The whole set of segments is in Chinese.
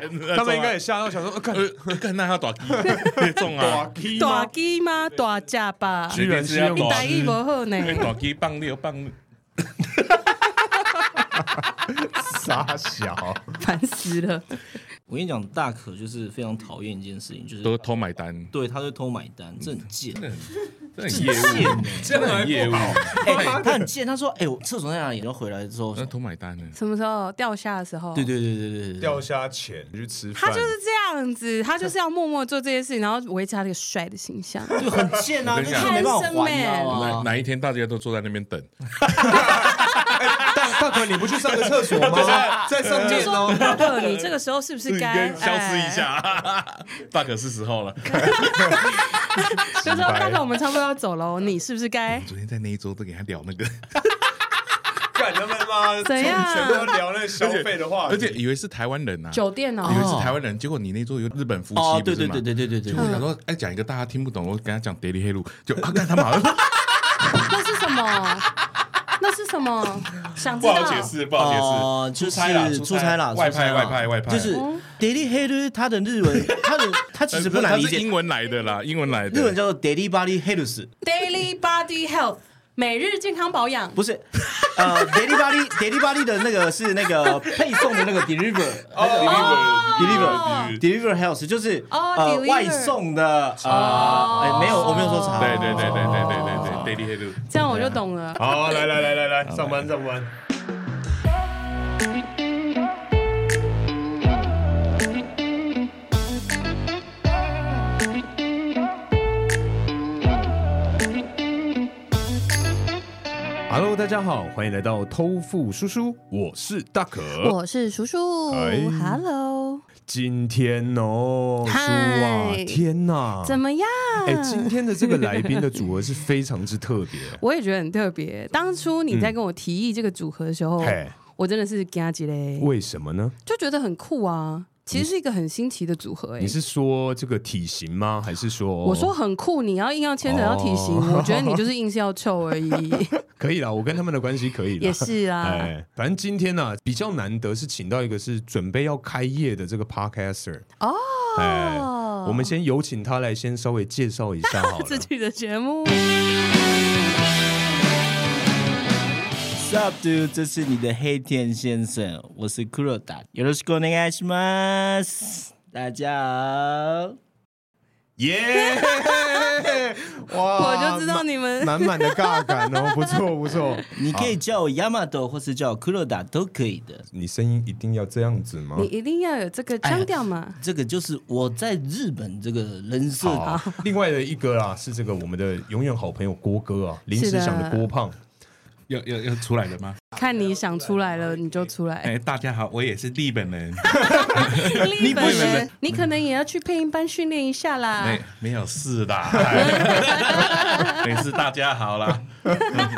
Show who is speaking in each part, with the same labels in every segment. Speaker 1: 他
Speaker 2: 他们应该也吓到，想说，呃看
Speaker 1: 啊呃，看那他打击别中啊，
Speaker 2: 鸡
Speaker 3: 大？鸡吗？大架吧？
Speaker 1: 绝对是要哎
Speaker 3: 你
Speaker 1: 打
Speaker 3: 台语
Speaker 1: 击
Speaker 3: 不，好呢？
Speaker 1: 打击棒六棒。
Speaker 4: 傻 小，
Speaker 3: 烦死了！
Speaker 5: 我跟你讲，大可就是非常讨厌一件事情，就是
Speaker 1: 都偷买单，
Speaker 5: 对他就偷买单，这很贱。
Speaker 1: 这很业
Speaker 5: 贱
Speaker 1: 务，
Speaker 5: 欸
Speaker 1: 这很业务，
Speaker 5: 哎他很嗯贱，他说：“哎，我厕所在哪里？”然后回来之后，
Speaker 1: 那偷买单呢？
Speaker 3: 什么时候掉下的时候？
Speaker 5: 对对对对对对，
Speaker 2: 掉下钱去吃
Speaker 3: 他
Speaker 2: 饭，
Speaker 3: 就是这样子，他就是要默默做这些事情，然后维持他这个帅的形象。
Speaker 5: 就很贱啊，
Speaker 1: 我跟
Speaker 5: 就
Speaker 1: 你
Speaker 5: 是
Speaker 1: 讲
Speaker 5: 没办法还，你知
Speaker 1: 哪
Speaker 5: 道吗？
Speaker 1: 哪一天大家都坐在那边等，
Speaker 2: 大大可你不去上个厕所吗？在上
Speaker 3: 就
Speaker 2: 面
Speaker 3: 说
Speaker 2: 哦。
Speaker 3: 大可，你这个时候是不是该
Speaker 1: 跟消失一？
Speaker 3: 哎
Speaker 1: 下， 大可是时候了。
Speaker 3: 哎就说大可，我们差不多要走喽，你是不是该？
Speaker 1: 昨天在那一周都给他聊那个，
Speaker 2: 干他们 妈，
Speaker 3: 怎样
Speaker 2: 全部都聊那消费的话题，
Speaker 1: 而且以为是台湾人呐，啊
Speaker 3: 酒店
Speaker 1: 以为
Speaker 3: 哦，
Speaker 1: 是台湾人，结果你那桌有日本夫
Speaker 5: 哦
Speaker 1: 妻，，
Speaker 5: 对
Speaker 1: 不是
Speaker 5: 对
Speaker 1: 吗
Speaker 5: 对对对对对
Speaker 1: 结果我想说，哎，讲一个大家听不懂，我跟他讲 Daily 黑路，就 啊，干他马上
Speaker 3: 那是什么？那是什么？想知
Speaker 1: 不
Speaker 3: 道
Speaker 1: 好？解释，不好解释。
Speaker 5: 哦，就
Speaker 1: 出
Speaker 5: 是
Speaker 1: 差啦出差
Speaker 5: 差啦，
Speaker 1: 外
Speaker 5: 出差
Speaker 1: 派
Speaker 5: 啦
Speaker 1: 外派外派
Speaker 5: 就是 Daily h e a d 他的日 文，他的他其实不
Speaker 1: 他
Speaker 5: 难理
Speaker 1: 是
Speaker 5: 解
Speaker 1: 英，文来的啦，英文来的。
Speaker 5: 日文叫做 Daily Body h e a d s
Speaker 3: Daily Body Health 每日健康保养，
Speaker 5: 不是，呃，Daily Body Daily Body 的那个是那个配送的那个 Deliver
Speaker 2: 哦
Speaker 5: Deliver Deliver Health，就是
Speaker 3: 哦
Speaker 5: 呃
Speaker 3: deliver 哦
Speaker 5: 外送的呃，哎，没有，我没有说啥，
Speaker 1: 对对对对对对对对，Daily 黑路。
Speaker 3: 这样我就懂了。
Speaker 2: 好，来来来来来，上班上班。Hello，大家好，欢迎来到偷富叔叔，我是大可。
Speaker 3: 我是叔叔
Speaker 2: 哎
Speaker 3: ，Hello，
Speaker 2: 今天哦，叔啊，
Speaker 3: 嗨
Speaker 2: 天哪，
Speaker 3: 怎么样？
Speaker 2: 哎、今天的这个来宾的组合是非常之特 别，
Speaker 3: 我也觉得很特别。当初你在跟我提议这个组合的时候，
Speaker 2: 嗯嘿，
Speaker 3: 我真的是惊几嘞，
Speaker 2: 为什么呢？
Speaker 3: 就觉得很酷啊。其实是一个很新奇的组合哎、
Speaker 2: 你是说这个体型吗？还是说
Speaker 3: 我说很酷，你要硬要牵扯到体型，
Speaker 2: 哦
Speaker 3: 我觉得你就是硬是要臭 而已。
Speaker 2: 可以啦？我跟他们的关系可以啦。
Speaker 3: 也是啊，
Speaker 2: 哎，反正今天呢、比较难得是请到一个是准备要开业的这个 podcaster
Speaker 3: 哦
Speaker 2: 哎，我们先有请他来先稍微介绍一下 好了
Speaker 3: 这。期的节 目，
Speaker 5: What's up, dude？这是你的黑田先生，我是库洛达，よろしくお願いします。大家好，
Speaker 2: 耶！哇
Speaker 3: 我就知道你们
Speaker 2: 满满的尬感哦，不错不错。
Speaker 5: 你可以叫我 Yamato 或是叫我库洛达都可以的。
Speaker 2: 你声音一定要这样子吗
Speaker 3: 你一定要有这个腔调嘛。
Speaker 2: 哎
Speaker 5: 这个就是我在日本这个人设。
Speaker 2: 好，另外的一个啦是这个我们的永远好朋友郭哥啊，临时想的郭胖，
Speaker 1: 要要要出来了吗？
Speaker 3: 看你想出来了，你就出来。
Speaker 1: 哎，大家好，我也是日本人。
Speaker 3: 你
Speaker 1: 不是
Speaker 3: 能，你可能也要去配音班训练一下啦
Speaker 1: 没。没有事的，没事，大家好啦，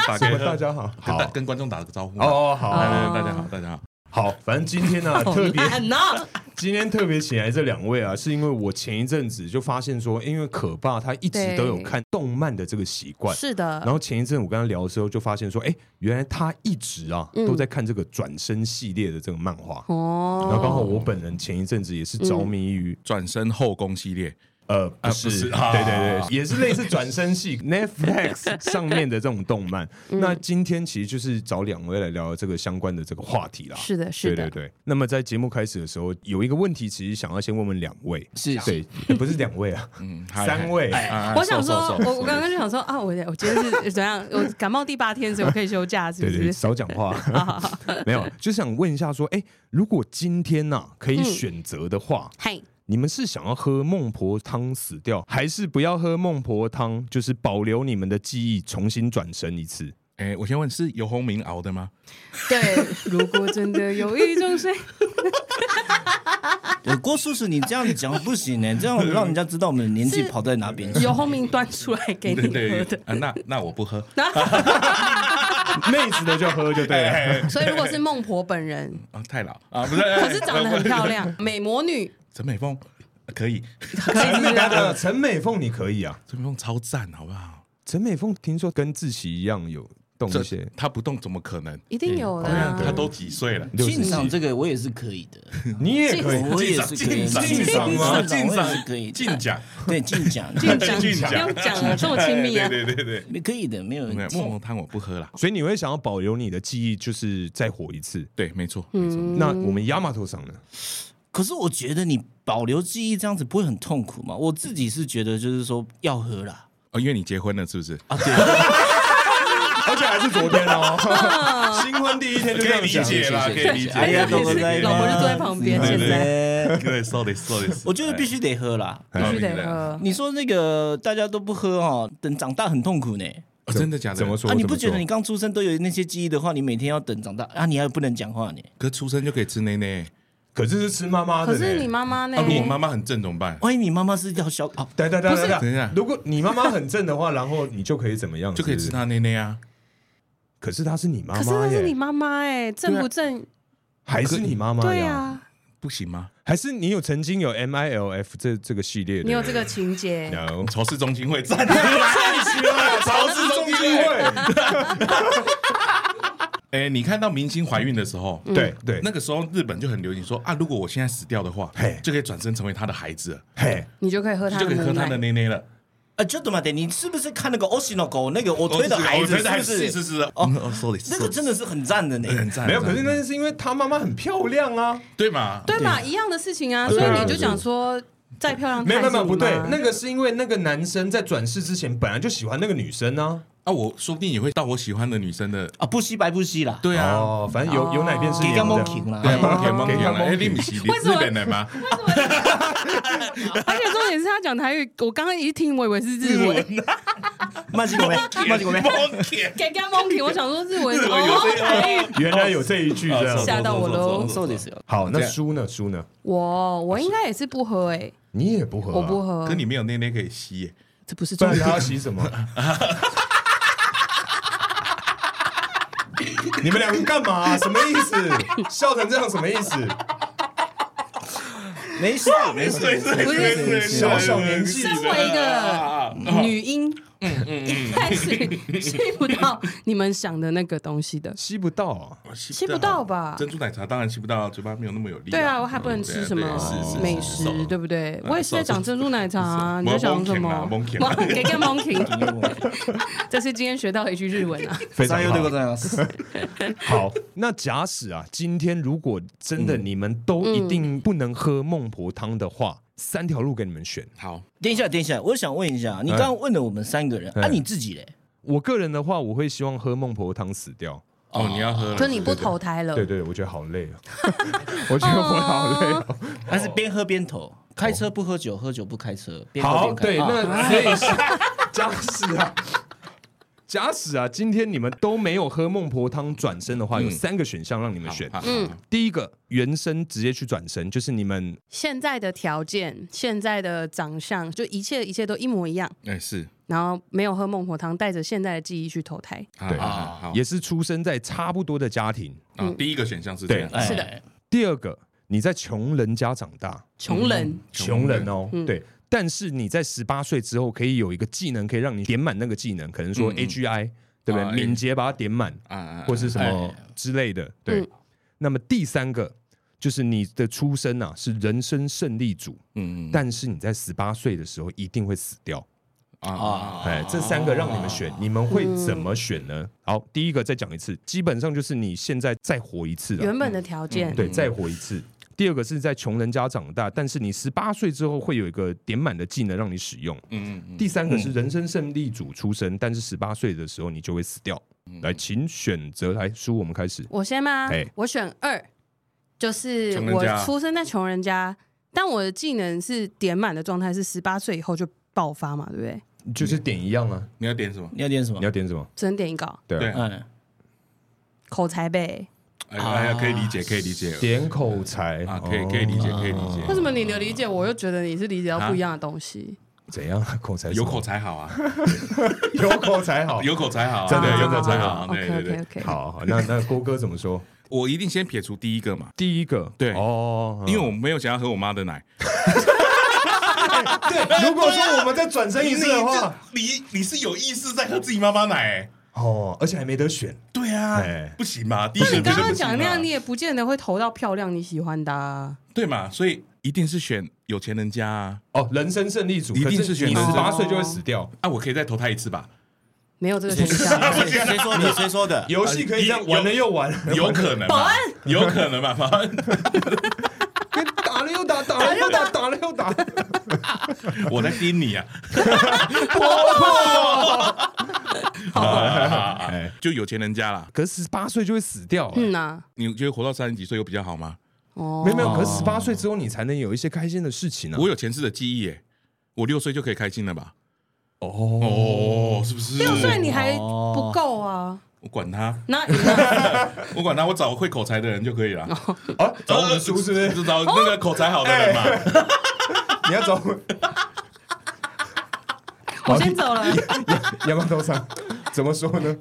Speaker 1: 打
Speaker 2: 什
Speaker 1: 给
Speaker 2: 么大家好，
Speaker 1: 跟
Speaker 2: 好
Speaker 1: 大跟观众打个招呼。哦，
Speaker 2: 哦好
Speaker 1: 来来，大家好，大家好。
Speaker 2: 好，反正今天呢、啊、
Speaker 3: 好
Speaker 2: 特别
Speaker 3: 烂哦！
Speaker 2: 今天特别请来这两位啊，是因为我前一阵子就发现说，因为可爸他一直都有看动漫的这个习惯。
Speaker 3: 是
Speaker 2: 然
Speaker 3: 的，
Speaker 2: 后前一阵我跟他聊的时候，就发现说，哎，原来他一直啊、
Speaker 3: 嗯
Speaker 2: 都在看这个转身系列的这个漫画。
Speaker 3: 哦，
Speaker 2: 然后刚好我本人前一阵子也是着迷于、
Speaker 1: 转身后宫系列，
Speaker 2: 呃，不
Speaker 1: 啊不
Speaker 2: 是，
Speaker 1: 是啊
Speaker 2: 对对对，也是类似转身系 Netflix 上面的这种动漫。那今天其实就是找两位来聊这个相关的这个话题啦。
Speaker 3: 是的，是
Speaker 2: 对对
Speaker 3: 的，
Speaker 2: 对。那么在节目开始的时候，有一个问题，其实想要先问问两位，
Speaker 5: 是
Speaker 2: 对，呃不是两位啊，
Speaker 1: 嗯，嗨
Speaker 2: 三。位。
Speaker 1: 嗨啊
Speaker 3: 我想
Speaker 1: 瘦瘦
Speaker 3: 说，
Speaker 1: 瘦
Speaker 3: 我我刚刚就想说啊，我我今天是怎样？我感冒第八天，所以我可以休假，是不
Speaker 2: 对对，
Speaker 3: 是？
Speaker 2: 少讲话。 没有，就想问一下，说，哎，如果今天呐、可以选择的话，
Speaker 3: 嗨，
Speaker 2: 你们是想要喝孟婆汤死掉，还是不要喝孟婆汤，就是保留你们的记忆，重新转身一次？
Speaker 1: 哎，我先问，是游鸿明熬的吗？
Speaker 3: 对，如果真的有一种 声音，
Speaker 5: 呃郭叔叔，你这样讲不行呢、 这样让人家知道我们的年纪跑在哪边去。
Speaker 3: 由红明端出来给你喝的。
Speaker 1: 啊，那那我不喝。
Speaker 2: 妹子的就喝就对了。
Speaker 3: 所以如果是孟婆本 人，
Speaker 1: 啊，太老啊，不是，
Speaker 3: 可是长得很漂亮，美魔女，
Speaker 1: 陈美凤呃可以，
Speaker 3: 可以是不是
Speaker 2: 呃，陈美凤你可以啊，
Speaker 1: 陈美凤超赞，好不好？
Speaker 2: 陈美凤听说跟志奇一样有动
Speaker 1: 这
Speaker 2: 一些。
Speaker 1: 他不动怎么可能？
Speaker 3: 一定有的啊。
Speaker 1: 他都几岁了？
Speaker 2: 六十
Speaker 5: 进
Speaker 2: 几
Speaker 5: 赏这个我也是可 以的，
Speaker 2: 你也可以，
Speaker 5: 我也是可
Speaker 1: 进
Speaker 5: 以
Speaker 1: 赏
Speaker 5: 进赏
Speaker 1: 吗？
Speaker 5: 进赏
Speaker 1: 进
Speaker 5: 我也是可以
Speaker 1: 赏
Speaker 5: 的
Speaker 1: 进奖，
Speaker 5: 对，进奖
Speaker 3: 俊
Speaker 1: 对
Speaker 3: 讲，
Speaker 1: 俊
Speaker 3: 不
Speaker 1: 讲
Speaker 3: 用讲了，这么亲密啊
Speaker 1: 哎！对对对对，
Speaker 5: 你可以的， 没有
Speaker 1: 没有
Speaker 5: 问题
Speaker 1: 梦。龙汤我不喝了。
Speaker 2: 所以你会想要保留你的记忆，就是再活一次。
Speaker 1: 对，没错，没错。
Speaker 2: 那我们亚马头上呢？
Speaker 5: 可是我觉得你保留记忆这样子不会很痛苦吗？我自己是觉得就是说要喝啦，
Speaker 1: 哦，因为你结婚了，是不是？
Speaker 5: 啊，对，
Speaker 2: 而且还是昨天哦，新婚第一天就这样
Speaker 1: 可以理解
Speaker 2: 讲。
Speaker 1: 啦可以理解
Speaker 5: 哎呀，
Speaker 1: 可以理解
Speaker 3: 老婆就坐在旁边
Speaker 5: 哎
Speaker 1: 现
Speaker 5: 在。
Speaker 1: 对，sorry sorry，
Speaker 5: 我觉得必须得喝啦。
Speaker 1: 哎
Speaker 3: 必须得喝。
Speaker 5: 你说那个大家都不喝哦，等长大很痛苦呢。
Speaker 1: 哦真的假的？
Speaker 2: 怎么？说？
Speaker 5: 啊，你
Speaker 2: 怎
Speaker 5: 不
Speaker 2: 么
Speaker 5: 觉
Speaker 2: 说
Speaker 5: 得你刚出生都有那些记忆的话，你每天要等长大啊，你还不能讲话呢？
Speaker 1: 可是出生就可以吃奶奶？
Speaker 2: 可是是吃妈妈的
Speaker 3: 可
Speaker 2: 呢。
Speaker 3: 是你妈妈呢
Speaker 1: 啊，？你妈妈很正怎么办？
Speaker 5: 万一你妈妈是要小啊，
Speaker 2: 等等等等
Speaker 1: 等一下
Speaker 2: 如果你妈妈很正的话，然后你就可以怎么样？
Speaker 1: 就可以吃
Speaker 2: 是不是。
Speaker 1: 她奶奶啊？
Speaker 2: 可是她是你妈
Speaker 3: 可是
Speaker 2: 妈
Speaker 3: 那是你
Speaker 2: 耶，
Speaker 3: 妈妈哎，正不正？
Speaker 2: 还是你妈妈呀？
Speaker 3: 对啊，
Speaker 1: 不行吗？
Speaker 2: 还是你有曾经有 M I L F 这这个系列的？
Speaker 3: 你有这个哎情节，
Speaker 2: No
Speaker 1: 潮市中心会站起来，潮市中心会。 哎，你看到明星怀孕的时候，
Speaker 2: 对对，
Speaker 1: 那个时候日本就很流行说啊，如果我现在死掉的话
Speaker 2: 嘿，
Speaker 1: 就可以转身成为她的孩子了，
Speaker 2: 嘿，
Speaker 3: 你就可以喝她
Speaker 1: 就可
Speaker 3: 的
Speaker 1: 以喝
Speaker 3: 母
Speaker 1: 她的
Speaker 3: 奶。
Speaker 1: 奶奶了。
Speaker 5: 啊，就怎么的？你是不是看那个欧西诺狗那个我推的孩
Speaker 1: 我
Speaker 5: 子？
Speaker 1: 推
Speaker 5: 是
Speaker 1: 的
Speaker 5: 不
Speaker 1: 孩子是
Speaker 5: 是？
Speaker 1: 是是哦，sorry，
Speaker 5: 那个真的是很赞的呢。
Speaker 1: 很
Speaker 3: 嗯
Speaker 1: 赞，
Speaker 2: 没有。可是那是因为她妈妈很漂亮啊。
Speaker 1: 对嘛？
Speaker 3: 对嘛，一样的事情啊，所以你就讲说，再漂亮
Speaker 2: 没有没有没有，
Speaker 3: 她
Speaker 2: 不对
Speaker 3: 还是，你妈
Speaker 2: 那个是因为那个男生在转世之前本来就喜欢那个女生啊。
Speaker 1: 啊，我说不定也会到我喜欢的女生的。
Speaker 5: 啊，不惜白不惜啦。
Speaker 1: 对啊，
Speaker 2: 哦，反正有有哪边是
Speaker 5: 给
Speaker 2: 你
Speaker 5: 个
Speaker 2: 的
Speaker 5: 梦停啦。
Speaker 1: 对啊，蒙铁
Speaker 3: 哦
Speaker 1: 蒙铁
Speaker 2: 给他蒙
Speaker 1: 哎，
Speaker 2: 铁
Speaker 1: 你不是
Speaker 3: 为什
Speaker 1: 日
Speaker 3: 么
Speaker 1: 本人吗？
Speaker 3: 而且重点是他讲台语，我刚刚一听我以为是日文，
Speaker 5: 慢行我 们，慢行我们。
Speaker 1: 蒙铁，
Speaker 3: 给刚 monkey，我想说日文
Speaker 1: 日文有
Speaker 3: 哦
Speaker 1: 这，
Speaker 3: 台语
Speaker 2: 原来有这一句
Speaker 1: 哦
Speaker 2: 这样
Speaker 1: 是。
Speaker 3: 吓到我喽。
Speaker 5: そうですよ。
Speaker 2: 好，那
Speaker 1: 这样
Speaker 2: 书呢？书呢？
Speaker 3: 我我应该也是不喝哎，
Speaker 2: 你也不喝啊？
Speaker 3: 我不喝欸
Speaker 1: 可，你没有内内可以吸耶，
Speaker 3: 这不是
Speaker 2: 不
Speaker 3: 重
Speaker 2: 然
Speaker 3: 点
Speaker 2: 他。要洗什么？ 你们两个干嘛啊、什么意思？笑成这样什么意思？
Speaker 5: 没事没事没事。
Speaker 3: 不是
Speaker 2: 小小年纪
Speaker 3: 身为一个女婴， 一开始吸不到你们想的那个东西的。
Speaker 2: 吸不到、啊，
Speaker 1: 吸
Speaker 3: 吸不到吧
Speaker 1: 珍珠奶茶当然吸不到，嘴巴没有那么有力。
Speaker 3: 对啊，我还不能吃什么
Speaker 1: 对对是是
Speaker 3: 美
Speaker 1: 是是
Speaker 3: 食，对不对？
Speaker 1: 嗯
Speaker 3: 我也是在讲珍珠奶茶啊，你在想什么？
Speaker 1: Monkey 啦，Monkey
Speaker 3: 给个 monkey，这 是今天学到的一句日文啊。
Speaker 2: 非常
Speaker 5: さようで
Speaker 2: 好。
Speaker 5: ございます。
Speaker 2: 好，那假使啊，今天如果真的你们都一定不能喝孟婆汤的话，三条路给你们选。
Speaker 1: 好，
Speaker 5: 等一下，等一下，我想问一下，你刚刚问了我们三个人，啊，你自己嘞？
Speaker 2: 我个人的话，我会希望喝孟婆汤死掉。
Speaker 1: 哦，你要喝了，
Speaker 3: 就你不投胎了，
Speaker 2: 对对，我觉得好累啊， 我觉得我好累、哦。
Speaker 5: 还是边喝边投？开车不喝酒，喝酒不开车。边喝
Speaker 2: 好，
Speaker 5: 边开
Speaker 2: 对，
Speaker 5: 啊
Speaker 2: 那所以是假使啊，假使啊，今天你们都没有喝孟婆汤转身的话，有三个选项让你们选。
Speaker 1: 嗯，
Speaker 2: 第一个，原生直接去转身，就是你们
Speaker 3: 现在的条件、现在的长相，就一切一切都一模一样，
Speaker 1: 哎是，
Speaker 3: 然后没有喝孟婆汤，带着现在的记忆去投胎。
Speaker 1: 对
Speaker 2: 对
Speaker 3: 嗯
Speaker 1: 好，
Speaker 2: 也是出生在差不多的家庭。
Speaker 1: 啊第一个选项是这样，
Speaker 5: 哎
Speaker 3: 是的，
Speaker 2: 第二个，你在穷人家长大，
Speaker 3: 穷人，
Speaker 2: 穷人哦，对。但是你在十八岁之后，可以有一个技能，可以让你点满那个技能，可能说 AGI，、对不对？
Speaker 1: 啊
Speaker 2: 敏捷把它点满，
Speaker 1: 啊啊，
Speaker 2: 或是什么之类的。对，
Speaker 3: 嗯
Speaker 2: 那么第三个就是你的出生啊是人生胜利组，
Speaker 1: 嗯
Speaker 2: 但是你在十八岁的时候一定会死掉。
Speaker 1: 啊啊，
Speaker 2: 哎，这三个让你们选，你们会怎么选呢？好，第一个再讲一次，基本上就是你现在再活一次啊
Speaker 3: 原，本的条件，
Speaker 1: 嗯
Speaker 2: 对，再活一次。第二个是在穷人家长大，但是你十八岁之后会有一个点满的技能让你使用。
Speaker 1: 嗯嗯
Speaker 2: 第三个是人生胜利组出生，但是十八岁的时候你就会死掉。
Speaker 1: 嗯
Speaker 2: 来，请选择，来，叔，我们开始。
Speaker 3: 我先吗
Speaker 2: 哎？
Speaker 3: 我选二，就是
Speaker 1: 穷人
Speaker 3: 我
Speaker 1: 家
Speaker 3: 出生在穷人家，但我的技能是点满的状态，是十八岁以后就爆发嘛，对不对？
Speaker 2: 就是点一样啊。
Speaker 1: 你要点什么？
Speaker 5: 你要点什么
Speaker 2: 你？要点什么？
Speaker 3: 只能点一个
Speaker 2: 对
Speaker 1: 对
Speaker 2: 啊，
Speaker 5: 嗯，
Speaker 3: 口才呗。
Speaker 1: 哎哎呀，可以理解，可以理解
Speaker 2: 点口才哦
Speaker 1: 啊，可以可以理解，可以理
Speaker 3: 为
Speaker 1: 解，
Speaker 3: 什么你的理解，我又觉得你是理解到不一样的东西？
Speaker 2: 怎样？ 口才
Speaker 1: 有口才好啊，
Speaker 2: 有口才好。
Speaker 1: 有口才好啊，
Speaker 2: 真的
Speaker 1: 对
Speaker 2: 有
Speaker 1: 有
Speaker 2: 口
Speaker 1: 口才好，对
Speaker 3: OK
Speaker 1: 对
Speaker 3: OK
Speaker 1: 对，
Speaker 3: OK。
Speaker 2: 好好，那那郭哥怎么说？
Speaker 1: 我一定先撇除第一个嘛，
Speaker 2: 第一个
Speaker 1: 对
Speaker 2: 哦，
Speaker 1: 因为我没有想要喝我妈的奶。
Speaker 2: 如果说我们再转身
Speaker 1: 你
Speaker 2: 一次的话，啊
Speaker 1: 你这你你是有意识在喝自己妈妈奶、欸，
Speaker 2: 哦，而且还没得选，
Speaker 1: 对啊
Speaker 2: 哎，
Speaker 1: 不行嘛，第一
Speaker 3: 不
Speaker 1: 个
Speaker 3: 是你
Speaker 1: 就
Speaker 3: 刚
Speaker 1: 是
Speaker 3: 刚
Speaker 1: 不行
Speaker 3: 讲那
Speaker 1: 嘛
Speaker 3: 样，你也不见得会投到漂亮你喜欢的、啊。
Speaker 1: 对嘛，所以一定是选有钱人家啊，
Speaker 2: 哦，人生胜利组
Speaker 1: 一定
Speaker 2: 可
Speaker 1: 是选
Speaker 2: 你
Speaker 1: 人
Speaker 2: 十
Speaker 1: 生
Speaker 2: 八岁就会死掉。
Speaker 1: 啊，我可以再投他一次 吧，
Speaker 3: 没有这个选项。啊
Speaker 5: 谁谁说的？谁说的？
Speaker 2: 游戏可以这样
Speaker 1: 有
Speaker 2: 玩了又玩，
Speaker 1: 有可能嘛，
Speaker 3: 保安
Speaker 1: 有可能嘛，保 安，
Speaker 2: 打了又打，打了又打，打了又打。
Speaker 1: 我在盯 你啊， 啊
Speaker 3: 好
Speaker 1: 啊啊啊
Speaker 2: 哎
Speaker 1: 就有钱人家啦，
Speaker 2: 可是十八岁就会死掉、哎
Speaker 3: 嗯呐、
Speaker 1: 你觉得活到三十几岁有比较好吗？
Speaker 3: 哦，
Speaker 2: 没有没有，可是十八岁之后你才能有一些开心的事情啊。
Speaker 3: 嗯
Speaker 1: 我有前世的记忆耶，我六岁就可以开心了吧？
Speaker 2: 哦，
Speaker 1: 哦，是不是？
Speaker 3: 六岁你还
Speaker 1: 哦
Speaker 3: 不够啊？
Speaker 1: 我管他，
Speaker 3: 那 那
Speaker 1: 我管他，我找会口才的人就可以了。
Speaker 3: 哦
Speaker 2: 啊，找我们叔是不是？
Speaker 1: 就找那个口才好的人 嘛。
Speaker 2: 你要找我们
Speaker 3: 我先走了。
Speaker 2: 阳光头上怎么说呢？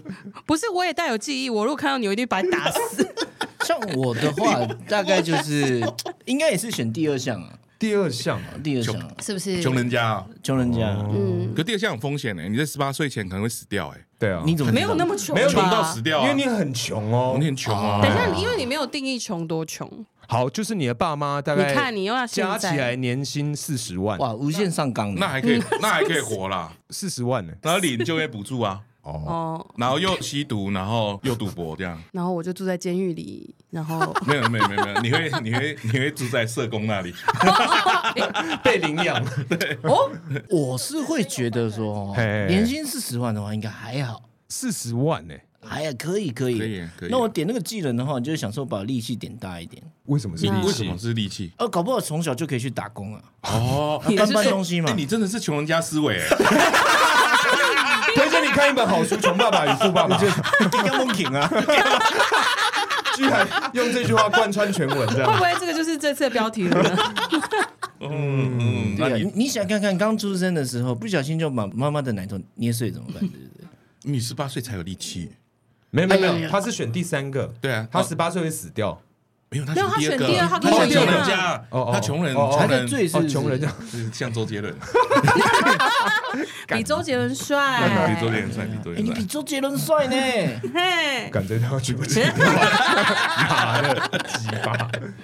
Speaker 3: 不是，我也带有记忆。我如果看到你，我一定把你打死。
Speaker 5: 像我的话，大概就是应该也是选第二项啊，
Speaker 2: 第二项啊，
Speaker 5: 第二项啊
Speaker 3: 是不是
Speaker 1: 穷人家啊，
Speaker 5: 穷人家，
Speaker 3: 嗯，
Speaker 1: 可第二项有风险呢，你在十八岁前可能会死掉哎，
Speaker 2: 对啊，
Speaker 5: 你怎么
Speaker 3: 没有那
Speaker 5: 么
Speaker 3: 么穷吧，
Speaker 2: 没有
Speaker 1: 穷到死掉
Speaker 2: 因
Speaker 1: 啊，
Speaker 2: 为你很穷哦
Speaker 1: 你。很穷啊。
Speaker 3: 等一下，你因为你没有定义穷多穷，
Speaker 2: 好，就是你的爸妈大
Speaker 3: 你
Speaker 2: 概
Speaker 3: 看你又要现
Speaker 2: 加起
Speaker 3: 在
Speaker 2: 来年薪四十万，
Speaker 5: 哇无限上纲的？
Speaker 1: 那还可以，那还可以活啦。
Speaker 2: 四十万呢？
Speaker 1: 然后领就业补助啊，
Speaker 2: 哦，
Speaker 3: 哦。
Speaker 1: 然后又吸毒，然后又赌博，这样。
Speaker 3: 然后我就住在监狱里，然后
Speaker 1: 没有没有没有没有，你会你会你会住在社工那里，
Speaker 2: 被领养，
Speaker 3: 哦，
Speaker 5: 我是会觉得说
Speaker 2: 嘿嘿，嘿
Speaker 5: 年薪四十万的话，应该还好，
Speaker 2: 四十万呢？
Speaker 5: 还哎呀可以可以
Speaker 1: 可以可以
Speaker 5: 那我点那个技能的话，就是想说把力气点大一点，
Speaker 2: 为什么
Speaker 3: 嗯
Speaker 2: 是
Speaker 1: 你
Speaker 2: 利
Speaker 1: 为什么
Speaker 2: 息？
Speaker 1: 是利 器？
Speaker 5: 呃，搞不好从小就可以去打工啊，
Speaker 1: 哦，
Speaker 3: 你的
Speaker 5: 搬
Speaker 3: 是
Speaker 5: 搬
Speaker 3: 说
Speaker 5: 东西嘛
Speaker 1: 哎，。你真的是穷人家思维哎。
Speaker 2: 推荐你看一本好书《穷爸爸与富爸爸》，
Speaker 5: 刚梦婷啊，
Speaker 2: 居然用这句话贯穿全文，这
Speaker 3: 会不
Speaker 2: 样
Speaker 3: 会这个就是这次的标题 了呢？
Speaker 1: 嗯嗯，那
Speaker 5: 对啊，
Speaker 1: 你
Speaker 5: 你你想看看刚出生的时候，不小心就把妈妈的奶头捏碎怎么办？对不对？
Speaker 1: 你十八岁才有力气，
Speaker 2: 没有没有没哎哦有，他是选第三个，
Speaker 1: 对啊
Speaker 2: 他十八岁会死掉，
Speaker 1: 没有他
Speaker 3: 没有
Speaker 1: 选
Speaker 3: 他选第
Speaker 1: 二个，
Speaker 3: 二他跟我
Speaker 1: 选
Speaker 3: 一
Speaker 1: 穷
Speaker 3: 样
Speaker 1: 人家
Speaker 2: 哦哦，
Speaker 1: 他穷人
Speaker 2: 哦哦
Speaker 1: 穷
Speaker 5: 他
Speaker 1: 人啊
Speaker 5: 的最是
Speaker 2: 哦，穷人家
Speaker 1: 是像周杰伦，
Speaker 3: 比周杰伦帅，
Speaker 1: 比周杰伦帅，比周
Speaker 5: 哎，
Speaker 1: 杰
Speaker 5: 你
Speaker 1: 伦
Speaker 5: 比
Speaker 1: 帅。
Speaker 5: 周杰伦帅呢！
Speaker 3: 嘿，
Speaker 2: 感觉他要举不起， 妈的，鸡巴！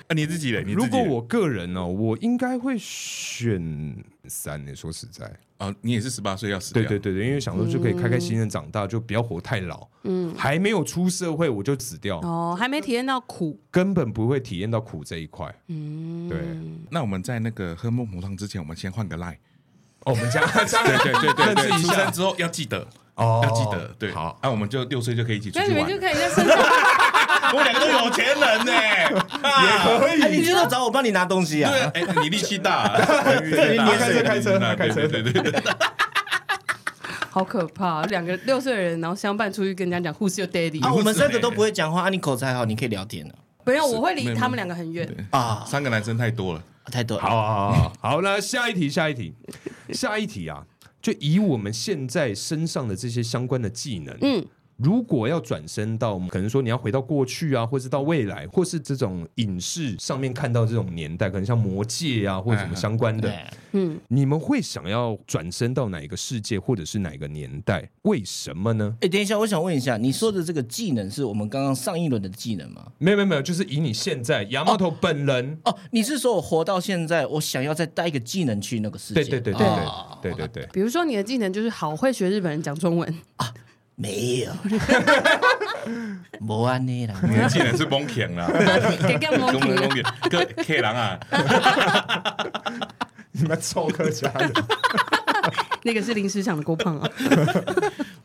Speaker 1: 啊，你自己嘞？你自己
Speaker 2: 如
Speaker 1: 嘞
Speaker 2: 果我个人哦，我应该会选三年。说实在，
Speaker 1: 啊，你也是十八岁要死掉，
Speaker 2: 对对对对，因为想说就可以开开
Speaker 3: 嗯
Speaker 2: 心心的长大，就不要活太老。嗯，还没有出社会我就死掉，
Speaker 3: 哦，还没体验到苦，
Speaker 2: 根本不会体验到苦这一块。
Speaker 3: 嗯，
Speaker 2: 对，
Speaker 1: 那我们在那个喝孟婆汤之前，我们先换个 line。
Speaker 2: 哦，我们 家
Speaker 1: 对对对 对对，
Speaker 2: 认识
Speaker 1: 出
Speaker 2: 一下
Speaker 1: 生之后要记得，
Speaker 2: 哦
Speaker 1: 要记得。对，啊
Speaker 2: 好，
Speaker 1: 那我们就六岁就可以一起出
Speaker 3: 那
Speaker 1: 去
Speaker 3: 你们
Speaker 1: 玩
Speaker 3: 就。可以在身上，
Speaker 1: 我们两个都有钱人呢，也可以。
Speaker 5: 哎，你知道找我帮你拿东西啊？
Speaker 1: 对，哎，你力气大，对
Speaker 2: 你开车开车开车
Speaker 1: 啊对对对对。
Speaker 3: 好可怕！两个六岁的人，然后相伴出去跟人家讲 Who's your daddy？
Speaker 5: 啊，我们三个都不会讲话，啊，你口才好，你可以聊天啊了
Speaker 3: 没有，我会离他们两个很远。
Speaker 5: 啊，
Speaker 1: 三个男生太多 了，
Speaker 5: 太多了。
Speaker 2: 好好好好，好，那下一题，下一题，下一题啊，就以我们现在身上的这些相关的技能，嗯
Speaker 3: 嗯。
Speaker 2: 如果要转身到，可能说你要回到过去啊，或是到未来，或是这种影视上面看到这种年代，可能像《魔戒》啊，或者什么相关的，
Speaker 5: 对，
Speaker 3: 嗯，
Speaker 2: 你们会想要转身到哪一个世界，或者是哪一个年代？为什么呢？
Speaker 5: 哎，等一下，我想问一下，你说的这个技能是我们刚刚上一轮的技能吗？
Speaker 2: 没有没有没有，就是以你现在牙猫头本人，
Speaker 5: 哦，你是说我活到现在，我想要再带一个技能去那个世界？
Speaker 2: 对对对对
Speaker 5: 哦
Speaker 2: 对对对对，
Speaker 3: 比如说你的技能就是好会学日本人讲中文，
Speaker 5: 没 有，没安尼啦。
Speaker 1: 你的技能是蒙恬 啦，
Speaker 3: 给干
Speaker 1: 跟我们蒙
Speaker 3: 懵
Speaker 1: 恬，跟 K 狼 啊，
Speaker 2: 你们凑客家人，
Speaker 3: 那个是临时想的郭胖啊，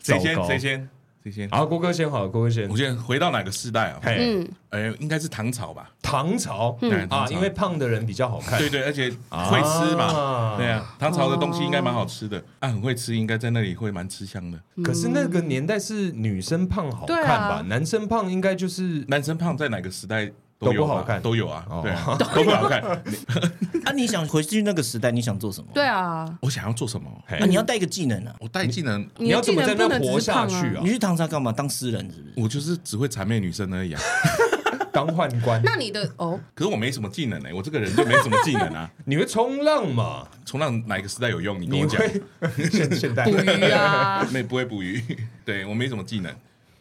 Speaker 1: 谁先
Speaker 2: 糟糕
Speaker 1: 谁先谁先？
Speaker 2: 好，郭哥先好，郭哥先
Speaker 1: 我，先回到哪个世代啊？
Speaker 2: 嘿，
Speaker 1: 哎，应该是唐朝吧？
Speaker 2: 唐朝
Speaker 1: 嗯
Speaker 2: 啊
Speaker 1: 唐，朝
Speaker 2: 因为胖的人比较好看，
Speaker 1: 对对，而且会吃嘛
Speaker 2: 啊，
Speaker 1: 对啊，唐朝的东西应该蛮好吃
Speaker 2: 哦
Speaker 1: 的，啊，很会吃，应该在那里会蛮吃香的。
Speaker 2: 可是那个年代是女生胖好看
Speaker 3: 对
Speaker 2: 吧
Speaker 3: 啊，
Speaker 2: 男生胖应该就是
Speaker 1: 男生胖在哪个时代都有
Speaker 2: 都不好
Speaker 1: 吧
Speaker 2: 看
Speaker 1: 都有啊
Speaker 2: 哦，
Speaker 1: 对 啊，都不好看。你
Speaker 5: 啊，你想回去那个时代，你想做什么？
Speaker 3: 对啊，
Speaker 1: 我想要做什么？
Speaker 5: 啊，你要带一个技能啊。
Speaker 1: 我带技能，
Speaker 3: 你
Speaker 2: 要
Speaker 3: 的
Speaker 2: 怎
Speaker 3: 技
Speaker 2: 么
Speaker 3: 能
Speaker 2: 在
Speaker 3: 不
Speaker 2: 那
Speaker 3: 能
Speaker 2: 活
Speaker 3: 只是
Speaker 2: 下
Speaker 3: 胖
Speaker 2: 去
Speaker 3: 啊。
Speaker 2: 啊
Speaker 5: 你？去唐山干嘛？当诗人是不是？
Speaker 1: 我就是只会谄媚女生而已啊。
Speaker 2: 刚宦官，
Speaker 3: 那你的哦，
Speaker 1: 可是我没什么技能哎、我这个人就没什么技能 啊。
Speaker 2: 你会冲浪吗？
Speaker 1: 冲浪哪一个时代有用？你跟
Speaker 2: 你
Speaker 1: 我讲，
Speaker 2: 会现现代
Speaker 3: 捕鱼啊，
Speaker 1: 没不会捕鱼， 对我没什么技能，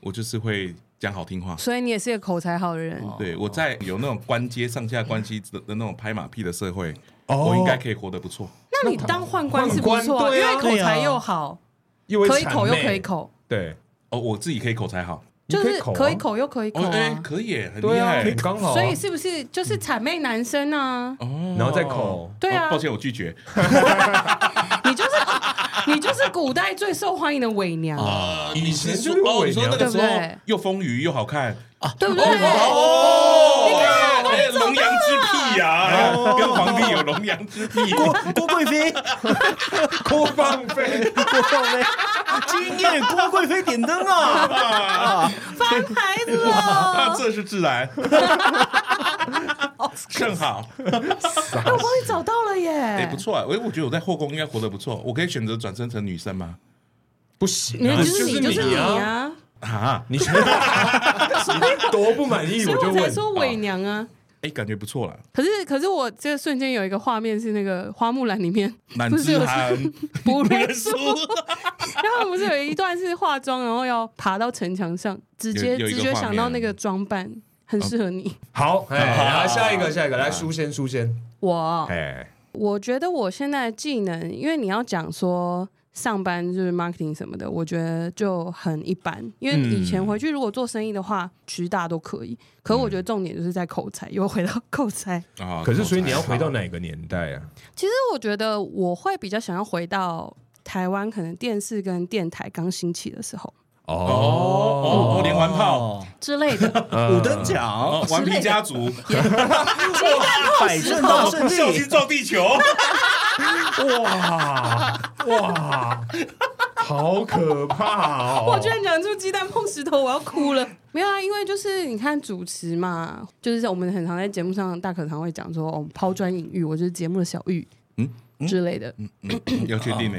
Speaker 1: 我就是会讲好听话。
Speaker 3: 所以你也是个口才好
Speaker 2: 哦
Speaker 3: 的人。
Speaker 1: 对我在有那种官阶上下关系的的那种拍马屁的社会，
Speaker 2: 哦
Speaker 1: 我应该可以活得不错。
Speaker 3: 那你当宦官是不
Speaker 2: 宦
Speaker 3: 错、
Speaker 2: 官
Speaker 3: 因
Speaker 2: 对啊
Speaker 3: 为口才又好，
Speaker 2: 又会
Speaker 3: 可以
Speaker 2: 谄
Speaker 3: 口又
Speaker 2: 媚
Speaker 3: 可以，口，
Speaker 2: 对，
Speaker 1: 哦，我自己可以口才好，
Speaker 2: 你
Speaker 3: 就是
Speaker 2: 啊
Speaker 3: 可以，口又可以口
Speaker 1: 哦，哎，
Speaker 3: 啊。
Speaker 1: 可以耶，很厉
Speaker 2: 对啊，
Speaker 1: 害
Speaker 2: 你。刚好啊，
Speaker 3: 所以是不是就是谄媚男生啊？
Speaker 1: 哦
Speaker 2: 然后再口
Speaker 3: 对啊
Speaker 1: 哦抱歉，我拒绝。
Speaker 3: 你就是 你就是古代最受欢迎的伪娘，
Speaker 5: 呃
Speaker 1: 啊，你是说
Speaker 2: 前就是
Speaker 1: 哦，
Speaker 2: 伪
Speaker 1: 你说
Speaker 2: 娘
Speaker 1: 那个时候
Speaker 3: 对不对
Speaker 1: 又丰腴又好看
Speaker 3: 对不对？
Speaker 1: 哦，
Speaker 3: 你看
Speaker 1: 哎龙阳之癖呀，跟皇帝有龙阳之癖。
Speaker 5: 郭郭贵妃，
Speaker 2: 郭放
Speaker 1: 哦
Speaker 2: 飞，
Speaker 5: 郭贵妃，今夜郭贵妃点灯啊！
Speaker 3: 翻牌子了
Speaker 1: 啊，，这是自然，正好，
Speaker 3: 哎我帮你找到了
Speaker 1: 哎，
Speaker 3: 耶
Speaker 1: 不！错啊，我我觉得我在后宫应该活得不错，我可以选择转身成女生吗？
Speaker 2: 不行
Speaker 3: 你
Speaker 2: 啊，
Speaker 3: 就是你，就是是你！啊！
Speaker 1: 啊，
Speaker 2: 你 你多不满意，
Speaker 3: 所以
Speaker 2: 就
Speaker 3: 我才
Speaker 2: 问
Speaker 3: 说
Speaker 1: 哦
Speaker 3: 伪娘啊。
Speaker 1: 哎，感觉不错了，
Speaker 3: 可是，可是我这瞬间有一个画面是那个《花木兰》里面，
Speaker 1: 满
Speaker 3: 不是
Speaker 1: 之
Speaker 3: 有
Speaker 1: 寒
Speaker 3: 不
Speaker 1: 不
Speaker 3: 认
Speaker 1: 认
Speaker 3: 输
Speaker 1: 输，，
Speaker 3: 然后不是有一段是化妆，然后要爬到城墙上，直接
Speaker 1: 有有一个
Speaker 3: 直觉
Speaker 1: 画面哦
Speaker 3: 想到那个装扮很适合你。
Speaker 2: 好，哎，
Speaker 1: 好哎
Speaker 2: 来下一个，下一个，来书先，书先，
Speaker 3: 我
Speaker 2: 哎，
Speaker 3: 我觉得我现在的技能，因为你要讲说上班就是 marketing 什么的，我觉得就很一般。因为以前回去如果做生意的话，渠大都可以。可我觉得重点就是在口才，又回到 口才。
Speaker 1: 啊
Speaker 2: 可是所以你要回到？哪个年代啊？
Speaker 3: 其实我觉得我会比较想要回到台湾，可能电视跟电台刚兴起的时候
Speaker 1: 哦哦哦，连环炮，
Speaker 5: 哦，
Speaker 3: 之类的。
Speaker 5: 五等奖
Speaker 1: 哦，顽皮家族，
Speaker 5: 百胜到胜
Speaker 1: 孝
Speaker 5: 利
Speaker 1: 心，照地球，
Speaker 2: 哇哇，好可怕哦！
Speaker 3: 我居然讲出鸡蛋碰石头，我要哭了。 没有啊，因为就是你看主持嘛，就是我们很常在节目上，大可常会讲说，哦，抛砖引玉，我就是节目的小玉，嗯之类的。
Speaker 1: 嗯要确定呢。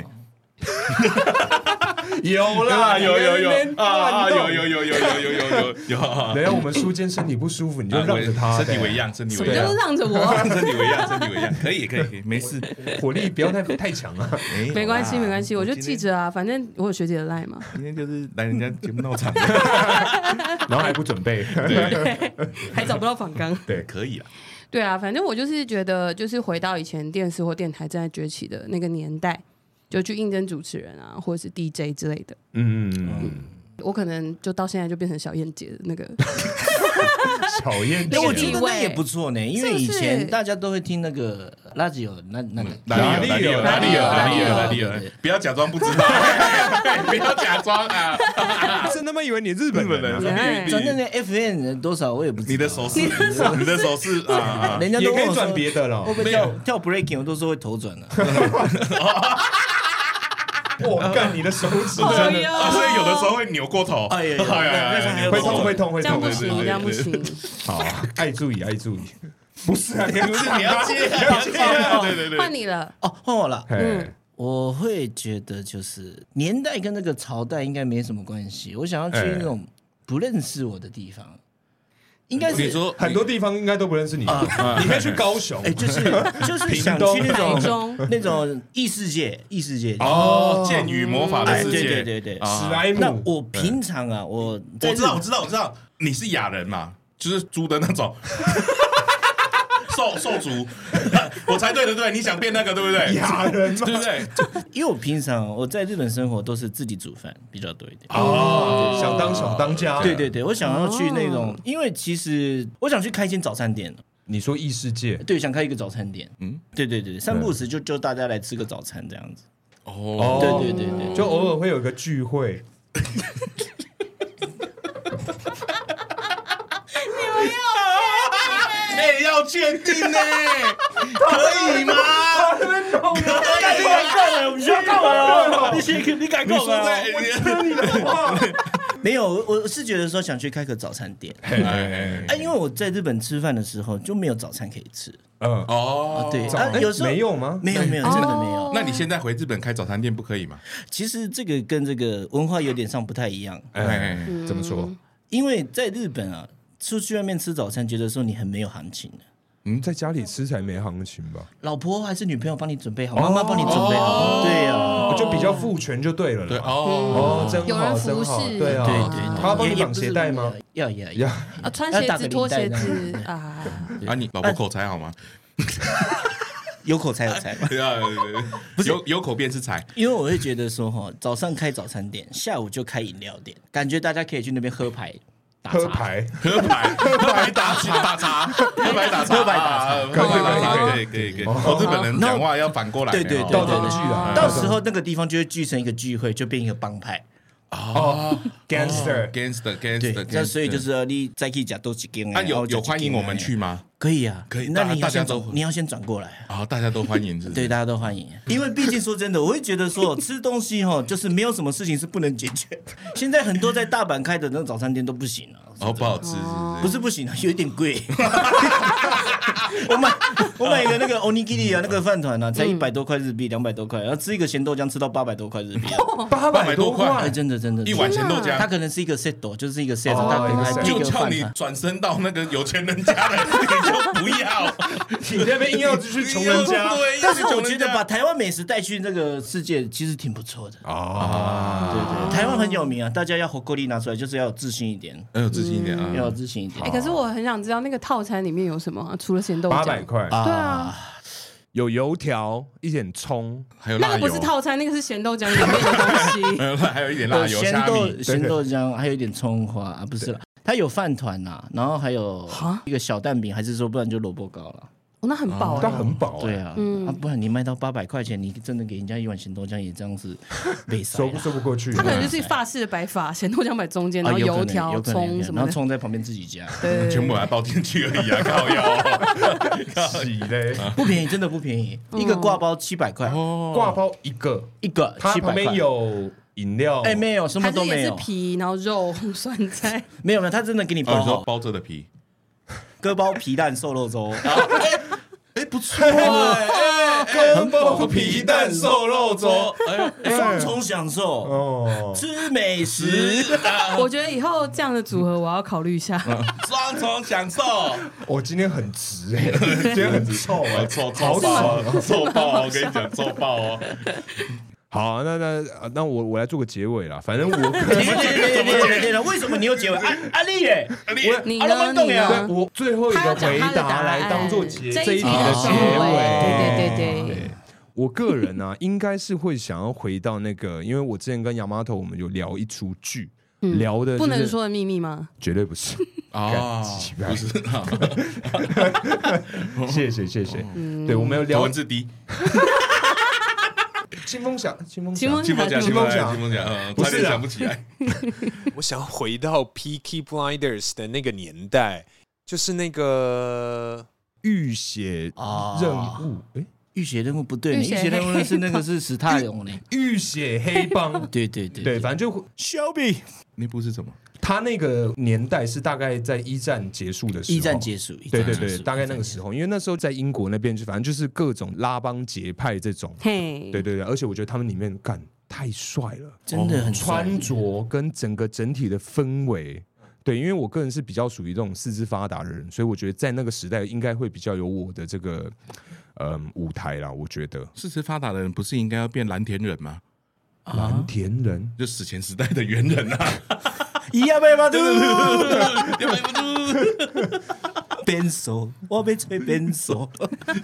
Speaker 2: 有
Speaker 1: 对啊，
Speaker 2: 啦，
Speaker 1: 有有有啊啊，有
Speaker 2: 有。
Speaker 1: 有有有有有有有有啊，
Speaker 2: 等一下我们书坚身体不舒服，你就让着他，
Speaker 1: 身体为样，身体
Speaker 3: 什
Speaker 1: 为
Speaker 3: 么
Speaker 1: 样
Speaker 3: 叫，让着 我？
Speaker 1: 身体为样，身体为样，可以可以可以，没事，
Speaker 2: 火力不要太太强啊！
Speaker 3: 没关系，没关系，我就记
Speaker 1: 记
Speaker 3: 着啊，反正我有学姐的 line 嘛。
Speaker 1: 今天就是来人家节目闹场，
Speaker 2: 然后还不准备，
Speaker 1: 对
Speaker 3: 还找不到仿纲。
Speaker 1: 对，可以啊，
Speaker 3: 对啊，反正我就是觉得，就是回到以前电视或电台正在崛起的那个年代，就去应征主持人啊，或者是 DJ 之类的。
Speaker 2: 嗯，嗯
Speaker 3: 我可能就到现在就变成小燕姐的那个，
Speaker 2: 嗯小燕姐
Speaker 5: 哎，我觉得
Speaker 3: 地
Speaker 5: 那
Speaker 3: 位
Speaker 5: 也不错呢，因为以
Speaker 3: 是不是
Speaker 5: 前大家都会听那个垃圾有那那个，
Speaker 1: 哪里有哪里有哪里有哪里有，不要假装不知道，不要假装啊，
Speaker 2: 真他妈以为你日
Speaker 1: 日
Speaker 2: 本
Speaker 1: 本人
Speaker 2: 人啊，
Speaker 5: 真的那 FN 多少我也不知道。
Speaker 1: 你的手势，你的手势啊，
Speaker 5: 人家
Speaker 2: 也
Speaker 5: 都
Speaker 2: 可
Speaker 5: 跟
Speaker 2: 以
Speaker 5: 我
Speaker 2: 转
Speaker 5: 说
Speaker 2: 别的了
Speaker 5: 会。不会跳跳 breaking，我都说会头转 的。
Speaker 2: 我干你的手指
Speaker 3: 哎
Speaker 2: 真
Speaker 3: 呦
Speaker 2: 的
Speaker 1: 啊，所以有的时候会扭过头，
Speaker 5: 哎呀
Speaker 2: 会痛会痛会
Speaker 3: 这样
Speaker 2: 痛，会痛
Speaker 3: 不
Speaker 1: 对
Speaker 3: 行，
Speaker 1: 对对
Speaker 3: 这样不行。
Speaker 2: 好，爱注意爱注意。不是啊，你
Speaker 1: 不是你要接，对对
Speaker 3: 换
Speaker 1: 对，
Speaker 3: 你了，
Speaker 5: 哦，换我了。
Speaker 2: 哎
Speaker 5: 我会觉得就是年代跟那个朝代应该没什么关系。我想要去
Speaker 2: 哎
Speaker 5: 那种不认识我的地方，应该是
Speaker 1: 你说
Speaker 2: 很多地方应该都不认识你，你可以去高雄
Speaker 5: 哎， 就是就是想
Speaker 2: 东
Speaker 5: 去那
Speaker 3: 台
Speaker 5: 种
Speaker 3: 中。
Speaker 5: 那种异世界，异世界。
Speaker 1: 哦，剑与魔法的
Speaker 5: 哎，
Speaker 1: 世
Speaker 5: 对对
Speaker 1: 界，
Speaker 5: 对对。
Speaker 1: 啊
Speaker 2: 史莱
Speaker 5: 那
Speaker 2: 姆。
Speaker 5: 我平常啊，我在
Speaker 1: 我知道，
Speaker 5: 日
Speaker 1: 我知道，我知道，你是雅人嘛，就是猪的那种， 兽兽族， 我猜对了，对，你想变那个，对不对？
Speaker 2: 雅人吗
Speaker 1: 对不对？
Speaker 5: 因为我平常啊我在日本生活都是自己煮饭比较多一点。
Speaker 1: 啊
Speaker 2: 哦，想当小当家。
Speaker 5: 对，对对，我想要去那种，因为其实我想去开一间早餐店，
Speaker 2: 你说异世界
Speaker 5: 对，想开一个早餐店。嗯，对对对，三不五时就就大家来吃个早餐这样子。
Speaker 1: 哦，
Speaker 5: 对对对对，
Speaker 2: 就偶尔会有个聚会，
Speaker 1: 哎，要确定呢，可以吗？
Speaker 2: 啊
Speaker 5: 你敢告我？你需要告我？你先，你啊敢
Speaker 1: 你说在，
Speaker 2: 啊
Speaker 5: 没有，我我是觉得说想去开个早餐店，
Speaker 2: 哎哎
Speaker 5: 哎，因为我在日本吃饭的时候就没有早餐可以吃
Speaker 2: 嗯，
Speaker 1: 哦
Speaker 5: 啊，，对，
Speaker 2: 早
Speaker 5: 啊，有时候
Speaker 2: 哎没有哦吗？
Speaker 5: 没有没有真的没有。
Speaker 1: 那你现在回日本开早餐店不可以吗？
Speaker 5: 其实这个跟这个文化有点上不太一样，
Speaker 2: 哎
Speaker 1: 哎，
Speaker 2: 怎么说？
Speaker 5: 因为在日本啊，出去外面吃早餐，觉得说你很没有行情的。
Speaker 2: 嗯，在家里吃才没行情吧？
Speaker 5: 老婆还是女朋友帮你准备好，妈妈帮你准备好，对啊呀、
Speaker 2: 哦就比较父权就对了啦。
Speaker 1: 对哦，
Speaker 2: 哦，真
Speaker 6: 有
Speaker 2: 好，
Speaker 6: 人
Speaker 2: 真
Speaker 6: 服
Speaker 2: 好，
Speaker 6: 侍
Speaker 2: 对啊，
Speaker 5: 对对对，
Speaker 2: 他要帮
Speaker 5: 也
Speaker 2: 你
Speaker 5: 也
Speaker 2: 绑
Speaker 5: 不是
Speaker 2: 鞋带吗？？
Speaker 5: 要要要
Speaker 2: 呀，
Speaker 3: 啊，穿
Speaker 5: 要
Speaker 3: 鞋
Speaker 5: 打
Speaker 3: 子、
Speaker 5: 个领
Speaker 3: 脱鞋
Speaker 5: 带
Speaker 3: 子啊，
Speaker 1: 啊，你老婆口才好吗？
Speaker 5: 有口才有才 嘛。
Speaker 1: 对啊，对对对
Speaker 5: 不是
Speaker 1: 有有口便是才，
Speaker 5: 呃因为我会觉得说哈，早上开早餐店，下午就开饮料店，感觉大家可以去那边喝牌、打茶
Speaker 2: 喝牌，
Speaker 1: 喝白喝白打茶打茶，喝白打茶
Speaker 5: 喝白打
Speaker 1: 茶，啊
Speaker 2: 可以
Speaker 1: 喝白打茶
Speaker 2: 可
Speaker 1: 可以可以可以。哦，日本人讲话要反过来呢，
Speaker 5: 对对对
Speaker 2: 倒
Speaker 1: 哦
Speaker 2: 装句啊，
Speaker 5: 到时候那个地方就会聚成一个聚会，就变一个帮派。
Speaker 2: gangster，
Speaker 1: ，gangster
Speaker 5: 对
Speaker 1: gangster，，
Speaker 5: 那所以就是说你再去讲都几间
Speaker 1: 啊，有有欢迎我们去？吗？
Speaker 5: 可以啊，
Speaker 1: 可以
Speaker 5: 那
Speaker 1: 大
Speaker 5: 你
Speaker 1: 大家
Speaker 5: 要先
Speaker 1: 都
Speaker 5: 走，你要先转过来啊。
Speaker 1: 啊，大家都欢迎，是不是
Speaker 5: 对，大家都欢迎，啊 因为毕竟说真的，我会觉得说吃东西哈，就是没有什么事情是不能解决的。现在很多在大阪开的那种早餐店都不行啊了、
Speaker 1: 哦，不好吃，是不是？
Speaker 5: 不是不行啊，有一点贵。我买 我买一个那个 onigiri 啊，那个饭团啊，
Speaker 1: 嗯
Speaker 5: 才一百多块日币，两百多块，然后吃一个咸豆浆吃到八百多块日币啊，
Speaker 2: 八
Speaker 1: 百多块
Speaker 5: 哎，真的真的，
Speaker 1: 一碗咸豆浆
Speaker 5: 它可能是一个 set，就是一个 set，
Speaker 2: 哦
Speaker 5: 它可能还
Speaker 2: 一个 set
Speaker 5: 配一
Speaker 1: 就
Speaker 5: 个
Speaker 1: 叫
Speaker 5: 饭
Speaker 1: 你
Speaker 5: 团。
Speaker 1: 转身到那个有钱人家的， 你就不要，
Speaker 2: 你那边硬要去穷人 家
Speaker 1: 对，
Speaker 5: 但是我
Speaker 1: 要去
Speaker 5: 觉
Speaker 1: 穷人家
Speaker 5: 得把台湾美食带去那个世界，其实挺不错的。
Speaker 1: 哦
Speaker 2: 啊，
Speaker 5: 对对，台湾很有名啊，大家要火锅力拿出来，就是要有自信一点，
Speaker 1: 要有自信一点啊
Speaker 5: 要嗯有自信一点。
Speaker 3: 哎，可是我很想知道那个套餐里面有什么啊，除了咸豆
Speaker 2: 八百
Speaker 3: 浆，
Speaker 2: 块，
Speaker 3: 对啊，
Speaker 2: 有油条，一点葱，
Speaker 1: 还有
Speaker 3: 那
Speaker 1: 辣
Speaker 3: 个不
Speaker 1: 油
Speaker 3: 是，套餐，那个是咸豆浆里面的东 西
Speaker 1: 没。有辣还有一点辣
Speaker 5: 有
Speaker 1: 油
Speaker 5: 咸
Speaker 1: 虾米，
Speaker 5: 豆咸豆浆，还有一点葱花啊，不是啦，它有饭团呐，然后还有
Speaker 3: 啊
Speaker 5: 一个小蛋饼，还是说不然就萝卜糕了。
Speaker 3: 哦，那很饱
Speaker 2: 但
Speaker 3: 哎，
Speaker 2: 很饱欸，
Speaker 5: 对啊，
Speaker 3: 嗯
Speaker 5: 啊，不然你卖到八百块钱，你真的给人家一碗咸豆浆也这 样子被塞
Speaker 2: 说不
Speaker 5: 啦。
Speaker 2: 说不过去
Speaker 3: 它。可能就是法式的白法，咸豆浆摆中间，然后
Speaker 5: 啊有可
Speaker 3: 油
Speaker 5: 能
Speaker 3: 条、
Speaker 5: 有可能有可
Speaker 3: 葱
Speaker 5: 能
Speaker 3: 什
Speaker 5: 然
Speaker 3: 么
Speaker 5: 后
Speaker 3: 的，
Speaker 5: 葱再旁边自己加，
Speaker 3: 对，
Speaker 1: 全 部把它倒进去而已啊，靠 腰，
Speaker 2: 洗嘞，
Speaker 5: 不便宜，真的不便宜，
Speaker 3: 嗯
Speaker 5: 一个挂包七百块，
Speaker 2: 挂包一个，
Speaker 5: 一个
Speaker 2: 哦它
Speaker 5: 七百
Speaker 2: 旁边
Speaker 5: 块。
Speaker 2: 有饮料，
Speaker 5: 哎，没有，什么
Speaker 3: 还是
Speaker 5: 都
Speaker 3: 也
Speaker 5: 没
Speaker 3: 是
Speaker 5: 有，
Speaker 3: 皮，然后肉、 酸菜，
Speaker 5: 没有没有，他真的给你
Speaker 1: 哦，
Speaker 5: 包
Speaker 1: 你说
Speaker 5: 好，
Speaker 1: 包着的皮，
Speaker 5: 割包皮蛋瘦 肉粥，
Speaker 1: 哎，不错哎，
Speaker 2: 很饱，皮蛋瘦肉粥，
Speaker 5: 双重享受，
Speaker 2: 哦，
Speaker 5: 吃美食。
Speaker 3: 我觉得以后这样的组合我要考虑一 下。
Speaker 5: 啊
Speaker 1: 双重享受，
Speaker 2: 我今天很直哎，今天很臭哎，
Speaker 1: 臭臭
Speaker 2: 好爽
Speaker 1: 爆，臭爆，我跟你讲，臭爆哦，
Speaker 2: 好啊，那那啊那我我来做个结尾啦，反正我
Speaker 5: 对对对对对对，为什么你又结尾？安安利耶，
Speaker 3: 你
Speaker 5: 啊那
Speaker 3: 呢？
Speaker 5: 慢动
Speaker 3: 你
Speaker 5: 呀
Speaker 2: 对
Speaker 3: 呢？
Speaker 2: 我最后一个回答来当做结
Speaker 3: 他有讲他的答案
Speaker 2: 这一题的结
Speaker 3: 这一
Speaker 2: 尾。
Speaker 3: 题的结尾对对对对
Speaker 2: 我个人呢、啊，应该是会想要回到那个，因为我之前跟 Yamato 我们有聊一出剧，聊的、就是、
Speaker 3: 嗯不能说的秘密 吗？
Speaker 2: 绝对不是。
Speaker 1: 啊，不是，啊
Speaker 2: 谢谢谢谢，
Speaker 3: 嗯
Speaker 2: 对我们有
Speaker 1: 头
Speaker 2: 聊
Speaker 1: 文字 D，
Speaker 2: 清风侠，清风
Speaker 3: 请
Speaker 2: 侠
Speaker 3: 问，
Speaker 1: 金风奖，金风奖，金
Speaker 2: 金
Speaker 1: 风奖，嗯
Speaker 2: 不
Speaker 1: 差
Speaker 2: 是啊
Speaker 1: 点想不起来，
Speaker 7: 我想要回到 Peaky Blinders 的那个年代，就是那个
Speaker 2: 浴血
Speaker 5: 啊
Speaker 2: 任务，哎、
Speaker 5: 浴血任务不对，
Speaker 3: 浴
Speaker 5: 浴
Speaker 3: 血
Speaker 5: 血任务是那个是史泰龙呢。，
Speaker 2: 浴血黑帮
Speaker 5: 对对对
Speaker 2: 对，反正就
Speaker 5: 小比
Speaker 1: 那部是什么？
Speaker 2: 他那个年代是大概在一战结束的时候，
Speaker 5: 一战结束，一
Speaker 2: 对
Speaker 5: 战
Speaker 2: 对
Speaker 5: 结
Speaker 2: 对，
Speaker 5: 束
Speaker 2: 大概那个时候，因为那时候在英国那边，就反正就是各种拉帮结派这种，
Speaker 3: 嘿，
Speaker 2: 对对对，而且我觉得他们里面干太帅了，
Speaker 5: 真的很帅
Speaker 2: 穿着跟整个整体的氛围。对，因为我个人是比较属于这种四肢发达的人，所以我觉得在那个时代应该会比较有我的这个嗯舞台啦。我觉得
Speaker 1: 四肢发达的人不是应该要变蓝田人吗？
Speaker 2: 蓝田人
Speaker 1: 就史前时代的猿人啊，
Speaker 5: 一样被吗？对对
Speaker 1: 要不然不就
Speaker 5: 边手，我被吹 边手。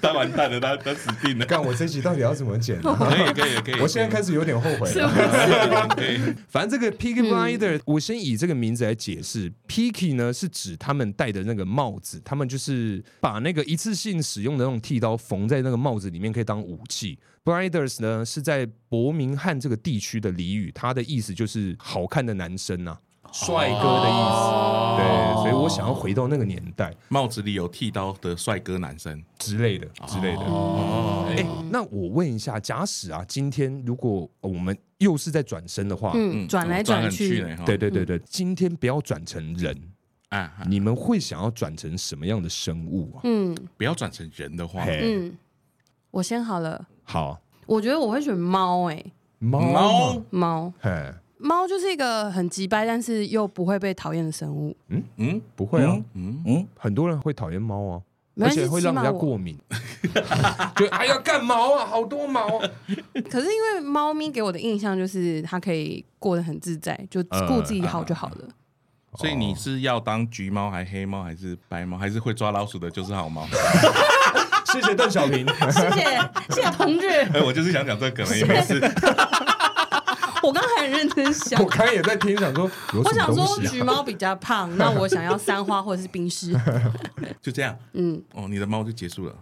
Speaker 1: 他完蛋了，他他死定了。
Speaker 2: 干我这集到底要怎么剪呢、
Speaker 1: 可以可以可以，
Speaker 2: 我现在开始有点后悔
Speaker 3: 是
Speaker 2: 了。
Speaker 3: 不是？
Speaker 1: 可以
Speaker 2: 反正这个 Peaky Blinder，、我先以这个名字来解释。Peaky 呢是指他们戴的那个帽子，他们就是把那个一次性使用的那种剃刀缝在那个帽子里面，可以当武器。Blinders 呢是在伯明翰这个地区的俚语，它的意思就是好看的男生呐、帅哥的意思。对，所以我想要回到那个年代
Speaker 1: 帽子里有剃刀的帅哥男生，
Speaker 2: 之类的之类的。
Speaker 1: 哦，
Speaker 2: 哎、那我问一下，假使啊，今天如果我们又是在转身的话，
Speaker 3: 嗯，转来转
Speaker 1: 去
Speaker 3: 去，
Speaker 1: 呢，哈
Speaker 2: 对对对对，今天不要转成人。
Speaker 1: 啊，
Speaker 2: 你们会想要转成什么样的生物啊？
Speaker 3: 嗯
Speaker 1: 不要转成人的话，
Speaker 2: 嘿，
Speaker 3: 嗯，我先好了，
Speaker 2: 好，
Speaker 3: 我觉得我会选猫，哎，
Speaker 2: 猫
Speaker 1: 猫
Speaker 2: 嘛，
Speaker 3: 猫，
Speaker 2: 嘿，
Speaker 3: 猫就是一个很急掰，但是又不会被讨厌的生物。
Speaker 5: 嗯
Speaker 2: 不会啊，
Speaker 5: 嗯嗯，
Speaker 2: 很多人会讨厌猫啊，
Speaker 3: 没
Speaker 2: 而
Speaker 3: 关系
Speaker 2: 且会让人家
Speaker 3: 起码我
Speaker 2: 过敏，就哎呀干毛啊，好多毛、啊，
Speaker 3: 可是因为猫咪给我的印象就是它可以过得很自在，就顾自己好就好了。哦
Speaker 1: 所以你是要当橘猫，还黑猫，还是白猫，还是会抓老鼠的，就是好 猫？
Speaker 2: 谢谢邓小平。
Speaker 3: 谢谢谢谢同志，
Speaker 1: 哎，我就是想讲这个梗而已，没事。
Speaker 3: 我刚才很认真想
Speaker 2: 我。刚刚也在听，想说有
Speaker 3: 我
Speaker 2: 什么
Speaker 3: 想
Speaker 2: 东
Speaker 3: 说
Speaker 2: 西
Speaker 3: 橘
Speaker 2: 啊？
Speaker 3: 猫比较胖，那我想要三花或者是冰 狮。
Speaker 1: 就这样。
Speaker 3: 嗯，
Speaker 1: 哦，你的猫就结束了，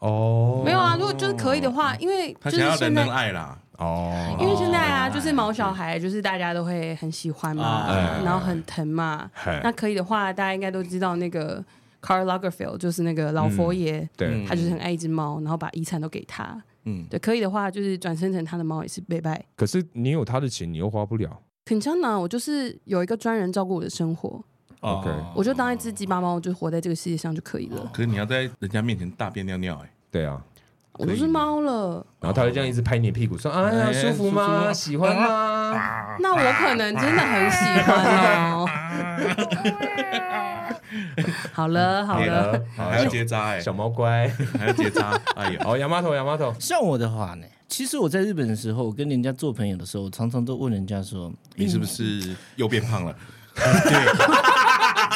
Speaker 2: 哦，
Speaker 3: 没有啊，如果就是可以的话，因为
Speaker 1: 它
Speaker 3: 就
Speaker 1: 想要
Speaker 3: 是
Speaker 1: 人
Speaker 3: 现在
Speaker 1: 人爱啦。
Speaker 2: 哦，
Speaker 3: 因为现在啊，就是毛小孩，就是大家都会很喜欢嘛，
Speaker 5: 哎
Speaker 3: 然后很疼嘛。
Speaker 2: 嘿
Speaker 3: 那可以的话，大家应该都知道那个 Carl Lagerfeld，就是那个老
Speaker 5: 嗯
Speaker 3: 佛爷，
Speaker 2: 对，
Speaker 3: 他就是很爱一只猫，然后把遗产都给他。
Speaker 1: 嗯，
Speaker 3: 对，可以的话，就是转生成他的猫也是拜拜。
Speaker 2: 可是你有他的钱，你又花不了。
Speaker 3: 很像呢，我就是有一个专人照顾我的生活，
Speaker 1: 哦
Speaker 2: OK
Speaker 3: 我就当一只鸡巴猫，就活在这个世界上就可以
Speaker 5: 哦
Speaker 3: 了。
Speaker 1: 可是你要在人家面前大便尿尿，哎，
Speaker 2: 对啊，
Speaker 3: 我都是猫了，
Speaker 2: 然后他就这样一直拍你的屁股，说：“哎呀，
Speaker 1: 哎
Speaker 2: 舒服
Speaker 1: 舒服
Speaker 2: 吗？
Speaker 1: 吗
Speaker 2: 喜欢吗
Speaker 5: 啊
Speaker 3: 那我可能真的很喜欢哦。 好了好嗯了，？”
Speaker 1: 还要结扎，哎，
Speaker 2: 小猫乖，
Speaker 1: 还要结 扎，哎呦，
Speaker 2: 好，羊妈头，羊妈头，
Speaker 5: 像我的话呢，其实我在日本的时候，我跟人家做朋友的时候，我常常都问人家说，
Speaker 1: 你是不是又变胖 了？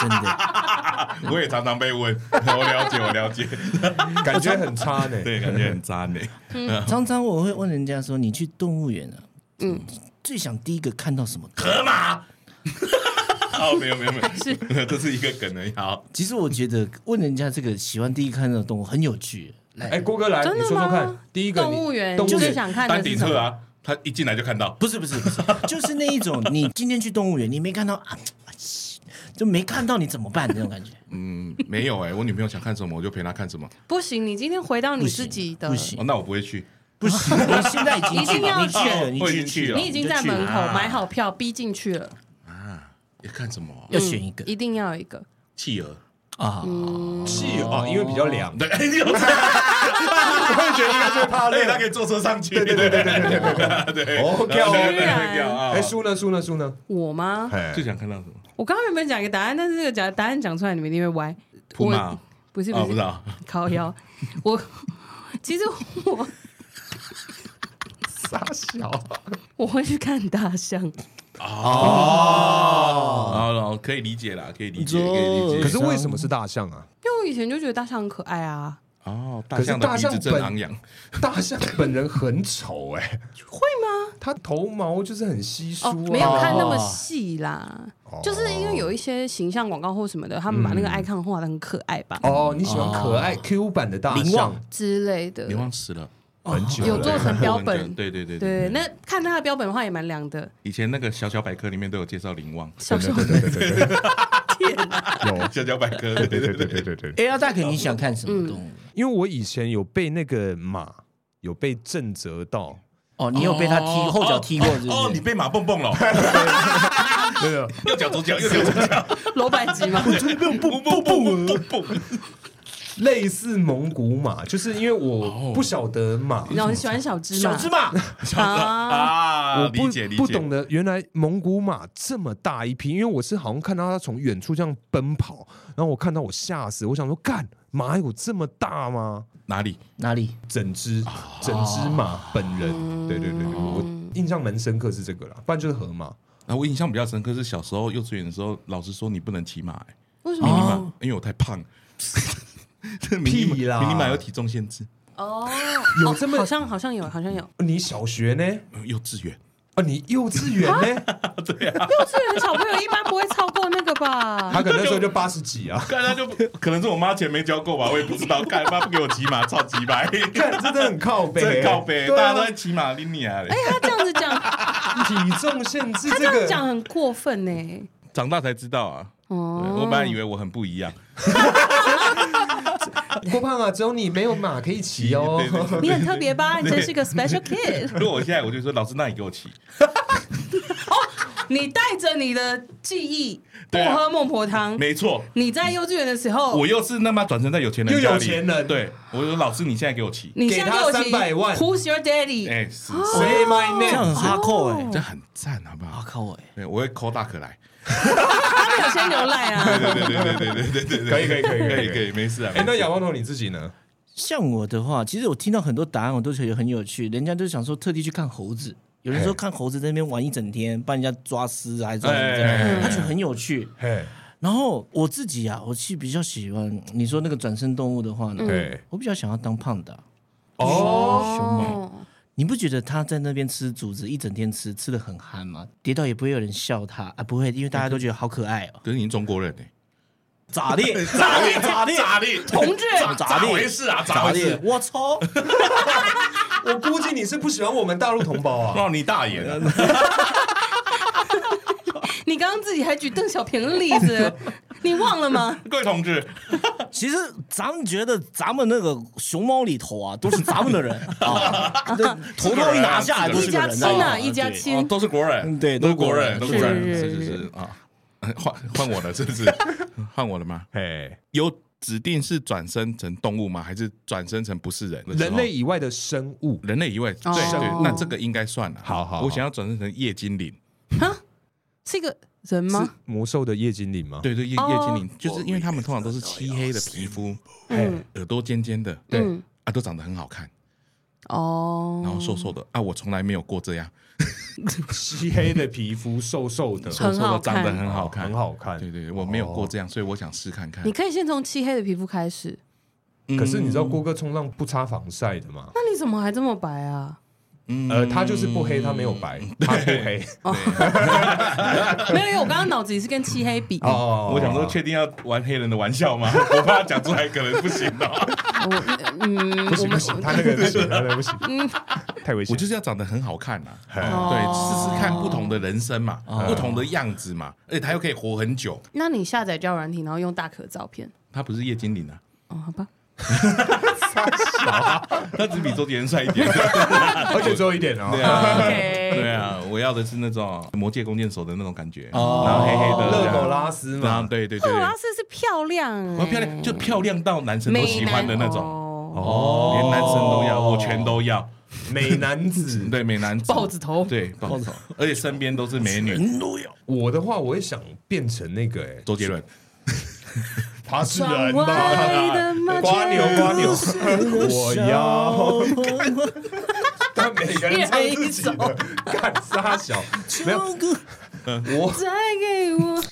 Speaker 5: 真 的，
Speaker 1: 我也常常被问， 我了解，我了解，
Speaker 2: 感觉很差呢。
Speaker 1: 对，感觉很渣 呢。
Speaker 5: 常常我会问人家说，你去动物园啊，
Speaker 3: 嗯
Speaker 5: 嗯，最想第一个看到什么？
Speaker 1: 哦，没有没有没有， 这是一个梗而已。好，
Speaker 5: 其实我觉得问人家这个喜欢第一个看到的动物很有趣。来，
Speaker 2: 哎，郭哥来，
Speaker 3: 真
Speaker 2: 你
Speaker 3: 的
Speaker 2: 说说
Speaker 3: 吗
Speaker 2: 看，第一个你
Speaker 3: 动物园
Speaker 2: 动物
Speaker 3: 就是
Speaker 2: 园
Speaker 3: 想看
Speaker 1: 丹
Speaker 3: 的
Speaker 1: 顶
Speaker 3: 是什
Speaker 1: 鹤
Speaker 3: 么？
Speaker 1: 啊，他一进来就看到，
Speaker 5: 不是不是不是， 就是那一种，你今天去动物园，你没看到啊，啊西就没看到你怎么办那种感觉。
Speaker 1: 嗯，没有哎，我女朋友想看什么我就陪她看什么，
Speaker 3: 不行，你今天回到你自己的
Speaker 5: 不，行
Speaker 1: 哦，那我不会去。
Speaker 5: 不行，你现在已经
Speaker 3: 一定
Speaker 5: 去了，
Speaker 3: 要
Speaker 5: 你去了，
Speaker 3: 去
Speaker 5: 你
Speaker 1: 我已
Speaker 5: 去
Speaker 1: 经去了
Speaker 3: 你已经在门口
Speaker 2: 啊
Speaker 3: 买好票，逼进去了，
Speaker 1: 要看什么？
Speaker 5: 要选一个
Speaker 3: 一定要有一个。
Speaker 1: 企鹅。
Speaker 5: 啊，
Speaker 2: 气
Speaker 3: 嗯
Speaker 2: 哦，因为比较凉。
Speaker 1: 对，你有猜，我会觉得应该最怕累，他可以坐车上去。对对对对对对对对。
Speaker 2: 哦，OK
Speaker 1: 对
Speaker 2: 哦。
Speaker 1: 对对啊
Speaker 2: 哎，！输呢？输呢？输呢？
Speaker 3: 我吗？
Speaker 2: 哎
Speaker 1: 最，想看到什么？
Speaker 3: 我刚刚原本讲一个答案，但是这个答答案讲出来，你们一定会歪。
Speaker 1: 普
Speaker 3: 我
Speaker 1: 马啊，
Speaker 3: 不是
Speaker 2: 哦
Speaker 1: 不
Speaker 3: 不
Speaker 1: 知
Speaker 3: 是
Speaker 1: 道。
Speaker 3: 靠 腰，我其实我
Speaker 2: 傻笑。
Speaker 3: 我会去看大象，
Speaker 1: 哦，哦可以理解啦，可以理解，
Speaker 5: 你说
Speaker 1: 可以理解。
Speaker 2: 可是为什么是大象啊？
Speaker 3: 因为我以前就觉得大象很可爱啊。
Speaker 1: 哦，大象的鼻子正昂扬，
Speaker 2: 大象 本人很丑哎，会吗？他头毛就是很稀疏
Speaker 3: 哦，
Speaker 2: 啊，哦
Speaker 3: 没有看那么细啦，就是因为有一些形象广告或什么的，他们把那个 icon 画的很可爱吧、
Speaker 2: 嗯哦，你喜欢可爱 Q 版的大
Speaker 5: 林
Speaker 2: 象
Speaker 5: 旺，
Speaker 3: 之类的
Speaker 1: 你。忘死了。
Speaker 2: 很久
Speaker 3: 呃有
Speaker 2: 了
Speaker 3: 做成标本
Speaker 1: 对对对嗯
Speaker 3: 对，那看他的标本的话也蛮凉的，
Speaker 1: 以前那个小小百科里面都有介绍灵旺，
Speaker 3: 小时候
Speaker 2: 对对对对对，有。
Speaker 1: 小小百科，对对对对对对。
Speaker 2: 对对，
Speaker 5: 哎，要大肯，你想看什么动物？
Speaker 2: 因为我以前有被那个马有被震折到，
Speaker 5: 哦，你有被他踢
Speaker 1: 哦
Speaker 5: 后脚踢过，是
Speaker 1: 哦，
Speaker 5: 不
Speaker 1: 你
Speaker 5: 是？
Speaker 1: 被马蹦 蹦了，
Speaker 2: 对的，
Speaker 1: 右脚左脚右脚左脚，
Speaker 3: 罗百吉嘛，
Speaker 1: 蹦蹦蹦蹦蹦蹦。
Speaker 2: 类似蒙古马，就是因为我不晓得马，
Speaker 3: 然后你喜欢小芝麻，
Speaker 5: 小芝麻，
Speaker 3: 啊，
Speaker 1: 啊，
Speaker 2: 我
Speaker 1: 理
Speaker 2: 不
Speaker 1: 解理解，
Speaker 2: 不懂得原来蒙古马这么大一匹，因为我是好像看到它从远处这样奔跑，然后我看到我吓死，我想说干马有这么大吗？
Speaker 1: 哪里？
Speaker 5: 哪里？
Speaker 2: 整只
Speaker 3: 哦
Speaker 2: 整只马本人，对对对对，我印象蛮深刻是这个啦，不然就是河马。
Speaker 1: 啊，我印象比较深刻是小时候幼稚园的时候，老师说你不能骑马、欸，
Speaker 3: 为什
Speaker 1: 迷你
Speaker 3: 么？
Speaker 1: 马，因为我太胖。这 迷你马
Speaker 2: 屁啦
Speaker 1: 迷你马有体重限制，
Speaker 3: 哦，
Speaker 2: 有
Speaker 3: 哦
Speaker 2: 这么
Speaker 3: 好像好像有，好像有，
Speaker 2: 你小学呢？
Speaker 1: 呃幼稚 园
Speaker 2: 啊，你幼稚园呢？
Speaker 1: 啊
Speaker 3: 幼稚园小朋友一般不会超过那个吧？
Speaker 2: 他可能那时候就八十几 啊。
Speaker 1: 看他就不可能是我妈钱没交够吧，我也不知道，看妈不给我骑马，超级白，
Speaker 2: 看，这真的很靠背，
Speaker 1: 真靠背，
Speaker 2: 对
Speaker 1: 大家
Speaker 2: 啊
Speaker 1: 都在骑马拎你啊嘞！
Speaker 3: 哎他这样子讲，他
Speaker 2: 体重限制
Speaker 3: 这
Speaker 2: 这
Speaker 3: 样讲
Speaker 2: 个。
Speaker 3: 很过分呢、
Speaker 1: 长大才知道啊，对
Speaker 3: 哦，
Speaker 1: 我本来以为我很不一样，
Speaker 2: 郭胖啊，只有你没有马可以骑哦
Speaker 1: 对。对对
Speaker 3: 你很特别吧？你真是个 special kid。
Speaker 1: 如果我现在我就说老师，那你给我骑，
Speaker 3: 你带着你的记忆不
Speaker 1: 对啊
Speaker 3: 喝孟婆汤。
Speaker 1: 没错，
Speaker 3: 你在幼稚园的时候，
Speaker 1: 我又是那么转身在哦有钱人
Speaker 4: 又
Speaker 1: 家
Speaker 4: 有
Speaker 1: 里
Speaker 4: 钱人
Speaker 1: 对我就说老师你现在给我骑，
Speaker 3: 你现在给我
Speaker 4: 给他300万
Speaker 3: 提 Who's your daddy？、
Speaker 1: 哎是，
Speaker 4: Say my
Speaker 5: 这样
Speaker 4: name，
Speaker 5: 很哈扣哎，
Speaker 1: 这很赞好不好？
Speaker 5: 扣哎，
Speaker 1: 对，我会 call 大可来，
Speaker 3: 他们有先牛奶啊，
Speaker 1: 对对对对对对对对，
Speaker 4: 可以可以可以
Speaker 1: 可
Speaker 4: 可
Speaker 1: 以
Speaker 4: 以
Speaker 1: 可
Speaker 4: 可
Speaker 1: 以，没事啊。
Speaker 2: 哎，那仰望头你自己呢？
Speaker 5: 像我的话，其实我听到很多答案，我都觉得很有趣。人家就想说特地去看猴子，有人说看猴子在那边玩一整天，帮人家抓狮还是抓什么
Speaker 1: 哎哎哎
Speaker 5: 的，
Speaker 1: 哎
Speaker 5: 他觉得很有趣。
Speaker 2: 嘿，
Speaker 5: 然后我自己啊，我是比较喜欢你说那个转身动物的话呢，
Speaker 2: 嗯对
Speaker 5: 我比较想要当胖的啊、
Speaker 2: 哦，
Speaker 3: 哦，
Speaker 5: 你不觉得他在那边吃竹子一整天吃，吃的很憨吗？跌倒也不会有人笑他啊，不会，因为大家都觉得好可爱哦。
Speaker 1: 可是您中国人呢？欸
Speaker 5: 咋的？ 咋的？咋的？
Speaker 1: 咋的？
Speaker 3: 同志，
Speaker 1: 咋回事啊？咋
Speaker 5: 咋
Speaker 1: 回
Speaker 5: 的
Speaker 1: 事？？
Speaker 5: 我操！
Speaker 4: 我估计你是不喜欢我们大陆同胞啊。
Speaker 1: 让哦你大爷了！
Speaker 3: 你刚刚自己还举邓小平的例子，你忘 了吗？
Speaker 1: 各位同志，
Speaker 5: 其实咱们觉得咱们那个熊猫里头啊，都是咱们的 人啊，那头套一拿下来都
Speaker 3: 一
Speaker 5: 是个
Speaker 3: 家
Speaker 5: 人
Speaker 3: 亲
Speaker 5: 呐
Speaker 3: 啊，
Speaker 5: 啊，
Speaker 3: 一家
Speaker 5: 对。
Speaker 1: 哦
Speaker 3: 亲，
Speaker 1: 都是国人，
Speaker 5: 嗯对
Speaker 1: 都是
Speaker 5: 都是
Speaker 1: 国
Speaker 5: 国
Speaker 1: 人，
Speaker 5: 人
Speaker 1: 都是国人，
Speaker 3: 是
Speaker 1: 是是
Speaker 3: 是
Speaker 1: 是啊，换换我了，是不 是？换我了吗？
Speaker 2: 嘿，
Speaker 1: 有指定是转生成动物吗？还是转生成不是人的时候？
Speaker 2: 人类以外的生物，
Speaker 1: 人类以外，对
Speaker 3: 哦
Speaker 1: 对，那这个应该算了。
Speaker 2: 好好好
Speaker 1: 我想要转生成夜精灵，
Speaker 3: 是一个人
Speaker 1: 啊
Speaker 3: 吗？
Speaker 2: 魔兽的夜精灵吗？，
Speaker 1: 对对，夜
Speaker 3: 哦
Speaker 1: 夜精灵，就是因为他们通常都是漆黑的皮肤，
Speaker 3: 嗯
Speaker 1: 耳朵尖尖的，
Speaker 2: 对
Speaker 3: 嗯，
Speaker 1: 啊，都长得很好看，
Speaker 3: 哦，
Speaker 1: 然后瘦瘦的啊，我从来没有过这样，
Speaker 2: 漆黑的皮肤，瘦瘦的，
Speaker 1: 瘦
Speaker 3: 很
Speaker 1: 瘦
Speaker 3: 好
Speaker 1: 的长得
Speaker 3: 看
Speaker 1: 哦很好看，
Speaker 2: 很。好看。
Speaker 1: 对对，对我没有过这样，所以我想试看看
Speaker 3: 你。可以先从漆黑的皮肤开始。
Speaker 1: 嗯
Speaker 2: 可是你知道郭哥冲浪不擦防晒的吗？
Speaker 3: 那你怎么还这么白啊？
Speaker 1: 嗯
Speaker 2: 呃，他就是不黑，他没有白，他不 黑。
Speaker 1: 哦
Speaker 3: 没有，因为我刚刚脑子里是跟漆黑比，我
Speaker 2: 哦
Speaker 1: 我想说，确定要玩黑人的玩笑吗？ 我怕讲出来可能不行哦。
Speaker 3: 嗯，
Speaker 2: 不
Speaker 3: 我
Speaker 2: 行不
Speaker 3: 们
Speaker 2: 行，他那个不 行，他那个不行，太危
Speaker 1: 嗯
Speaker 2: 险。
Speaker 1: 我就是要长得很好看呐、啊，
Speaker 3: 哦
Speaker 2: 哎
Speaker 1: 对，试试看不同的人生嘛，
Speaker 2: 哦
Speaker 1: 不同的样子嘛，而且他又可以活很久。
Speaker 3: 那你下载交友软体，然后用大可照片，
Speaker 1: 他不是叶精 灵啊，
Speaker 3: 哦，好吧，
Speaker 1: 他只比周杰伦帅一 点。
Speaker 2: 而且只有一点哦，
Speaker 1: 对
Speaker 3: OK，
Speaker 1: 啊，我要的是那种魔界弓箭手的那种感觉，然后黑黑的这
Speaker 2: 勒
Speaker 1: 样
Speaker 2: 哦狗，拉斯
Speaker 1: 然
Speaker 2: 嘛
Speaker 1: 后，啊对对啊对
Speaker 3: 我
Speaker 1: 对，
Speaker 3: 要是是漂亮，哎
Speaker 1: 我哦要漂亮就漂亮到男生都
Speaker 3: 美
Speaker 1: 喜欢的那种，
Speaker 3: 种，
Speaker 2: 哦
Speaker 1: 连男生都要，我全都要。
Speaker 2: 美男子。
Speaker 1: 对，美男子
Speaker 3: 豹子头，
Speaker 1: 对豹子头，而且身边都是美
Speaker 5: 哎
Speaker 1: 女。
Speaker 2: 我的话，我会想变成那个哎，
Speaker 1: 周杰伦，
Speaker 2: 他是
Speaker 3: 窗
Speaker 2: 人吧？
Speaker 3: 外的麻
Speaker 2: 瓜牛瓜牛，
Speaker 3: 雀
Speaker 2: 我要。 但每个人唱自己
Speaker 3: 一人
Speaker 2: 的，干傻小。没有，
Speaker 3: 再给我，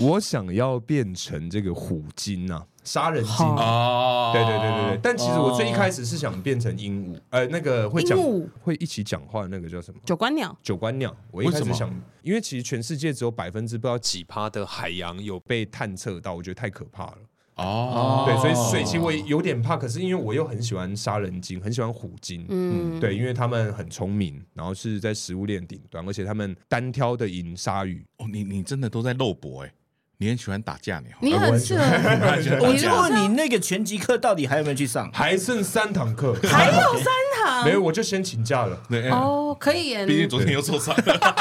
Speaker 2: 我想要变成这个虎鲸啊，杀人鲸。
Speaker 3: 好
Speaker 1: 哦
Speaker 2: 对对对对对，但其实我最一开始是想变成鹦鹉，呃，那个会讲
Speaker 3: 鹦鹉
Speaker 2: 会一起讲话的那个叫什么？
Speaker 3: 九官鸟，
Speaker 2: 九官鸟。我一开
Speaker 1: 为什
Speaker 2: 始
Speaker 1: 么
Speaker 2: 想，因为其实全世界只有百分之不知道几
Speaker 7: 几趴的海洋有
Speaker 2: 被探测到，我觉得太可怕了。
Speaker 1: 哦，
Speaker 2: 对，所以水星我有点怕，可是因为我又很喜欢杀人鲸，很喜欢虎鲸。
Speaker 3: 嗯，
Speaker 2: 对，因为他们很聪明，然后是在食物链顶端，而且他们单挑的赢鲨鱼。
Speaker 1: 哦，你你真的都在肉搏哎，你很喜欢打架你哦。
Speaker 3: 你很适合，
Speaker 1: 很喜欢打
Speaker 5: 我就
Speaker 1: 架，
Speaker 5: 问你那个拳击课到底还有没有去上？
Speaker 2: 还剩三堂课，
Speaker 3: 还有三堂
Speaker 2: 没有我就先请假 了，
Speaker 1: 对，哎
Speaker 3: 哦，可以 耶，
Speaker 1: 毕竟昨天又受伤了。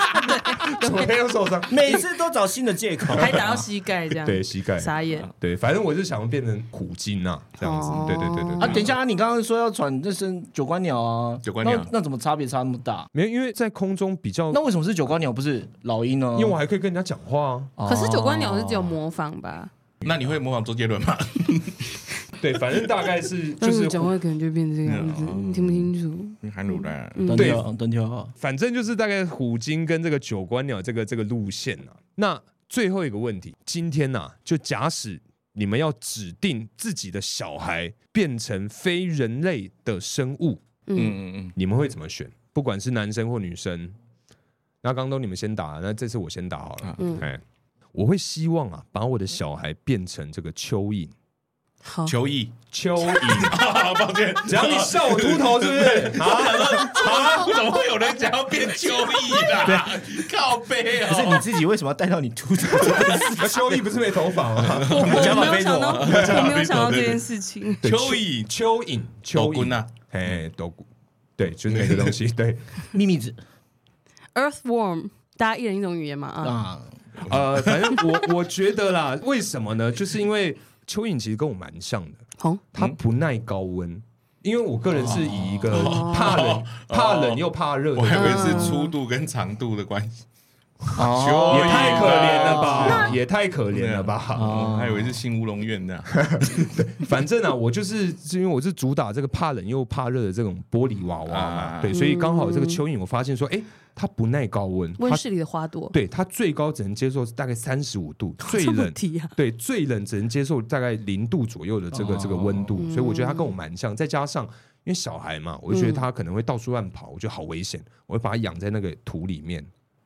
Speaker 2: 昨天又受伤，
Speaker 5: 每次都找新的 借口。
Speaker 3: 还打到膝盖这样，
Speaker 2: 对膝盖，
Speaker 3: 傻眼，
Speaker 2: 对，反正我就想要变成虎鲸啊，这样子
Speaker 3: 哦，
Speaker 2: 对对对对
Speaker 5: 啊，
Speaker 2: 对。
Speaker 5: 等一下，啊，你刚刚说要转那身九官鸟啊，
Speaker 1: 九官鸟
Speaker 5: 那那怎么差别差那么大？
Speaker 2: 没有，因为在空中比较
Speaker 5: 那，为什么是九官鸟不是老鹰呢？
Speaker 2: 因为我还可以跟人家讲话啊。
Speaker 5: 哦
Speaker 3: 可是九官鸟是只有模仿吧？
Speaker 1: 那你会模仿周杰伦 吗？
Speaker 2: 对，反正大概是 就
Speaker 3: 但
Speaker 2: 是
Speaker 3: 是嗯讲话可能就变成这个样子，
Speaker 2: 嗯
Speaker 3: 你听不清楚？
Speaker 1: 韩鲁的，
Speaker 5: 蹲
Speaker 2: 对
Speaker 5: 跳蹲跳，
Speaker 2: 反正就是大概虎鲸跟这个九官鸟这个这个路线啊。那最后一个问题，今天呐、就假使你们要指定自己的小孩变成非人类的生物，
Speaker 3: 嗯，
Speaker 1: 嗯嗯嗯，
Speaker 2: 你们会怎么选？不管是男生或女生。那刚刚都你们先打，那这次我先打好了。嗯
Speaker 3: 嗯，
Speaker 2: 哎，我会希望啊，把我的小孩变成这个蚯蚓，
Speaker 3: 好，
Speaker 1: 球艺，
Speaker 2: 蚯蚓。
Speaker 1: 抱歉，
Speaker 2: 只要你笑我秃头，是不是？啊，
Speaker 1: 啊，怎么会有人想要变球艺 啊？靠背
Speaker 5: 可是
Speaker 1: 哦，
Speaker 5: 你自己为什么要带到你秃头这件事？
Speaker 2: 蚯蚓不是没头发吗？
Speaker 3: 我
Speaker 5: 讲
Speaker 3: 没
Speaker 5: 法
Speaker 3: 有
Speaker 5: 非
Speaker 3: 想
Speaker 5: 常
Speaker 3: 到，
Speaker 5: 好
Speaker 3: 我没有想到这件事情。
Speaker 1: 蚯蚓，
Speaker 2: 蚯蚓，
Speaker 1: 球
Speaker 2: 蚯蚓
Speaker 1: 棍啊，
Speaker 2: 哎，都对，就是那个 东西，对，
Speaker 5: 秘密子
Speaker 3: Earthworm，大家一人一种语言嘛啊，
Speaker 5: 啊，
Speaker 2: 呃，反正我我觉得啦，为什么呢？就是因为蚯蚓其实跟我蛮像的，
Speaker 3: 好，
Speaker 2: 它不耐高温。因为我个人是以一个怕冷、怕冷又怕热的
Speaker 1: 我还以为是粗度跟长度的关系，
Speaker 2: 也
Speaker 5: 哦
Speaker 1: 也
Speaker 2: 太可怜了吧，嗯也太可怜了吧。
Speaker 5: 哦
Speaker 1: 还以为是新乌龙院的，
Speaker 2: 反正啊，我就是是因为我是主打这个怕冷又怕热的这种玻璃娃娃嘛，
Speaker 1: 啊
Speaker 2: 对，所以刚好这个蚯蚓，我发现说，哎，它不耐高温，它
Speaker 3: 温室里的花朵，
Speaker 2: 对它最高只能接受大概三十五度，最
Speaker 3: 这么
Speaker 2: 冷
Speaker 3: 低啊，
Speaker 2: 对，最冷只能接受大概零度左右的这个、这个温度，所以我觉得他跟我
Speaker 3: 嗯
Speaker 2: 蛮像。再加上因为小孩嘛，我就觉得他可能会到处乱跑，我觉得好危险，我会把他养在那个土里面，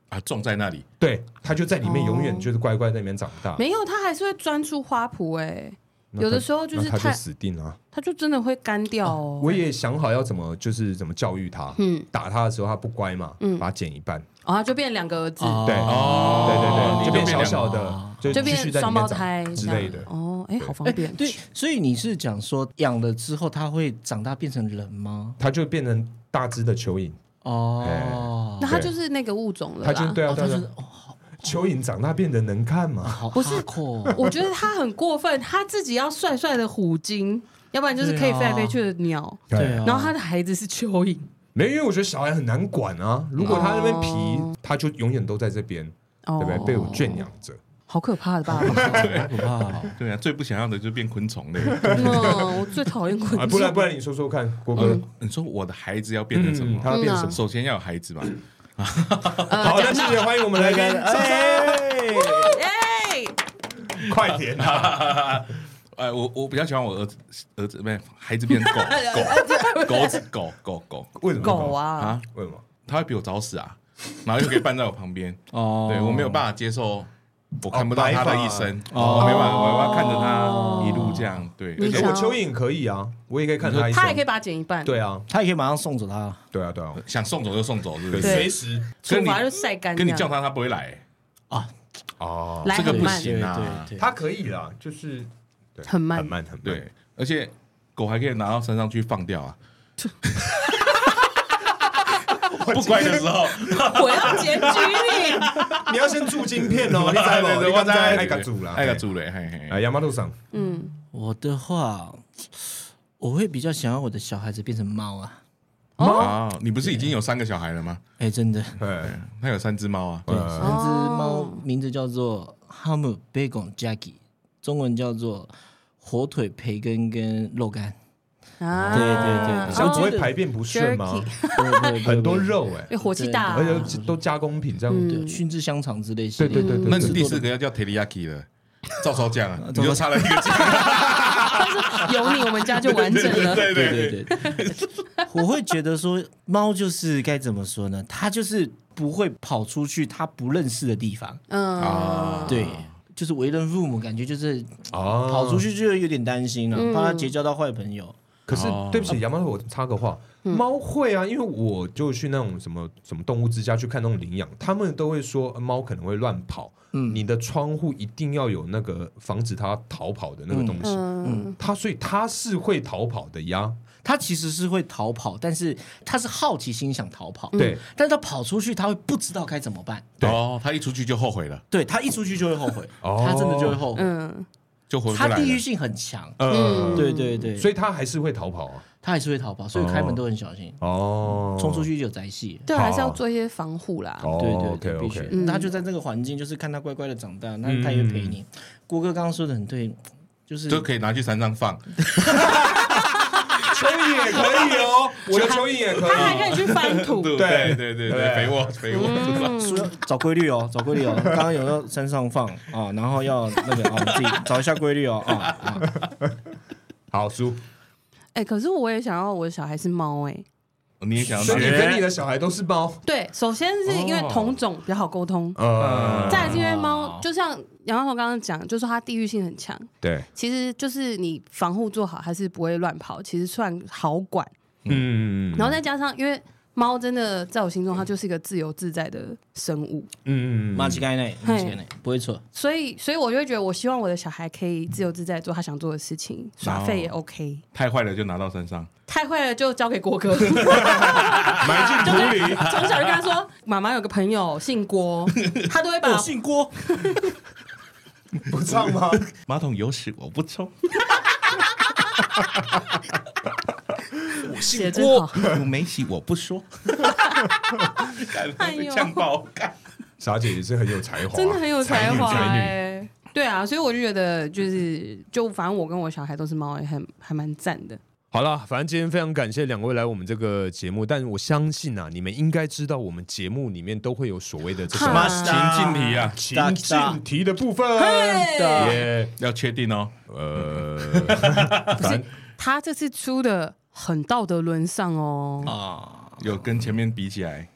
Speaker 1: 啊，种在那里，
Speaker 2: 对，他就在里面永远就是乖乖在那边长大。
Speaker 3: 哦没有，它还是会钻出花圃哎，
Speaker 2: 那
Speaker 3: 有的
Speaker 2: 他
Speaker 3: 时候就
Speaker 2: 那
Speaker 3: 是
Speaker 2: 他就
Speaker 3: 太
Speaker 2: 死定了。啊
Speaker 3: 它就真的会干掉哦。
Speaker 2: 我也想好要怎么就是怎么教育他，
Speaker 3: 嗯，
Speaker 2: 打他的时候他不乖嘛，
Speaker 3: 嗯
Speaker 2: 把他剪一半，
Speaker 3: 然后就变两个儿子，
Speaker 2: 对，对对
Speaker 1: 你
Speaker 2: 对，就
Speaker 1: 就
Speaker 2: 变
Speaker 1: 变
Speaker 2: 小
Speaker 1: 两
Speaker 2: 小的，就
Speaker 3: 就
Speaker 2: 继续
Speaker 3: 变
Speaker 2: 在里
Speaker 3: 双
Speaker 2: 面
Speaker 3: 胞
Speaker 2: 长
Speaker 3: 胎
Speaker 2: 之
Speaker 3: 这样
Speaker 2: 类的。
Speaker 3: 哦，哎，好方
Speaker 5: 哎
Speaker 3: 便，
Speaker 5: 对，所以你是讲说养了之后它会长大变成人吗？
Speaker 2: 他就变成大只的蚯蚓，
Speaker 5: 哦
Speaker 3: 那，它
Speaker 2: 对
Speaker 3: 就是那个物种了
Speaker 2: 他就
Speaker 3: 啦。
Speaker 2: 对啊，
Speaker 5: 哦
Speaker 2: 对
Speaker 5: 它
Speaker 2: 啊
Speaker 5: 就
Speaker 2: 对
Speaker 5: 是
Speaker 2: 啊，蚯蚓长大变得能看吗？
Speaker 5: 好
Speaker 3: 不是
Speaker 5: 阔，
Speaker 3: 我觉得他很过分，他自己要帅帅的虎鲸，要不然就是可以飞来飞去的鸟，
Speaker 5: 对啊，
Speaker 3: 然后他的孩子是蚯蚓。
Speaker 2: 哎没有，因为我觉得小孩很难管啊。如果他那边皮，他就永远都在这边，对
Speaker 3: 哦
Speaker 2: 不对？被我圈养着。
Speaker 3: 好可怕的爸爸！
Speaker 5: 可怕哦，
Speaker 1: 对啊，最不想要的就是变昆虫类。
Speaker 3: 嗯，我最讨厌
Speaker 2: 啊，
Speaker 3: 昆
Speaker 2: 不
Speaker 3: 虫。
Speaker 2: 然不然，你说说看，郭哥，
Speaker 1: 呃，你说我的孩子要变成什么？
Speaker 2: 他要变
Speaker 3: 嗯啊
Speaker 2: 什么？
Speaker 1: 首先要有孩子吧，
Speaker 2: 好，那谢谢，欢迎我们来宾
Speaker 5: 哎
Speaker 3: 哎，
Speaker 2: 快点啊！
Speaker 1: 哎，我我比较喜欢我儿子儿子不是孩子 变成狗狗狗子狗狗狗
Speaker 2: 为什么
Speaker 3: 狗？啊，
Speaker 1: 啊，
Speaker 2: 为什么？
Speaker 1: 他会比我早死啊，然后又可以伴在我旁边，
Speaker 5: 哦
Speaker 1: 对我没有办法接受，
Speaker 2: 哦
Speaker 1: 我看不到他的一生，
Speaker 5: 哦
Speaker 1: 我没办法，我要看着他一路这样，对，
Speaker 3: 哦你
Speaker 1: 而
Speaker 2: 哎
Speaker 1: 且
Speaker 3: 想
Speaker 2: 我蚯蚓可以啊，我也可以看他一
Speaker 3: 他也可以
Speaker 2: 生。
Speaker 3: 把它剪一半，
Speaker 2: 对啊，
Speaker 5: 他也可以马上送走他，
Speaker 2: 对啊，对啊，
Speaker 1: 想送走就送走，是不
Speaker 3: 对
Speaker 1: 是？
Speaker 2: 随时
Speaker 3: 处罚就晒干这
Speaker 1: 跟
Speaker 3: 样。
Speaker 1: 你叫他，他不会来，
Speaker 2: 哦，
Speaker 3: 来
Speaker 1: 这个
Speaker 3: 很
Speaker 1: 不
Speaker 3: 慢，
Speaker 1: 行啊，
Speaker 5: 对
Speaker 2: 他可以啦，就是对
Speaker 3: 很慢
Speaker 2: 很慢，很慢。
Speaker 1: 对，而且狗还可以拿到山上去放掉 啊。不乖的时候，
Speaker 3: 我要检举你。
Speaker 2: 你要先注晶片 哦，你在吗？你
Speaker 1: 我哎
Speaker 2: 在爱个主啦，
Speaker 1: 爱个。主嘞，嘿嘿。
Speaker 2: 哎，亚麻路上，
Speaker 3: 嗯，
Speaker 5: 我的话，我会比较想要我的小孩子变成猫啊！
Speaker 1: 哦，你不是已经有三个小孩了吗？
Speaker 5: 哎、真的，
Speaker 2: 哎，
Speaker 1: 他有三只猫啊，
Speaker 5: 对，三只猫名字叫做哈姆贝贡 Jackie，中文叫做火腿培根跟肉干。
Speaker 3: 啊，
Speaker 5: 对对对
Speaker 2: 这样
Speaker 3: 哦
Speaker 2: 不会排便不顺吗？
Speaker 5: 对对对嗯
Speaker 2: 很多肉哎、
Speaker 3: 因为火气大啊，
Speaker 2: 而且都加工品这样。
Speaker 5: 对，熏制香肠之类系
Speaker 2: 对
Speaker 5: 列。
Speaker 2: 对对对，
Speaker 1: 那
Speaker 2: 对
Speaker 1: 你第四个要叫 teriyaki 了，照烧酱啊，你
Speaker 5: 烧
Speaker 1: 就差了一个酱。
Speaker 3: 有你我们家就完整了。
Speaker 1: 对对对，
Speaker 5: 对对对，我会觉得说猫就是该怎么说呢？它就是不会跑出去它不认识的地方，
Speaker 3: 嗯，
Speaker 5: 对，就是为人父母感觉就是
Speaker 2: 哦
Speaker 5: 跑出。去就有点担心了、怕它结交到坏朋友。
Speaker 2: 可是
Speaker 1: 哦
Speaker 2: 对不起，杨妈，我插个话，
Speaker 5: 嗯
Speaker 2: 猫会啊，因为我就去那种什么什么动物之家去看那种领养，他们都会说呃猫可能会乱跑，
Speaker 5: 嗯
Speaker 2: 你的窗户一定要有那个防止它逃跑的那个东西。
Speaker 3: 嗯，
Speaker 2: 它所以它是会逃跑的呀，
Speaker 5: 它其实是会逃跑，但是它是好奇心想逃跑，
Speaker 2: 对，
Speaker 5: 但是它跑出去，它会不知道该怎么办。
Speaker 1: 哦，他一出去就后悔了，
Speaker 5: 对它一出去就会后 悔，
Speaker 2: 哦
Speaker 5: 它真的就会后悔，
Speaker 3: 嗯，
Speaker 1: 就回不
Speaker 5: 它
Speaker 1: 来了
Speaker 5: 地。域性很强。
Speaker 2: 嗯，
Speaker 5: 对对对，
Speaker 2: 所
Speaker 5: 所以
Speaker 2: 以它还是会逃跑啊。
Speaker 5: 它还是会逃跑，所以开门都很小心，
Speaker 2: 哦，
Speaker 5: 嗯冲出去就有宅系。
Speaker 3: 对，啊还是要做一些防护啦。
Speaker 2: 哦，
Speaker 5: 对对
Speaker 2: o k
Speaker 5: 对，必
Speaker 2: OK，
Speaker 5: 须。他就在这个环境，就是看他乖乖的长大，那他也会陪你。郭哥刚刚说的很对，嗯就是
Speaker 1: 就可以拿去山上放，
Speaker 2: 蚯蚓也可以哦，我的蚯蚓也可
Speaker 3: 他还
Speaker 2: 以。
Speaker 3: 可以去翻 土，
Speaker 1: 对
Speaker 2: 对
Speaker 1: 对对对
Speaker 2: 对
Speaker 1: 对，肥沃肥沃，
Speaker 5: 说要找规律哦，找规 律哦。刚刚有要山上放啊，然后要那个啊，自己找一下规律哦啊啊。
Speaker 2: 好，叔，
Speaker 3: 哎、可是我也想要我的小孩是猫哎、
Speaker 1: 你也想要
Speaker 2: 所以你
Speaker 1: 拿？
Speaker 2: 跟你的小孩都是猫，
Speaker 3: 对，首先是因为同种比较好沟通，
Speaker 2: 呃，
Speaker 3: 再来是因为猫，就像杨光头刚刚讲，就说它地域性很强，
Speaker 2: 对，
Speaker 3: 其实就是你防护做好，它是不会乱跑，其实算好管。
Speaker 2: 嗯，
Speaker 3: 然后再加上因为猫真的在我心中，它就是一个自由自在的生物，
Speaker 2: 嗯，
Speaker 5: 马吉盖内，马吉盖内，不会错。
Speaker 3: 所以，所以我就会觉得，我希望我的小孩可以自由自在做他想做的事情，耍废也 OK。
Speaker 1: 太坏了就拿到身上，
Speaker 3: 太坏了就交给郭哥，
Speaker 1: 埋进土里。
Speaker 3: 从小就跟他说，妈妈有个朋友姓郭，他都会把
Speaker 5: 郭，
Speaker 4: 不唱吗？
Speaker 1: 马桶有屎我不冲，
Speaker 3: 我姓郭，
Speaker 1: 有没洗我不说。干
Speaker 3: 哎呦
Speaker 1: 呛爆！干
Speaker 2: 傻姐也是很有才华，
Speaker 3: 真的很有才华
Speaker 2: 才女
Speaker 3: 哎、对啊，所以我就觉得，就是就反正我跟我小孩都是猫，也欸很还蛮赞的。
Speaker 2: 好了，反正今天非常感谢两位来我们这个节目，但我相信啊，你们应该知道我们节目里面都会有所谓的这种
Speaker 3: 哈
Speaker 1: 情境题啊，
Speaker 2: 情境题的部分，耶，
Speaker 1: 要确定哦。
Speaker 2: 呃，
Speaker 3: 他这次出的很道德沦丧哦，
Speaker 1: 有跟前面比起来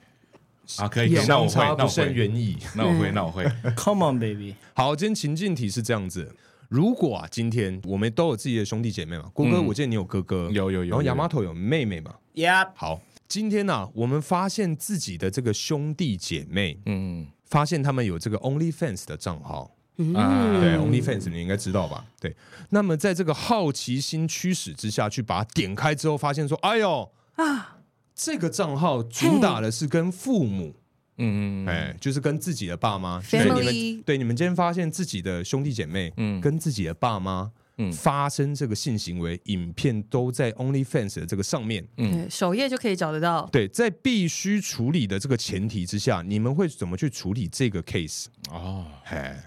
Speaker 1: 啊，可以，可以那
Speaker 2: 相
Speaker 1: 我会
Speaker 2: 差，
Speaker 1: 那
Speaker 2: 不
Speaker 1: 我
Speaker 2: 甚
Speaker 1: 会，
Speaker 2: 远矣。
Speaker 1: 那我会，那我会。
Speaker 5: Come on baby，
Speaker 2: 好，今天情境题是这样子。如果啊，今天我们都有自己的兄弟姐妹嘛，郭哥，
Speaker 1: 嗯
Speaker 2: 我记得你有哥哥，
Speaker 1: 有有有
Speaker 2: 然
Speaker 1: 有
Speaker 2: 后亚麻头有妹妹嘛。
Speaker 5: 呀，
Speaker 2: 好，今天呢、啊，我们发现自己的这个兄弟姐妹，
Speaker 1: 嗯，
Speaker 2: 发现他们有这个 OnlyFans 的账号，
Speaker 1: 啊
Speaker 2: 对 OnlyFans 你应该知道吧？对，那么在这个好奇心驱使之下去把它点开之后，发现说，哎呦啊，这个账号主打的是跟父母，
Speaker 1: 嗯，
Speaker 2: 哎，就是跟自己的爸妈，所以
Speaker 3: Family
Speaker 2: 你们对你们今天发现自己的兄弟姐妹，嗯，跟自己的爸妈。
Speaker 1: 嗯
Speaker 2: 发生这个性行为，影片都在 OnlyFans 的这个上面。
Speaker 3: 对首页就可以找得到。
Speaker 2: 对，在必须处理的这个前提之下，你们会怎么去处理这个 case？
Speaker 1: 哦，
Speaker 2: 哎，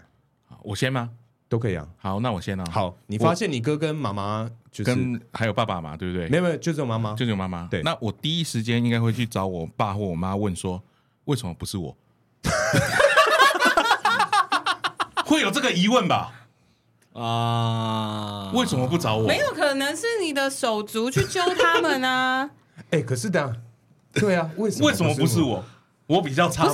Speaker 1: 我先吗？
Speaker 2: 都可以啊。
Speaker 1: 好，那我先啊。，
Speaker 2: 好，你发现你哥跟妈妈就是
Speaker 1: 跟还有爸爸嘛，对不对？
Speaker 2: 没有没有，就只有妈妈。
Speaker 1: 舅舅妈妈。
Speaker 2: 对
Speaker 1: 那我第一时间应该会去找我爸或我妈问说，为什么不是我？会有这个疑问吧？
Speaker 5: 啊，
Speaker 1: 为什么不找我？
Speaker 3: 没有可能是你的手足去揪他们啊！
Speaker 2: 哎、可 是等下，对啊，为什
Speaker 1: 为什么不是？我？我比较差吗？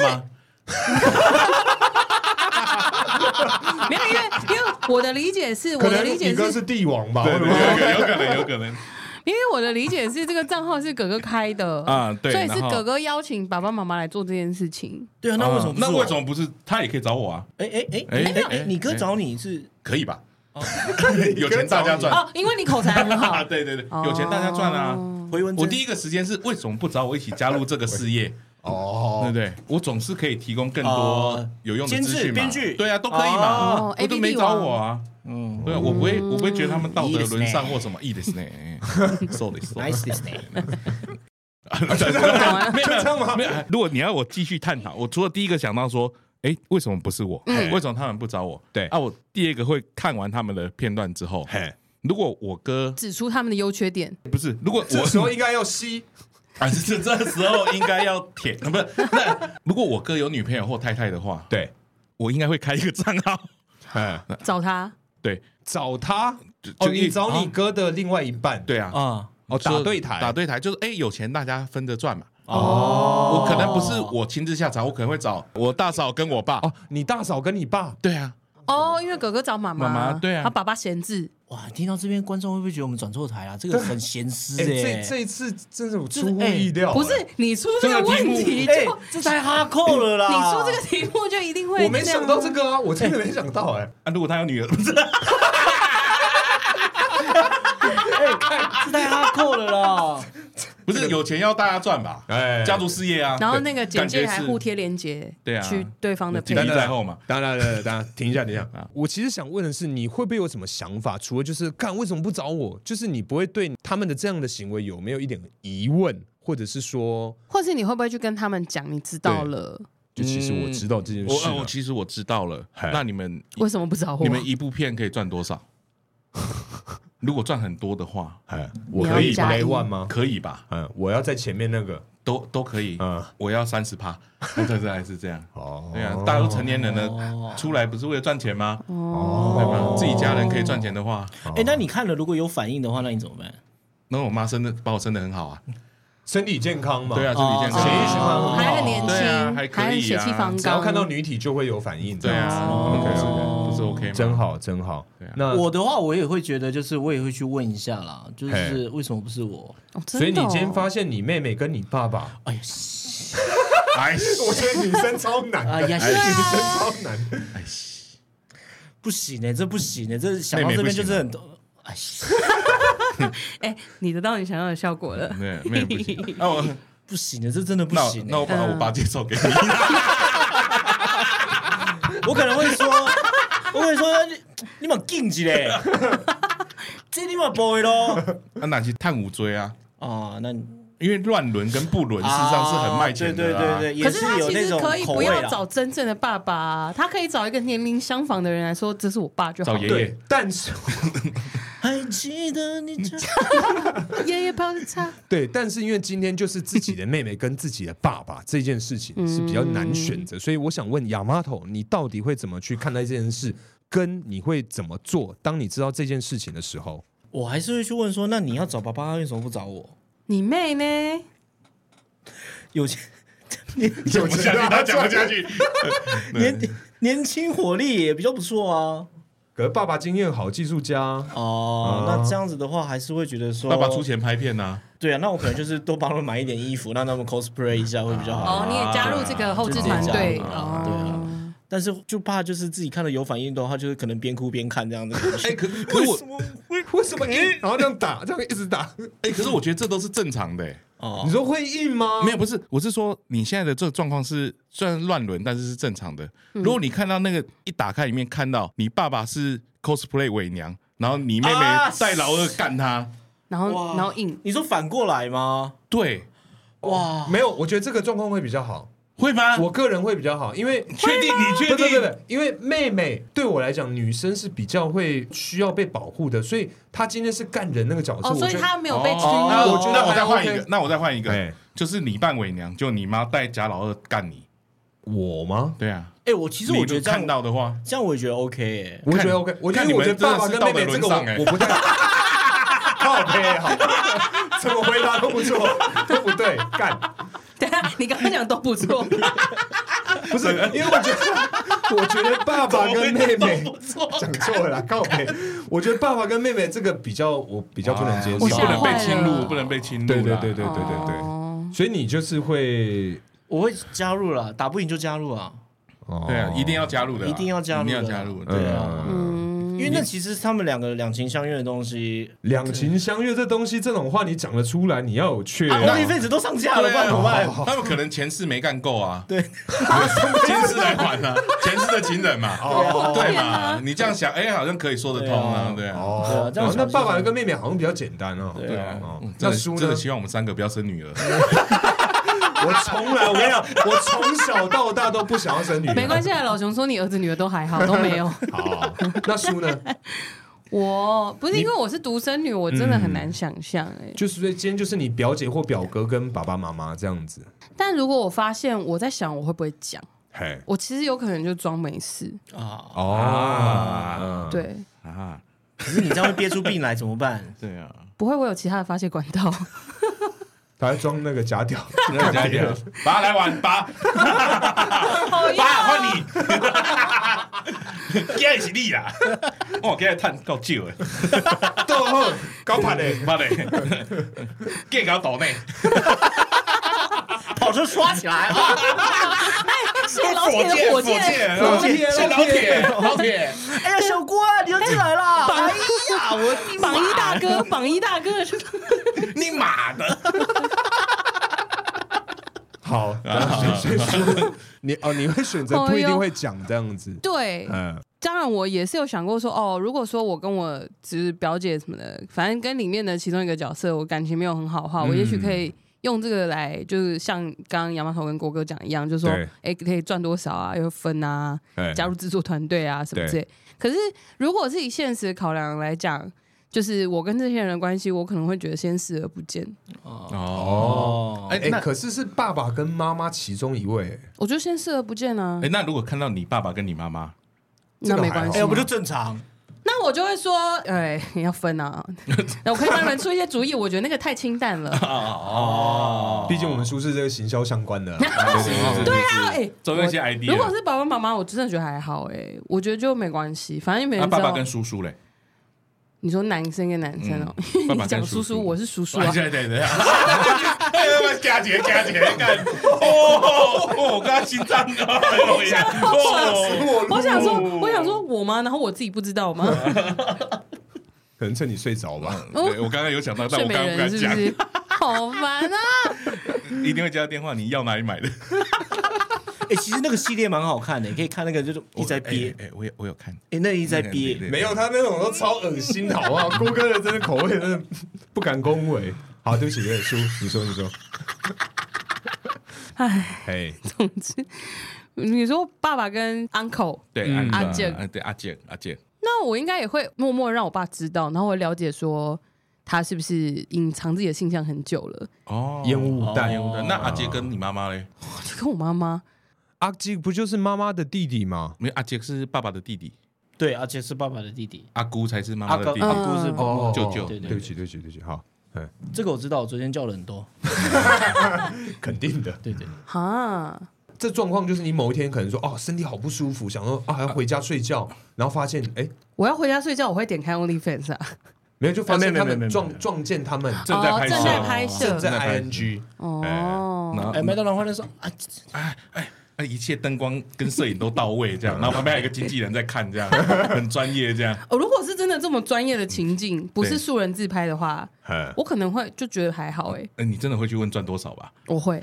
Speaker 3: 没有，因为因为我的理解是，我
Speaker 2: 可
Speaker 3: 的
Speaker 2: 能
Speaker 3: 理
Speaker 2: 你
Speaker 3: 解
Speaker 2: 哥
Speaker 3: 是
Speaker 2: 是，帝王吧？
Speaker 1: 对
Speaker 2: 会不
Speaker 1: 对
Speaker 2: 会
Speaker 1: 对，有可能，有可能。
Speaker 3: 因为我的理解是这个账号是哥哥开的
Speaker 1: 啊对
Speaker 3: 所以是
Speaker 1: 然后
Speaker 3: 哥哥邀请爸爸妈妈来做这件事情。
Speaker 5: 对啊，那为什么？
Speaker 1: 那为什？么不是他也可以找我啊？
Speaker 5: 哎哎
Speaker 1: 哎
Speaker 5: 哎哎
Speaker 1: 哎
Speaker 5: 哎，你哥找你是
Speaker 1: 可以吧？有钱大家赚。
Speaker 3: 哦，因为你口才很 好
Speaker 1: 啊，，对对对，有钱大家赚啊！
Speaker 3: 哦
Speaker 5: 回文针？
Speaker 1: 我第一个时间是为什么不找我一起加入这个事业？对
Speaker 2: 哦
Speaker 1: 不，对？我总是可以提供更多
Speaker 5: 哦
Speaker 1: 有用的
Speaker 5: 监
Speaker 1: 资
Speaker 5: 制
Speaker 1: 讯嘛，
Speaker 5: 编剧
Speaker 1: 对啊，都可以嘛，
Speaker 3: 哦
Speaker 1: 我都没找我啊，
Speaker 5: 嗯
Speaker 1: 对啊，我不会，我不会觉得他们道德沦丧
Speaker 5: 嗯
Speaker 1: 或什么，意的是呢，受的受。
Speaker 5: ，nice this name。
Speaker 3: 讲完了
Speaker 1: 没有没有没有，如果你要我继续探讨，我除了第一个想到说，哎，为什么不是我？为什么他们不找我？
Speaker 2: 对
Speaker 1: 啊，我第二个会看完他们的片段之后，
Speaker 2: 嘿，
Speaker 1: 如果我哥
Speaker 3: 指出他们的优缺点，
Speaker 1: 不是，如果
Speaker 4: 这时
Speaker 1: 我
Speaker 4: 候应该要 吸，
Speaker 1: 啊，这这这时候应该要舔，不是？那如果我哥有女朋友或太太的话，
Speaker 2: 对，
Speaker 1: 我应该会开一个账号，
Speaker 2: 哎，
Speaker 3: 找他。
Speaker 1: 对，
Speaker 2: 找他
Speaker 1: 嗯就
Speaker 2: 哦，
Speaker 1: 一啊
Speaker 2: 你找你哥的另外一半，，
Speaker 1: 对啊，
Speaker 5: 啊
Speaker 2: 哦，打对台，
Speaker 1: 打对台就是哎、有钱大家分着赚嘛。我
Speaker 5: 哦，
Speaker 1: 可能不是我亲自下场，我可能会找我大嫂跟我爸。
Speaker 2: 哦，你大嫂跟你爸，
Speaker 1: 对啊，
Speaker 3: 哦，因为哥哥找妈妈，
Speaker 1: 妈妈对啊
Speaker 3: 他爸爸闲置，
Speaker 5: 哇！听到这边观众会不会觉得我们转错台了？这个很闲思
Speaker 2: 哎、
Speaker 5: 哎
Speaker 2: 这，这一次真是我出乎意料、
Speaker 3: 不是
Speaker 2: 哎
Speaker 3: 你出这个问题就、
Speaker 5: 哎这太哈扣了啦！
Speaker 3: 你出这个题目就一定会这
Speaker 2: 我
Speaker 3: 样啊，
Speaker 2: 没想到这个啊，我真的没想到、哎、
Speaker 1: 啊，如果他有女儿，不是
Speaker 5: 这太哈扣了 啦！
Speaker 1: 不是有钱要大家赚吧？
Speaker 2: 哎
Speaker 1: 家族事业啊。
Speaker 3: 然后那个简介还
Speaker 1: 感觉是
Speaker 3: 互贴连接，
Speaker 1: 对啊
Speaker 3: 去对方的配
Speaker 1: 紧
Speaker 3: 置
Speaker 1: 逼在后嘛。啊
Speaker 2: 当然了，当然，停一下，停一下。我其实想问的是，你会不会有什么想法？除了就是干为什么不找我？就是你不会对他们的这样的行为有没有一点疑问，或者是说，
Speaker 3: 或是你会不会去跟他们讲？你知道了，
Speaker 2: 就其实我知道这件
Speaker 1: 我
Speaker 2: 事、
Speaker 1: 呃
Speaker 2: 啊
Speaker 1: 我
Speaker 4: 嗯
Speaker 1: 其实我知道了，
Speaker 2: 嗨
Speaker 1: 那你们
Speaker 3: 为什么不找我？
Speaker 1: 你们一部片可以赚多少？如果赚很多的话，
Speaker 2: 哎，
Speaker 3: 你要加一
Speaker 2: play one 吗？
Speaker 1: 可以吧？
Speaker 2: 嗯，我要在前面那个，
Speaker 1: 都都可以。
Speaker 2: 嗯，
Speaker 1: 我要三十趴， 我这次还是这样。
Speaker 2: 哦
Speaker 1: 对啊，大家都成年人了，出来不是为了赚钱吗？
Speaker 5: 哦
Speaker 2: 哦
Speaker 1: 对吧？自己家人可以赚钱的话，
Speaker 5: 哎，那你看了如果有反应的话，那你怎么办？
Speaker 1: 那我妈生的把我生的很好啊，
Speaker 4: 身体健康
Speaker 5: 哦
Speaker 4: 嘛，
Speaker 1: 对啊，，身体健
Speaker 4: 血液循
Speaker 1: 康，
Speaker 4: 环很
Speaker 3: 还
Speaker 4: 好
Speaker 3: 很年轻，
Speaker 1: 对啊还可以啊
Speaker 3: 很血气方
Speaker 4: 只要
Speaker 3: 刚。
Speaker 4: 看到女体就会有反应，
Speaker 1: 对啊
Speaker 5: 哦
Speaker 1: ，OK OK，不是 OK 吗？
Speaker 2: 真，好真好
Speaker 1: 对啊。
Speaker 2: 那
Speaker 5: 我的话，我也会觉得，就是我也会去问一下啦，就是为什么不是我？
Speaker 3: 哦真
Speaker 2: 所以你
Speaker 3: 的哦
Speaker 2: 今天发现你妹妹跟你爸爸，
Speaker 5: 哎呀，
Speaker 1: 哎，
Speaker 4: 我觉得女生超难
Speaker 5: 哎
Speaker 3: 啊
Speaker 4: 的，
Speaker 5: 呀，
Speaker 4: 女生超难。
Speaker 5: 不行欸呢，这不行呢，这想到
Speaker 1: 妹妹不
Speaker 5: 这边
Speaker 1: 行
Speaker 5: 就是很多。哎，
Speaker 3: 哎，你得到你想要的效果了。
Speaker 1: 对，没有不行。 那我
Speaker 5: 不行欸呢，这真的不
Speaker 1: 那我
Speaker 5: 行呢。
Speaker 1: 那我
Speaker 3: 嗯
Speaker 1: 把我爸介绍给你，
Speaker 5: 我可能会说，我可能说你你蛮 禁忌嘞，这你蛮不会咯。
Speaker 1: 那哪些探五追啊？
Speaker 5: 啊，那你
Speaker 1: 因为乱伦跟不伦事实上是很卖钱的
Speaker 5: 啊
Speaker 1: 啊。
Speaker 5: 对对对对，
Speaker 3: 可
Speaker 5: 也
Speaker 3: 是他
Speaker 5: 有
Speaker 3: 其
Speaker 5: 那
Speaker 3: 实
Speaker 5: 种
Speaker 3: 可以
Speaker 5: 口
Speaker 3: 不
Speaker 5: 味啊
Speaker 3: 要
Speaker 5: 啦
Speaker 3: 找真正的爸爸啊，他可以找一个年龄相仿的人来说，这是我爸就好
Speaker 1: 找
Speaker 3: 了。
Speaker 1: 爷
Speaker 4: 对
Speaker 1: 爷，，
Speaker 4: 但是
Speaker 5: 还记得你 这
Speaker 3: 爷爷泡的茶，
Speaker 2: 对，但是因为今天就是自己的妹妹跟自己的爸爸这件事情是比较难选择，所以我想问亚麻头，你到底会怎么去看待这件事？跟你会怎么做？当你知道这件事情的时候，
Speaker 5: 我还是会去问说，那你要找爸爸，为什么不找我？
Speaker 3: 你妹呢？
Speaker 5: 有些
Speaker 1: 讲不下去，他讲不下去。
Speaker 5: 哦年年轻火力也比较不错啊。
Speaker 2: 可是爸爸经验好，技术家，
Speaker 5: 哦，那这样子的话，还是会觉得说，
Speaker 1: 爸爸出。钱拍片呐，
Speaker 5: 对啊，那我可能就是多帮他们买一点衣服， 让他们 cosplay 一下会比较好。
Speaker 3: 哦，你也加入这个后置团队
Speaker 5: 啊就自己加入
Speaker 3: 哦。
Speaker 5: 对啊，但是就怕就是自己看了有反应的话，就是可能边哭边看这样的感觉。
Speaker 2: 哎、可可我为什么硬？然后这样打，这样一直打。
Speaker 1: 哎，可是我觉得这都是正常的。哎
Speaker 5: 哦
Speaker 2: 你，说会硬吗？
Speaker 5: 嗯
Speaker 1: 没有，不是，我是说你现在的这个状况是虽然乱伦，但是是正常的。
Speaker 5: 嗯
Speaker 1: 如果你看到那个一打开里面看到你爸爸是 cosplay 伪娘，然后你妹妹
Speaker 5: 啊
Speaker 1: 带老二干他，
Speaker 3: 然后
Speaker 5: 哇
Speaker 3: 然后硬，
Speaker 5: 你说反过来吗？
Speaker 1: 对，
Speaker 5: 哇，
Speaker 2: 没有，我觉得这个状况会比较好。
Speaker 1: 会吗？
Speaker 2: 我个人会比较好，因为
Speaker 1: 确定你确
Speaker 2: 不不不
Speaker 1: 定？
Speaker 2: 不，因为妹妹对我来讲，女生是比较会需要被保护的，所以她今天是干人那个角色，
Speaker 3: 哦，所以
Speaker 2: 我觉得
Speaker 3: 他没有被吃
Speaker 1: 那
Speaker 2: 哦
Speaker 1: 我
Speaker 2: 觉得
Speaker 3: 肉。
Speaker 1: 那我
Speaker 2: 还
Speaker 1: 再换一
Speaker 2: OK
Speaker 1: 个，那我再换一个
Speaker 2: 哎，
Speaker 1: 就是你扮伪娘，就你妈带假老二干你，
Speaker 2: 我吗？
Speaker 1: 对啊。
Speaker 5: 哎、我其实我觉得
Speaker 1: 你
Speaker 5: 这
Speaker 1: 就看
Speaker 5: 样，
Speaker 1: 到的话，
Speaker 5: 这样我也觉得 OK 哎、
Speaker 2: 我觉
Speaker 1: 看
Speaker 2: 得 OK，我觉
Speaker 1: 看
Speaker 2: 得
Speaker 1: 你
Speaker 2: 我
Speaker 1: 们
Speaker 2: 觉得爸爸
Speaker 1: 真的
Speaker 2: 跟妹
Speaker 1: 是
Speaker 2: 妹这个
Speaker 1: 道德沦丧哎
Speaker 2: 我我不太靠背好，怎么回答都不错，都不对，干
Speaker 3: 对啊，你刚刚讲都不错，
Speaker 2: 不是，因为我觉得我觉得爸爸跟妹妹讲错了啦，靠背，我觉得爸爸跟妹妹这个比较我比较不能接
Speaker 1: 你
Speaker 2: 受，
Speaker 1: 哦
Speaker 3: 我
Speaker 1: 不
Speaker 3: 吓
Speaker 1: 能被
Speaker 3: 坏
Speaker 1: 侵
Speaker 3: 了
Speaker 1: 入，不能被侵入啦。
Speaker 2: 对对对对对对对，
Speaker 3: 哦
Speaker 2: 所以你就是会
Speaker 5: 我会加入了，打不赢就加入啊，
Speaker 2: 哦
Speaker 1: 对啊，一定要加入的啦，
Speaker 5: 一定要加入
Speaker 1: 一
Speaker 5: 的，
Speaker 1: 定要加入。
Speaker 5: 对
Speaker 1: 对啊，
Speaker 5: 啊，
Speaker 3: 嗯
Speaker 5: 因为那其实他们两个两情相悦的东西，
Speaker 2: 两情相悦这东西，这种话你讲得出来，你要有确
Speaker 5: 啊，哦我
Speaker 2: 认。
Speaker 5: 一辈子都上架了，不
Speaker 1: 对
Speaker 5: 然怎么办？
Speaker 1: 啊，他们可能前世没干够啊，
Speaker 5: 对，
Speaker 1: 今世来还啊， 前世的情人嘛，对
Speaker 3: 啊
Speaker 1: 嘛，你这样想，哎，好像可以说得通啊，哦对啊，
Speaker 5: 对啊
Speaker 2: 哦
Speaker 5: 这样
Speaker 2: 那
Speaker 5: 想
Speaker 2: 爸爸跟妹妹好像比较简单哦。
Speaker 5: 对啊
Speaker 2: 哦
Speaker 1: 嗯真
Speaker 2: 那
Speaker 1: 的
Speaker 2: 叔
Speaker 1: 真
Speaker 2: 呢
Speaker 1: 的？希望我们三个不要生女儿，
Speaker 2: 我从来我跟你讲，我从小到大都不想要生女儿。
Speaker 3: 没关系啊，老熊说你儿子女儿都还好，都没 有。
Speaker 2: 好，那叔呢？
Speaker 3: 我不是因为我是独生女，我真的很难想象哎、
Speaker 2: 就是所以今天就是你表姐或表哥跟爸爸妈妈这样子。
Speaker 3: 但如果我发现我在想，我会不会讲？
Speaker 2: 嘿，
Speaker 3: 我其实有可能就装没事。
Speaker 5: 啊，
Speaker 2: 哦，嗯，
Speaker 3: 对，
Speaker 5: 可是你这样会憋出病来怎么办？
Speaker 1: 对啊，
Speaker 3: 不会，我有其他的发泄管道。
Speaker 2: 他还装 那个假屌，
Speaker 1: 加油，拔来玩拔，拔换 你，今日是你 啦，我今日赚够少的，
Speaker 2: 逗号高攀的。
Speaker 1: 妈的，给搞倒 内，
Speaker 5: 跑车刷 起来啊！
Speaker 3: 谢老铁的火箭，
Speaker 1: 箭，火箭，是老铁，老铁，
Speaker 5: 哎呀，小郭啊，你又进来了！哎呀，我的
Speaker 3: 榜一大哥，榜一大哥，
Speaker 1: 你妈的！
Speaker 2: 好，所以叔，你哦，你会选择不一定会讲这样子。
Speaker 3: 对，
Speaker 2: 嗯，
Speaker 3: 当然，我也是有想过说，哦，如果说我跟我就是表姐什么的，反正跟里面的其中一个角色，我感情没有很好的话，我也许可以用这个来，就是像刚刚杨毛头跟郭哥讲一样，就说，
Speaker 2: 对
Speaker 3: 哎、可以赚多少啊，又分啊，
Speaker 2: 哎
Speaker 3: 加入制作团队啊什么之类。可是如果是以现实考量来讲，就是我跟这些人的关系，我可能会觉得先视而不见，
Speaker 5: 哦，
Speaker 1: 哎
Speaker 2: 哎、
Speaker 1: 那
Speaker 2: 可是是爸爸跟妈妈其中一位，
Speaker 3: 我就先视而不见啊，
Speaker 6: 哎
Speaker 1: 哎，那如果看到你爸爸跟你妈妈，
Speaker 2: 这
Speaker 3: 那
Speaker 2: 个
Speaker 3: 没
Speaker 2: 还好
Speaker 3: 关系
Speaker 5: 哎，
Speaker 3: 啊、
Speaker 5: 我不就正常？
Speaker 3: 那那我就会说，哎、你要分啊，那我可以帮你们出一些主意，我觉得那个太清淡 了。
Speaker 4: 毕竟我们叔是这个行销相 关的，啊
Speaker 3: 对啊，哎、
Speaker 6: 总有一些 idea
Speaker 3: 如果是爸爸妈妈，我真的觉得还好、哎，我觉得就没关系，反正也没
Speaker 6: 那
Speaker 3: 人知
Speaker 6: 啊爸
Speaker 3: 道。
Speaker 6: 爸跟叔叔嘞？
Speaker 3: 你说男生跟男生哦、
Speaker 6: 嗯 爸爸
Speaker 3: 你
Speaker 6: 跟
Speaker 3: 讲
Speaker 6: 叔
Speaker 3: 叔叔，
Speaker 6: 叔
Speaker 3: 我是叔叔
Speaker 6: 对
Speaker 3: 啊。
Speaker 6: 对对对，加姐加姐干！哦哦，我刚刚心脏有点哦，
Speaker 3: 我想说，我想说我吗？然后我自己不知道吗？
Speaker 4: 可能趁你睡着吧。
Speaker 1: 对我刚刚有想到，但
Speaker 3: 睡
Speaker 1: 我
Speaker 3: 美
Speaker 1: 刚刚不敢
Speaker 3: 人是不
Speaker 1: 讲，
Speaker 3: 是？好烦啊！
Speaker 1: 一定会接到电话，你要哪里买的？
Speaker 5: 哎，其实那个系列蛮好看的，你可以看那个就是一直在憋，
Speaker 1: 哎，哎我有我有看，
Speaker 5: 哎，那一直在憋
Speaker 1: 对。对对
Speaker 4: 没有他那种都超恶心的，好 不好？郭哥的真的口味真的不敢恭维。好，对不起，有点输，你说你说。哎，
Speaker 3: 总之，你说爸爸跟 uncle，
Speaker 1: 对
Speaker 3: 阿健
Speaker 1: 啊对阿健阿健，
Speaker 3: 那我应该也会默默让我爸知道，然后我了解说他是不是隐藏自己的性向很久了。
Speaker 1: 哦
Speaker 4: 烟雾弹
Speaker 1: 烟雾弹。那阿杰跟你妈妈嘞？
Speaker 3: 我就跟我妈妈，
Speaker 2: 阿基不就是妈妈的弟弟吗？
Speaker 1: 没有，阿杰是爸爸的弟弟，
Speaker 5: 对，而且是爸爸的弟弟，
Speaker 1: 阿姑才是妈
Speaker 5: 阿
Speaker 1: 妈
Speaker 5: 哥
Speaker 1: 的弟
Speaker 5: 阿
Speaker 1: 弟。
Speaker 5: 姑是
Speaker 3: 嗯
Speaker 5: 爸
Speaker 2: 哦
Speaker 5: 爸
Speaker 1: 舅舅
Speaker 5: 对
Speaker 2: 对
Speaker 5: 对
Speaker 2: 不，起，对不起，对不起，好，哎，
Speaker 5: 这个我知道，我昨天叫了很多。
Speaker 4: 肯定的。
Speaker 5: 对对，
Speaker 3: 哈，
Speaker 2: 这状况就是你某一天可能说哦身体好不舒服，想说啊还要回家睡觉，然后发现哎
Speaker 3: 我要回家睡觉，我会点开 OnlyFans 啊。
Speaker 2: 没有就啊发现
Speaker 5: 啊没
Speaker 2: 他
Speaker 5: 有没有没
Speaker 2: 们
Speaker 5: 有
Speaker 2: 撞
Speaker 5: 没有
Speaker 2: 撞见他们
Speaker 1: 正在拍摄
Speaker 3: 哦、正在拍
Speaker 2: 正
Speaker 3: 摄，
Speaker 2: 在 ing，
Speaker 3: 哦，
Speaker 1: 然后
Speaker 5: 哎，麦当劳花生说啊，这这
Speaker 1: 哎哎，那一切灯光跟摄影都到位，这样，然后旁边还有一个经纪人在看，这样很专业，这样。
Speaker 3: 哦，如果是真的这么专业的情境，不是
Speaker 1: 对
Speaker 3: 素人自拍的话，
Speaker 2: 哎，
Speaker 3: 我可能会就觉得还好哎、
Speaker 1: 哎，你真的会去问赚多少吧？
Speaker 3: 我会。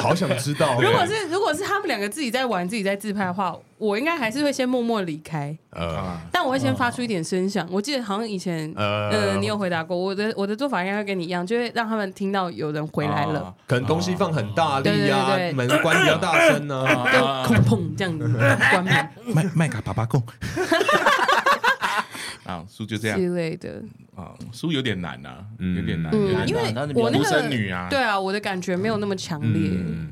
Speaker 2: 好想知道哎
Speaker 3: 如果是如果是他们两个自己在玩自己在自拍的话，我应该还是会先默默离开，
Speaker 2: 呃
Speaker 3: 但我会先发出一点声响。我记得好像以前，
Speaker 2: 呃
Speaker 3: 呃，你有回答过我的我的做法应该会跟你一样，就会让他们听到有人回来了，
Speaker 2: 可能东西放很大力
Speaker 3: 对
Speaker 2: 啊
Speaker 3: 对对对，
Speaker 2: 门关比较大声啊，
Speaker 3: 就砰砰这样子 关门
Speaker 1: 麦麦卡爸爸供。 啊，书就这样
Speaker 3: 之类的。
Speaker 1: 啊，书有点难啊，
Speaker 2: 嗯
Speaker 1: 有点难，有点
Speaker 3: 嗯，
Speaker 1: 难
Speaker 3: 因为
Speaker 5: 那你比较
Speaker 3: 我那
Speaker 1: 独
Speaker 3: 个
Speaker 1: 生女啊
Speaker 3: 对啊，我的感觉没有那么强烈。
Speaker 2: 嗯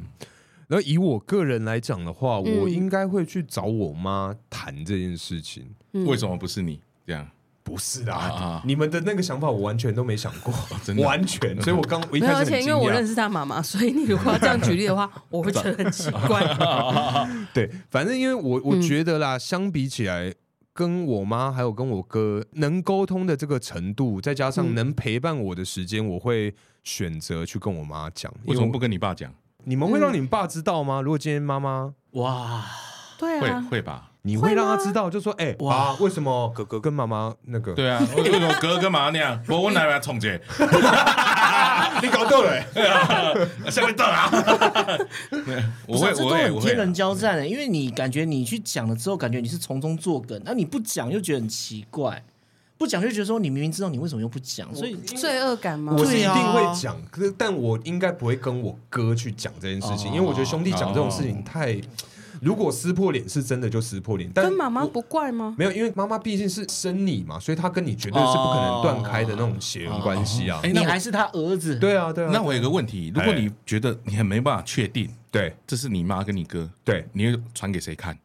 Speaker 2: 然后以我个人来讲的话，
Speaker 3: 嗯
Speaker 2: 我应该会去找我妈谈这件事情。
Speaker 5: 嗯
Speaker 1: 为什么不是你这样？
Speaker 4: 不是
Speaker 1: 啊
Speaker 4: 啦，
Speaker 2: 你们的那个想法我完全都没想过，
Speaker 1: 真的
Speaker 2: 完全。所以我刚我一
Speaker 3: 没有，
Speaker 2: 开
Speaker 3: 而
Speaker 2: 始很
Speaker 3: 且因
Speaker 2: 惊
Speaker 3: 为我认
Speaker 2: 讶。
Speaker 3: 识他妈妈， 所以你如果要这样举例 的话，我会觉得很奇怪。
Speaker 2: 对，反正因为我我觉得啦，相比起来。跟我妈还有跟我哥能沟通的这个程度，再加上
Speaker 3: 嗯
Speaker 2: 能陪伴我的时间，我会选择去跟我妈讲。
Speaker 1: 为
Speaker 2: 因
Speaker 1: 什
Speaker 2: 我
Speaker 1: 么不跟你爸讲？
Speaker 2: 你们会让你们爸知道吗？如果今天妈妈，
Speaker 5: 哇，
Speaker 3: 对
Speaker 1: 会
Speaker 3: 啊，
Speaker 1: 会吧？
Speaker 2: 你会让他知道，就说哎、哇，为什么哥哥跟妈妈那个？
Speaker 1: 对啊，为什么哥哥嘛那样？我我奶奶冲姐，
Speaker 4: 你搞到了，
Speaker 1: 下面等啊！ 我会
Speaker 5: 不是
Speaker 1: 我会
Speaker 5: 啊这都
Speaker 1: 我
Speaker 5: 很
Speaker 1: 会
Speaker 5: 天人交战欸的，因为你感觉你去讲了之后，感觉你是从中作梗，那你不讲又觉得很奇怪，不讲就觉得说你明明知道，你为什么又不讲？所以
Speaker 3: 罪恶感吗？
Speaker 2: 我是一
Speaker 5: 对
Speaker 2: 定
Speaker 5: 啊
Speaker 2: 会讲，可是但我应该不会跟我哥去讲这件事情，因为我觉得兄弟讲这种事情太，如果撕破脸是真的就撕破脸，但
Speaker 3: 跟妈妈
Speaker 2: 我
Speaker 3: 不怪吗？
Speaker 2: 没有，因为妈妈毕竟是生你嘛，所以她跟你绝对是不可能断开的那种血缘关系啊。
Speaker 1: 哎，
Speaker 5: 你
Speaker 1: 那我
Speaker 5: 还是他儿子，
Speaker 2: 对啊，对啊，
Speaker 1: 那我有个问题，如果
Speaker 2: 哎
Speaker 1: 你觉得你很没办法确定
Speaker 2: 对
Speaker 1: 这是你妈跟你哥，
Speaker 2: 对，
Speaker 1: 你会传给谁看？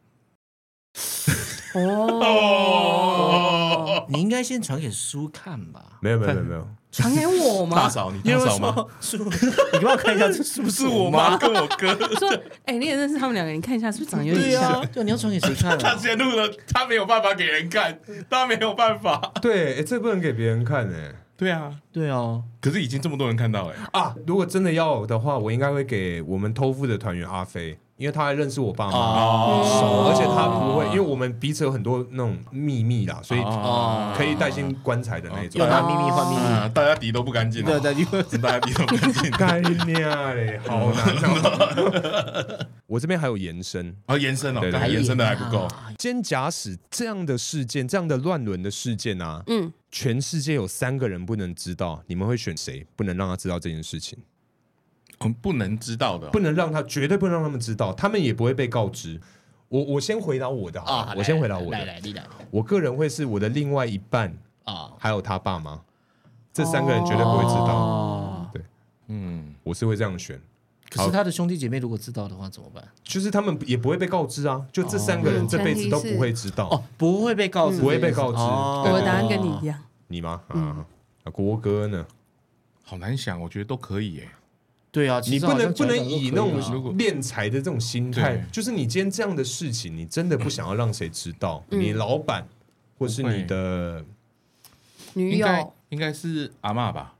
Speaker 3: 哦，
Speaker 5: 你应该先传给叔看吧。
Speaker 2: 没有没有没有没有，
Speaker 3: 传给我
Speaker 1: 大
Speaker 3: 吗？
Speaker 1: 嫂，你大嫂吗？？
Speaker 5: 叔，你帮我看一下，这是不是我
Speaker 1: 妈
Speaker 5: 妈？
Speaker 1: 跟我哥，
Speaker 3: 说，哎，你也认识他们两个，你看一下是不是长得有
Speaker 5: 对
Speaker 3: 点
Speaker 5: 啊
Speaker 3: 像？
Speaker 5: 呀，对，你要传给谁 看
Speaker 1: 他
Speaker 5: 啊？
Speaker 1: 先录了，他没有办法给人看，他没有办法。
Speaker 2: 对，哎，这不能给别人看哎
Speaker 1: 对啊，
Speaker 5: 对啊，
Speaker 1: 可是已经这么多人看到欸了，
Speaker 2: 啊！如果真的要的话，我应该会给我们偷富的团员阿飞，因为他还认识我爸妈。
Speaker 5: 哦，
Speaker 2: 熟，而且他不会，因为我们彼此有很多那种秘密啦，所以可以带进棺材的那种
Speaker 5: 用。他秘密换秘密，
Speaker 1: 啊，大家敌都不干净，
Speaker 5: 对对，因为
Speaker 1: 大家敌都不干净。
Speaker 2: 干你娘嘞，好难哦！我这边还有延伸，
Speaker 1: 啊，延伸哦，
Speaker 2: 对对
Speaker 1: 刚才延伸的还不够，
Speaker 2: 真假使这样的事件，这样的乱伦的事件啊，
Speaker 3: 嗯，
Speaker 2: 全世界有三个人不能知道，你们会选谁？不能让他知道这件事情，
Speaker 1: 我们不能知道的哦
Speaker 2: 不能让他，绝对不能让他们知道，他们也不会被告知。我我先回答我的好了
Speaker 5: 啊，
Speaker 2: 我先回答我
Speaker 5: 来
Speaker 2: 的，
Speaker 5: 来，你来
Speaker 2: 我个人会是我的另外一半，
Speaker 5: 啊，
Speaker 2: 还有他爸妈，这三个人绝对不会知道。
Speaker 5: 哦，
Speaker 1: 嗯，
Speaker 2: 我是会这样选。
Speaker 5: 可是他的兄弟姐妹如果知道的话怎么办？
Speaker 2: 就是他们也不会被告知啊，就这三个人这辈子都不会知道。
Speaker 5: 哦，不会被告知这件事，
Speaker 2: 不会被告知
Speaker 5: 哦
Speaker 2: 对
Speaker 3: 我的答案跟你一样，
Speaker 2: 你吗？
Speaker 5: 嗯
Speaker 2: 啊，啊国歌呢？
Speaker 1: 好难想，我觉得都可以欸耶。
Speaker 5: 对啊，其
Speaker 2: 你
Speaker 5: 实
Speaker 2: 不
Speaker 5: 好
Speaker 2: 能
Speaker 5: 像
Speaker 2: 不
Speaker 5: 讲
Speaker 2: 能
Speaker 5: 讲都
Speaker 2: 以
Speaker 5: 可啊
Speaker 2: 那
Speaker 5: 啦
Speaker 2: 种敛财的这种心态
Speaker 1: 对，
Speaker 2: 就是你今天这样的事情，你真的不想要让谁知道，
Speaker 5: 嗯
Speaker 2: 你老板或是你的
Speaker 3: 女
Speaker 1: 应该
Speaker 3: 友
Speaker 1: 应该是阿嬷吧，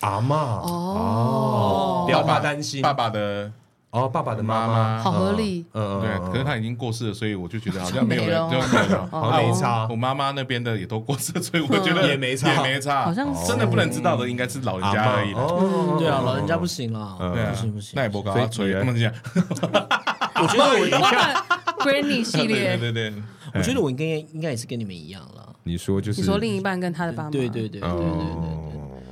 Speaker 2: 阿嬷哦
Speaker 3: 哦
Speaker 5: 哦
Speaker 2: 不，要爸担心，
Speaker 1: 爸爸的
Speaker 2: 哦，爸爸的
Speaker 1: 妈
Speaker 2: 妈妈，
Speaker 1: 妈
Speaker 3: 好合理。
Speaker 2: 嗯，
Speaker 1: 对，
Speaker 2: 嗯
Speaker 1: 可是他已经过世了，所以我就觉得好像没有
Speaker 3: 没了
Speaker 1: 人，就没有 人。
Speaker 2: 呃好像没差
Speaker 1: 我妈妈那边的也都过世，所以我觉得
Speaker 2: 也没差
Speaker 1: 也没差。
Speaker 3: 好像是
Speaker 1: 真的不能知道的，应该是老人
Speaker 2: 阿
Speaker 1: 家而已
Speaker 2: 嬷
Speaker 1: 啦。
Speaker 2: 哦
Speaker 5: 对啊，老人家不行啦，
Speaker 2: 嗯
Speaker 1: 对啊
Speaker 5: 不行不行，
Speaker 1: 那也不搞
Speaker 2: 所以
Speaker 1: 他吹，
Speaker 2: 你
Speaker 1: 他们讲，
Speaker 5: 我觉得我应
Speaker 3: 我很
Speaker 5: 该，
Speaker 3: Granny 系
Speaker 1: 对对
Speaker 3: 列，
Speaker 1: 对对，
Speaker 5: 我
Speaker 2: 哎
Speaker 5: 觉得我应该应该也是跟你们一样啦。
Speaker 2: 你说就是
Speaker 3: 你说另一半跟他的爸妈，
Speaker 5: 对对对对对对对，
Speaker 2: 嗯哦，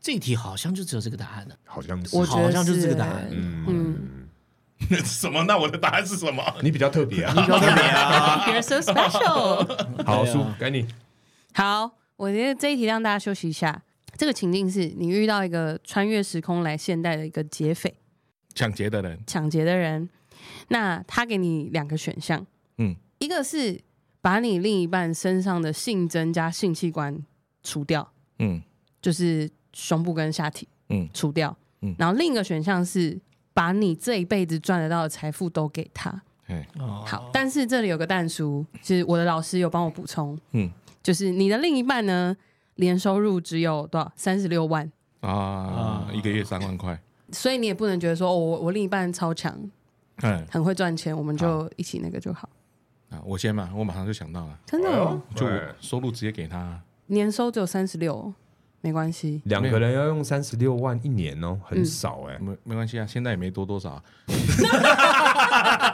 Speaker 5: 这一题好像就只有这个答案啊了。
Speaker 2: 好像是
Speaker 3: 我觉
Speaker 5: 好
Speaker 3: 得
Speaker 5: 像就是这个答
Speaker 3: 欸
Speaker 5: 案
Speaker 3: 嗯，
Speaker 1: 什么？那我的答案是什么？
Speaker 2: 你比较特别啊。
Speaker 3: ，You're so special。
Speaker 2: 好，
Speaker 5: 对啊
Speaker 2: 叔，该你。
Speaker 3: 好，我觉得这一题让大家休息一下。这个情境是你遇到一个穿越时空来现代的一个劫匪
Speaker 1: 抢劫的人，
Speaker 3: 抢劫的人，那他给你两个选项，
Speaker 1: 嗯，
Speaker 3: 一个是把你另一半身上的性征加性器官除掉，
Speaker 1: 嗯，
Speaker 3: 就是胸部跟下体，
Speaker 1: 嗯
Speaker 3: 除掉，
Speaker 1: 嗯
Speaker 3: 然后另一个选项是把你这一辈子赚得到的财富都给他，
Speaker 1: 哎，
Speaker 5: 哦，
Speaker 3: 好，但是这里有个蛋叔，就是我的老师有帮我补充，嗯
Speaker 1: 嗯，
Speaker 3: 就是你的另一半呢，年收入只有多少三十六万，
Speaker 1: 啊，一个月三万块，
Speaker 3: 所以你也不能觉得说，哦，我我另一半超强，
Speaker 1: 嗯，
Speaker 3: 很会赚钱，我们就一起那个就好，
Speaker 1: 啊，我先嘛，我马上就想到了，
Speaker 3: 真的、哦，
Speaker 1: 就
Speaker 2: 对
Speaker 1: 收入直接给他，
Speaker 3: 年收只有三十六，没关系，
Speaker 2: 两个人要用三十六万一年哦，
Speaker 5: 嗯
Speaker 2: 很少哎、
Speaker 1: 没没关系啊，现在也没多多少啊，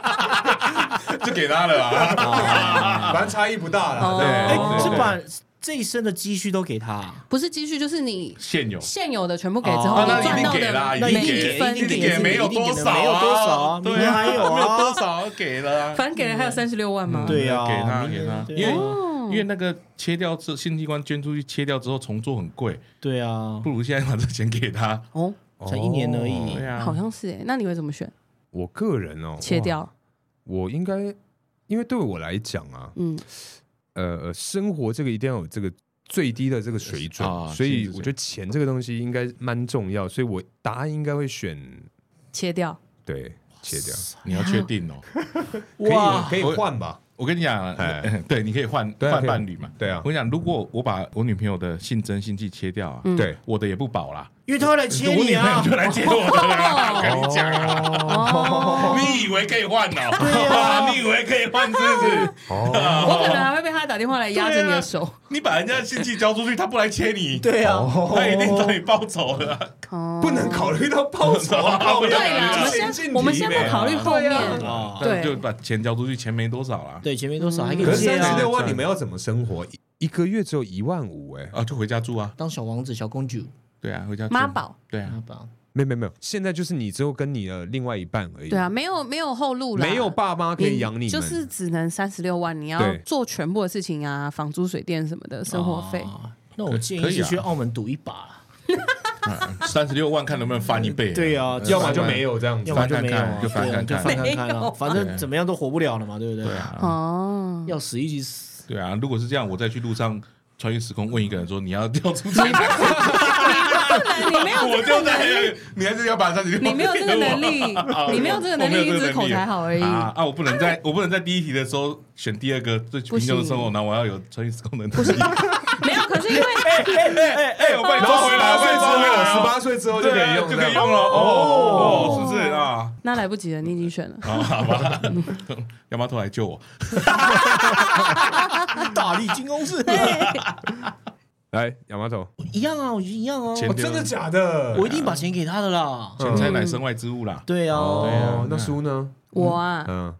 Speaker 1: 就给他了啊，
Speaker 2: 反正差异不大啦。
Speaker 3: 哦
Speaker 1: 对
Speaker 5: 哎，
Speaker 1: 对
Speaker 5: 是
Speaker 1: 对
Speaker 5: 把这一生的积蓄都给他，
Speaker 3: 不是积蓄，就是你
Speaker 1: 现有
Speaker 3: 现有的全部给之后，
Speaker 5: 哦
Speaker 1: 啊，
Speaker 3: 你
Speaker 1: 那一
Speaker 3: 赚
Speaker 1: 定
Speaker 3: 到
Speaker 1: 给啦，
Speaker 3: 的
Speaker 2: 哎
Speaker 1: 一
Speaker 5: 那
Speaker 1: 定
Speaker 3: 每
Speaker 1: 给，
Speaker 5: 一
Speaker 3: 分，
Speaker 5: 定
Speaker 1: 定
Speaker 5: 给
Speaker 1: 给，没有多少啊，
Speaker 5: 没有多少明
Speaker 1: 对
Speaker 5: 天
Speaker 1: 啊，
Speaker 5: 还有啊
Speaker 1: 没有 多少给了啊，
Speaker 3: 反正给了还有三十六万嘛，哦
Speaker 5: 对啊，
Speaker 1: 嗯给他
Speaker 5: 明
Speaker 1: 给他
Speaker 5: 对啊
Speaker 1: 因为因为那个切掉这性器官捐出去切掉之后重做很贵，
Speaker 5: 对啊
Speaker 1: 不，如现在把这钱给他。
Speaker 3: 哦，
Speaker 5: 才一年而已
Speaker 1: 对，啊，
Speaker 3: 好像是哎、那你会怎么选？
Speaker 2: 我个人哦，
Speaker 3: 切
Speaker 2: 哇，
Speaker 3: 掉，
Speaker 2: 我应该，因为对我来讲啊，
Speaker 3: 嗯，
Speaker 2: 呃，生活这个一定要有这个最低的这个水准，
Speaker 1: 啊
Speaker 2: 所
Speaker 1: 是
Speaker 2: 以
Speaker 1: 是是
Speaker 2: 我觉得钱这个东西应该蛮重要，所以我答案应该会选
Speaker 3: 切掉，
Speaker 2: 对切掉，
Speaker 1: 你要确定哦。
Speaker 5: 哇
Speaker 2: 可以可啊以换吧？
Speaker 1: 我跟你讲啊
Speaker 2: 哎，
Speaker 1: 对，你可以换
Speaker 2: 对啊
Speaker 1: 换
Speaker 2: 可以
Speaker 1: 伴侣嘛。
Speaker 2: 对啊
Speaker 1: 我跟你讲，如果我把我女朋友的性征性器切掉
Speaker 5: 嗯
Speaker 1: 啊，
Speaker 2: 对，
Speaker 1: 我的也不保啦，
Speaker 5: 因为他会来
Speaker 1: 我
Speaker 5: 切
Speaker 1: 女朋
Speaker 5: 你
Speaker 1: 友
Speaker 5: 啊
Speaker 1: 就，来接我的啦。
Speaker 3: 哦
Speaker 1: 跟你讲啊，
Speaker 3: 哦，
Speaker 1: 你以为可以换
Speaker 5: 对
Speaker 1: 哦？
Speaker 5: 啊
Speaker 1: 你以为可以换是不是？
Speaker 3: 哦我可能还会被他打电话来压着你的手。
Speaker 1: 你把人家的性器交出去，他不来切你，
Speaker 5: 对啊，
Speaker 1: 他一定找你报仇的啊。
Speaker 3: 哦，
Speaker 2: 不能考虑到报酬啊，
Speaker 1: 对
Speaker 3: 对啦，我们
Speaker 2: 先
Speaker 3: 先我们先不考虑后面，
Speaker 5: 啊，
Speaker 3: 对
Speaker 1: 就把钱交出去，钱没多少啦，
Speaker 5: 对，前面多少还可
Speaker 2: 可
Speaker 5: 以
Speaker 2: 是三
Speaker 5: 借
Speaker 2: 十
Speaker 5: 啊
Speaker 2: 六，万你们要怎么生活？一一个月只有一万五哎、
Speaker 1: 啊，就回家住啊。
Speaker 5: 当小王子、小公主，
Speaker 1: 对啊，回家住
Speaker 3: 妈。宝，
Speaker 1: 对啊
Speaker 5: 好，吧，
Speaker 2: 没有没有没有，现在就是你只有跟你的另外一半而已，
Speaker 3: 对啊，，没有没有后路啦，
Speaker 2: 没有爸妈可以养你们，
Speaker 3: 就是只能三十六万，你要
Speaker 2: 对
Speaker 3: 做全部的事情啊，房租、水电什么的，生活费。
Speaker 5: 啊。那我建
Speaker 1: 可
Speaker 5: 议
Speaker 1: 以
Speaker 5: 是
Speaker 1: 啊
Speaker 5: 去澳门赌一把啦，
Speaker 1: 三十六万看能不能翻一倍。
Speaker 5: 对啊
Speaker 1: 呃
Speaker 2: 要么就没有这样子
Speaker 5: 要。么就没有
Speaker 1: 翻看
Speaker 5: 啊，
Speaker 1: 看就翻
Speaker 5: 对啊
Speaker 1: 看看
Speaker 5: 就翻看看
Speaker 3: 没有
Speaker 5: 啊，反正怎么样都活不了了嘛，对不对？
Speaker 1: 对啊，
Speaker 3: 哦，
Speaker 5: 要死一起 死，
Speaker 1: 对啊。如果是这样，我再去路上穿越时空问一个人说你要掉出去吗，
Speaker 3: 不能， 你没有
Speaker 1: 我
Speaker 3: 这个
Speaker 1: 就
Speaker 3: 能力，
Speaker 1: 在，你还是要把三十六，
Speaker 3: 你没有 这个能力，你没有这个能力，
Speaker 1: 我没有这个能
Speaker 3: 一只
Speaker 1: 力
Speaker 3: 口才好而已。
Speaker 1: 啊啊！我不能在我不能在第一题的时候选第二个最贫穷的生活，
Speaker 3: 不行
Speaker 1: 然后我要有穿越时空的能 力。
Speaker 3: 没有，可是因为
Speaker 1: 哎，我把你抓回来，我把你抓回来，
Speaker 2: 十八岁之后就可以用，
Speaker 1: 就可以用了哦，哦是不是啊？
Speaker 3: 那来不及了，你已经选了。
Speaker 1: 啊，好吧，要不要偷来救我？
Speaker 5: 哎大力金刚是
Speaker 2: 来，亚麻头，
Speaker 5: 一样啊，我觉得一样哦，
Speaker 1: 钱真的
Speaker 2: 假的
Speaker 5: 我一定把钱给他的啦。
Speaker 1: 钱财乃身外之物啦。
Speaker 5: 对啊，
Speaker 2: 哦，那叔呢？
Speaker 3: 我啊，
Speaker 2: 嗯，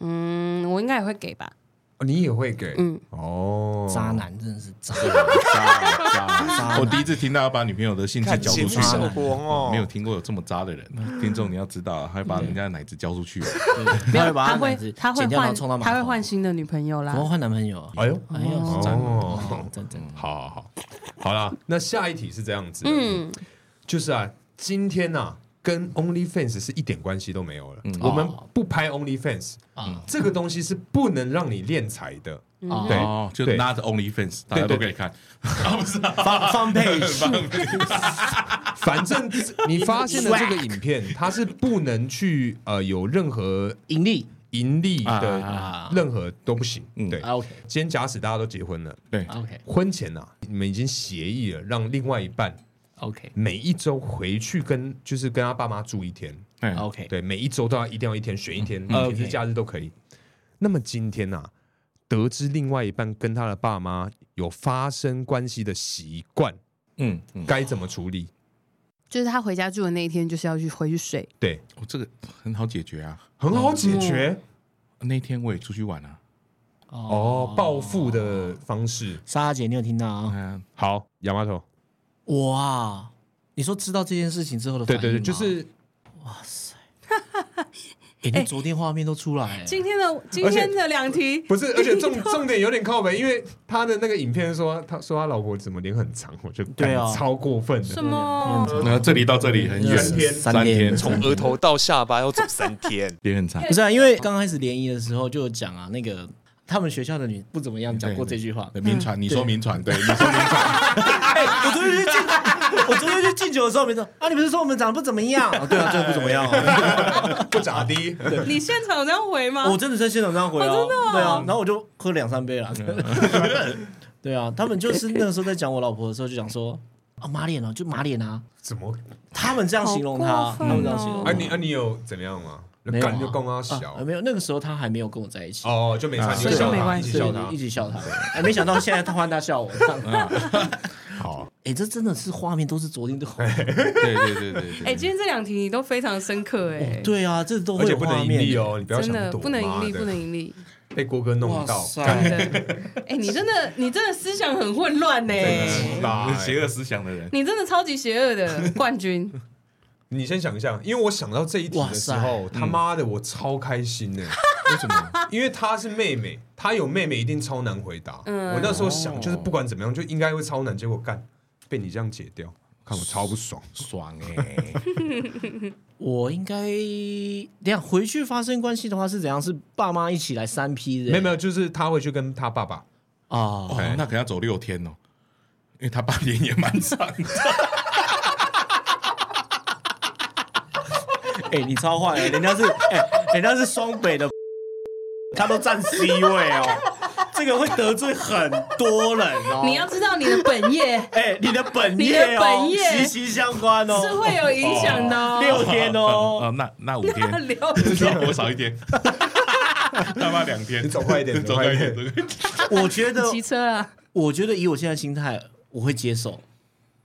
Speaker 3: 嗯，我应该也会给吧。
Speaker 2: 哦你也会给？
Speaker 3: 嗯，
Speaker 2: 哦，
Speaker 5: 渣男真的是渣男，
Speaker 2: 嗯
Speaker 1: 我第一次听到要把女朋友的性器
Speaker 7: 看
Speaker 1: 交
Speaker 7: 节
Speaker 1: 出
Speaker 7: 目
Speaker 1: 去，
Speaker 7: 效果哦，
Speaker 1: 没有听过有这么渣的人。听众你要知道啊，还把人家的奶子交出去，
Speaker 5: 没
Speaker 3: 没有
Speaker 5: 把
Speaker 3: 他
Speaker 5: 奶
Speaker 3: 会
Speaker 5: 子
Speaker 3: 他会
Speaker 5: 剪掉然后
Speaker 3: 换
Speaker 5: 冲到马桶哦
Speaker 3: 他会换，新的女朋友啦
Speaker 5: 怎。么换男朋友？
Speaker 2: 哎呦，
Speaker 5: 哎呀，
Speaker 2: 哦
Speaker 5: 真的
Speaker 2: 好
Speaker 5: 真的，
Speaker 2: 好好，好啦，那下一题是这样子，嗯，
Speaker 3: 嗯
Speaker 2: 就是啊，今天呐，跟 OnlyFans 是一点关系都没有了。
Speaker 1: 嗯
Speaker 2: 我们不拍 OnlyFans，、
Speaker 5: 啊
Speaker 2: 这个东西是不能让你练财的。
Speaker 5: 啊
Speaker 2: 对
Speaker 1: 哦，就
Speaker 2: 对
Speaker 1: 拿着 OnlyFans，大家都可以看。啊， 不是啊，
Speaker 5: 放放配
Speaker 2: 反正你发现了这个影片，它是不能去呃有任何
Speaker 5: 盈利
Speaker 2: 盈利
Speaker 1: 啊
Speaker 2: 的，任何都不行。
Speaker 1: 嗯
Speaker 2: 对，
Speaker 5: ，OK
Speaker 2: 今天假使大家都结婚了，
Speaker 1: 对，
Speaker 5: OK
Speaker 2: 婚前啊，你们已经协议了，让另外一半
Speaker 5: OK
Speaker 2: 每一周回去跟就是跟他爸妈住一天，
Speaker 1: 哎，
Speaker 5: OK，
Speaker 2: 对，每一周都要一定要一天选一天，
Speaker 5: 嗯
Speaker 2: 平
Speaker 5: OK
Speaker 2: 日假日都可以。那么今天呐、啊，得知另外一半跟他的爸妈有发生关系的习惯，
Speaker 1: 嗯嗯，
Speaker 2: 该怎么处理？
Speaker 3: 就是他回家住的那一天，就是要去回去睡。
Speaker 2: 对，
Speaker 1: 我哦这个很好解决啊。
Speaker 2: 很好解
Speaker 5: 嗯
Speaker 2: 决
Speaker 1: 那天我也出去玩啊，
Speaker 2: 哦，报复的方式。
Speaker 5: 莎莎姐，你有听到啊？
Speaker 1: 嗯，
Speaker 2: 好，亚麻头，
Speaker 5: 我啊，你说知道这件事情之后的
Speaker 2: 对
Speaker 5: 反应
Speaker 2: 对对，
Speaker 5: 吗
Speaker 2: 就是，
Speaker 5: 哎，那昨天画面都出来了，
Speaker 3: 今天的今天的两题
Speaker 2: 不是，而且重重点有点靠北，因为他的那个影片说，他说他老婆怎么脸很长，我就
Speaker 5: 对啊
Speaker 2: 感觉超过分
Speaker 3: 什
Speaker 2: 的，
Speaker 3: 么？
Speaker 1: 那这里到这里很远，
Speaker 5: 三天
Speaker 1: 三天，，
Speaker 7: 从额头到下巴要走三天
Speaker 1: 脸很长
Speaker 5: 不，是啊，因为刚开始联谊的时候就有讲啊，那个他们学校的女不怎么样，讲过这句话。
Speaker 1: 对名传，你说名传，对，你说名传，
Speaker 5: 哎，我昨天去敬，我昨天去敬酒的时候，没说啊，你不是说我们长得不怎么样？哦， 对啊，真的不怎么样啊，
Speaker 2: 不咋地。
Speaker 3: 你现场有这样回吗？
Speaker 5: 我真的在现场这样回啊，
Speaker 3: 哦真的哦
Speaker 5: 对啊，然后我就喝两三杯了。 对啊，他们就是那个时候在讲我老婆的时候，就讲说啊马脸哦，就马脸啊，
Speaker 2: 怎么？
Speaker 5: 他们这样形容她，
Speaker 3: 好过
Speaker 5: 他
Speaker 3: 分哦
Speaker 5: 们这样形容她。
Speaker 2: 啊你啊你有怎么样吗？
Speaker 5: 没有啊
Speaker 2: 感就刚刚
Speaker 5: 啊
Speaker 2: 小
Speaker 5: 啊，没有，那个时候他还没有跟我在一起。
Speaker 2: 哦，就没差，
Speaker 1: 啊
Speaker 2: 你
Speaker 5: 所
Speaker 2: 就
Speaker 5: 以
Speaker 2: 笑
Speaker 5: 就没
Speaker 2: 他，
Speaker 3: 关
Speaker 2: 一
Speaker 3: 系
Speaker 2: 起
Speaker 5: 对
Speaker 2: 笑
Speaker 5: 你
Speaker 2: 他
Speaker 5: 一。直笑他。哎没想到现在他换他笑 我。
Speaker 2: 好，
Speaker 5: 哎，这真的是画面都是昨天的画面。
Speaker 1: 对对对对
Speaker 3: 哎，
Speaker 1: 对，
Speaker 3: 今天这两题你都非常深刻哎，
Speaker 5: 对啊，这都
Speaker 2: 而
Speaker 5: 会
Speaker 2: 且
Speaker 5: 有
Speaker 2: 不能
Speaker 5: 画
Speaker 2: 盈
Speaker 5: 面
Speaker 2: 利哦，你不要
Speaker 3: 真
Speaker 2: 想
Speaker 3: 的
Speaker 2: 躲，
Speaker 3: 不能盈利，
Speaker 2: 妈的
Speaker 3: 不能盈利，
Speaker 2: 被郭哥弄到。
Speaker 3: 真的。哎，你真的你真的思想很混乱哎呢，
Speaker 2: 大
Speaker 1: 邪恶思想的人，
Speaker 3: 你真的超级邪恶的 冠军。
Speaker 2: 你先想一下，因为我想到这一题的时候，他妈的我超开心 呢。为什么？因为她是妹妹，她有妹妹一定超难回答。
Speaker 3: 嗯
Speaker 2: 我那时候
Speaker 5: 哦
Speaker 2: 想，就是不管怎么样，就应该会超难，结果干被你这样解掉，看我超不爽。
Speaker 1: 爽哎，
Speaker 5: 我应该等一下回去发生关系的话是怎样？是爸妈一起来三 P 的？
Speaker 2: 没有没有，就是他会去跟他爸爸，
Speaker 5: 啊，
Speaker 1: 哦，那可能要走六天哦，因为他八年也蛮长的，
Speaker 5: 哎、你超坏了，人家是哎、人家是双北的，他都占 C 位哦，这个会得罪很多人哦。
Speaker 3: 你要知道你的本 业
Speaker 5: 哎、你的本
Speaker 3: 你
Speaker 5: 业
Speaker 3: 的
Speaker 5: 哦，
Speaker 3: 本业
Speaker 5: 息息相关哦，
Speaker 3: 是会有影响的哦。
Speaker 5: 六天 哦。
Speaker 1: 哦，那那五
Speaker 3: 那
Speaker 1: 天，
Speaker 3: 六
Speaker 1: 我少一天，大妈两天，
Speaker 2: 你走快一点，
Speaker 1: 走
Speaker 2: 快
Speaker 1: 快一点，
Speaker 2: 点
Speaker 1: 走。快一点
Speaker 5: 我觉得，
Speaker 3: 骑车啊，
Speaker 5: 我觉得以我现在心态，我会接受，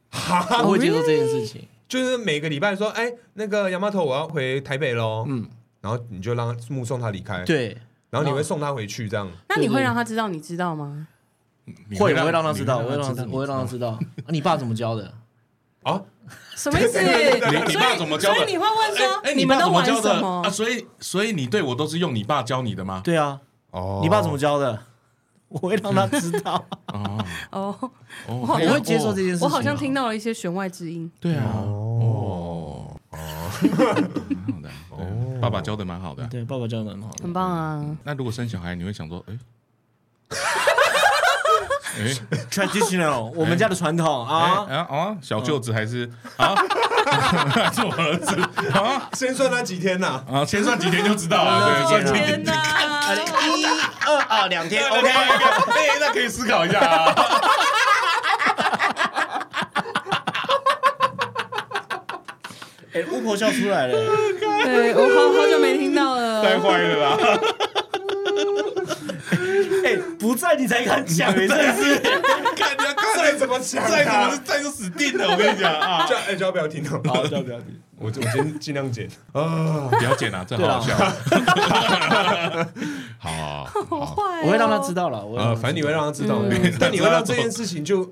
Speaker 2: 哈，
Speaker 5: 我会接受这件事情。
Speaker 2: 就是每个礼拜说，哎，那个杨妈头，我要回台北喽。嗯，然后你就让他目送他离开，，
Speaker 5: 对，
Speaker 2: 然后你会送他回去，这样
Speaker 3: 那你会让他知道你知道吗？
Speaker 1: 你
Speaker 5: 会我会让他
Speaker 1: 你
Speaker 5: 知道，我会让
Speaker 1: 知
Speaker 5: 他
Speaker 1: 道
Speaker 5: 我会让他知道。啊，你爸怎么教的？
Speaker 2: 啊，
Speaker 3: 什么意思？
Speaker 1: 你爸怎么教的
Speaker 3: 所以你会问说，
Speaker 1: 哎，
Speaker 3: 啊你们
Speaker 1: 爸
Speaker 3: 都
Speaker 1: 怎么
Speaker 3: 玩
Speaker 1: 教
Speaker 3: 什
Speaker 1: 的
Speaker 3: 么
Speaker 1: 啊？？所以所以你对我都是用你爸教你的吗？
Speaker 5: 对啊，
Speaker 2: 哦
Speaker 5: 你爸怎么教的？我会让他知道，
Speaker 1: 哦，
Speaker 3: 哦，
Speaker 1: 我
Speaker 3: 好
Speaker 5: 我会接受这件事情。啊
Speaker 3: 我好像听到了一些弦外之音。
Speaker 1: 对啊，哦哦，蛮好的啊，对爸爸教的蛮好的啊。
Speaker 5: 对爸爸教的很好。
Speaker 3: 很棒啊！
Speaker 1: 那如果生小孩，你会想说，哎， 哎
Speaker 5: traditional，我们家的传统啊，
Speaker 1: 哎啊啊，小舅子还是啊， 还是我儿子啊
Speaker 2: 先算他几天 呐？
Speaker 1: 啊，先算几天就知道了，对，
Speaker 5: 天
Speaker 1: 算几
Speaker 5: 啊
Speaker 1: 天。
Speaker 3: 哦天哪！
Speaker 5: 一二啊，两天
Speaker 2: 哦
Speaker 5: OK。
Speaker 1: 哎，那可以思考一下啊。
Speaker 5: 哎，巫婆笑出来了，
Speaker 3: 对我好好久没听到了。
Speaker 1: 坏了啦！
Speaker 5: 哎，不在你才敢 讲，哎真的是。
Speaker 1: 看你要看
Speaker 2: 再怎么想啊，
Speaker 1: 再怎么再就死定了，我跟你讲啊！
Speaker 2: 叫哎叫他不要听哦，
Speaker 5: 好，不要不要听。
Speaker 2: 我就我先尽量剪啊。
Speaker 1: 不要剪啊，这好好笑。好，
Speaker 3: 好坏哦，
Speaker 5: 我会让他知道了，我会让
Speaker 2: 呃，
Speaker 5: 他
Speaker 2: 反正你会让他知道
Speaker 1: 嗯，
Speaker 2: 但你会让这件事情就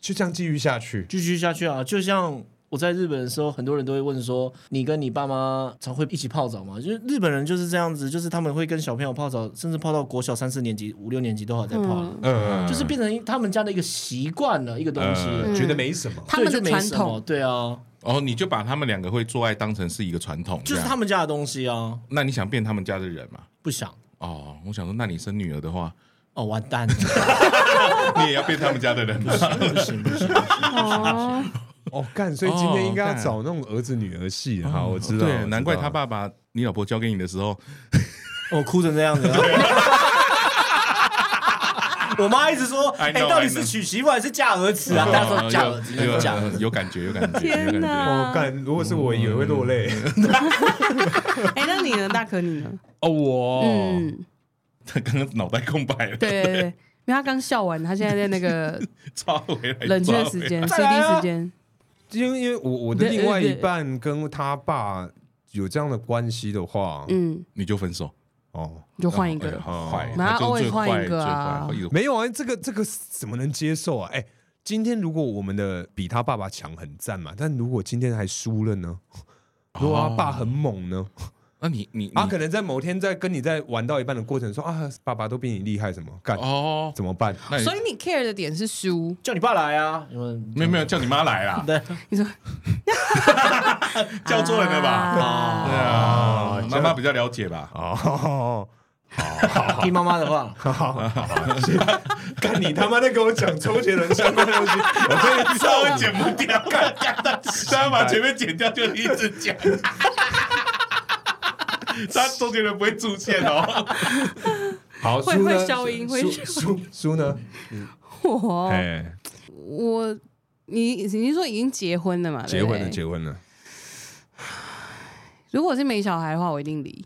Speaker 2: 就这样继续下去。
Speaker 5: 继续下去啊。就像我在日本的时候，很多人都会问说，你跟你爸妈常会一起泡澡吗？就是日本人就是这样子，就是他们会跟小朋友泡澡，甚至泡到国小三四年级、五六年级都还在泡了。
Speaker 3: 嗯，
Speaker 2: 嗯，
Speaker 5: 就是变成他们家的一个习惯了，一个东西。
Speaker 1: 嗯
Speaker 2: 呃觉得没什么，
Speaker 3: 嗯他们的
Speaker 5: 对就没
Speaker 3: 传
Speaker 5: 什么
Speaker 3: 统，
Speaker 5: 对啊，
Speaker 1: 哦，你就把他们两个会做爱当成是一个传统，
Speaker 5: 就是
Speaker 1: 这样
Speaker 5: 他。们家的东西啊，
Speaker 1: 那你想变他们家的人嘛？
Speaker 5: 不想
Speaker 1: 哦，我想说，那你生女儿的话，
Speaker 5: 哦，完蛋，
Speaker 1: 你也要变他们家的人吗？
Speaker 5: 不行不行，
Speaker 3: 哦，
Speaker 2: 哦，干，所以今天应该
Speaker 1: 哦
Speaker 2: 要
Speaker 1: 干
Speaker 2: 找那种儿子女儿戏。好，我知道，我知
Speaker 1: 对，
Speaker 2: 道
Speaker 1: 难怪他。爸把你老婆交给你的时候，
Speaker 5: 我哦哭成这样 子。啊我妈一直说：“哎
Speaker 1: I，know, Uh-huh，
Speaker 5: 到底
Speaker 1: I
Speaker 5: 是
Speaker 1: know
Speaker 5: 娶媳妇还是嫁儿子啊？”大家说嫁儿子，
Speaker 1: 有
Speaker 5: 嫁儿子。
Speaker 1: 有有感觉，有感觉，有
Speaker 4: 我
Speaker 1: 感觉。
Speaker 3: 天哪！
Speaker 4: 干，如果是我也会落泪。
Speaker 2: 嗯
Speaker 3: 哎，那你呢？大可你呢？
Speaker 2: 哦，我
Speaker 3: 嗯，
Speaker 1: 他刚刚脑袋空白了，
Speaker 3: 对对对，因为他刚笑完，他现在在那个
Speaker 1: 抓回来，
Speaker 3: 冷却
Speaker 1: 抓回
Speaker 3: 时
Speaker 1: 来
Speaker 3: 间、
Speaker 5: 再
Speaker 3: 随
Speaker 5: 来
Speaker 3: 地
Speaker 5: 啊
Speaker 3: 时间。
Speaker 2: 因为因为我我的
Speaker 3: 对
Speaker 2: 另外
Speaker 3: 对
Speaker 2: 一
Speaker 3: 对
Speaker 2: 半跟他爸有这样的关系的话，
Speaker 3: 嗯，
Speaker 1: 你就分手，
Speaker 2: 哦，
Speaker 3: 你就换一个。
Speaker 1: 好坏，
Speaker 3: 那
Speaker 1: 他就是
Speaker 3: 偶尔
Speaker 1: 最
Speaker 3: 换
Speaker 1: 坏
Speaker 3: 一个啊
Speaker 1: 最坏一直
Speaker 2: 没有啊，这个这个怎么能接受啊？哎、今天如果我们的比他爸爸强很赞嘛，但如果今天还输了呢？
Speaker 4: 哦
Speaker 2: 如果他爸很猛呢？
Speaker 4: 嗯
Speaker 1: 那你你
Speaker 2: 他、
Speaker 1: 你
Speaker 2: 可能在某天在跟你在玩到一半的过程说啊，爸爸都比你厉害，什么干、
Speaker 1: 哦，
Speaker 2: 怎么办？
Speaker 1: 那你
Speaker 3: 所以你 care 的点是输，
Speaker 5: 叫你爸来啊！你们
Speaker 1: 没有没有叫你妈来啦，
Speaker 3: 你说
Speaker 1: 叫错人了吧对
Speaker 3: 啊
Speaker 1: 啊，妈妈比较了解吧？
Speaker 2: 哦，
Speaker 5: 听妈妈的话，
Speaker 4: 干你他妈在跟我讲周杰伦相关的东西，我真的
Speaker 1: 稍微剪不掉，干干的，他把前面剪掉就一直讲。他周杰伦不会出现哦，
Speaker 2: 好，
Speaker 3: 会
Speaker 2: 输
Speaker 3: 会
Speaker 2: 呢
Speaker 3: 消音会消
Speaker 2: 输输呢？
Speaker 4: 哦
Speaker 1: 哦啊
Speaker 3: 我
Speaker 2: 哎、
Speaker 3: 哦我你你是说已经结婚了嘛？
Speaker 2: 结婚了，
Speaker 3: 对不对
Speaker 2: 结婚了，
Speaker 3: 如果是没小孩的话，我一定离。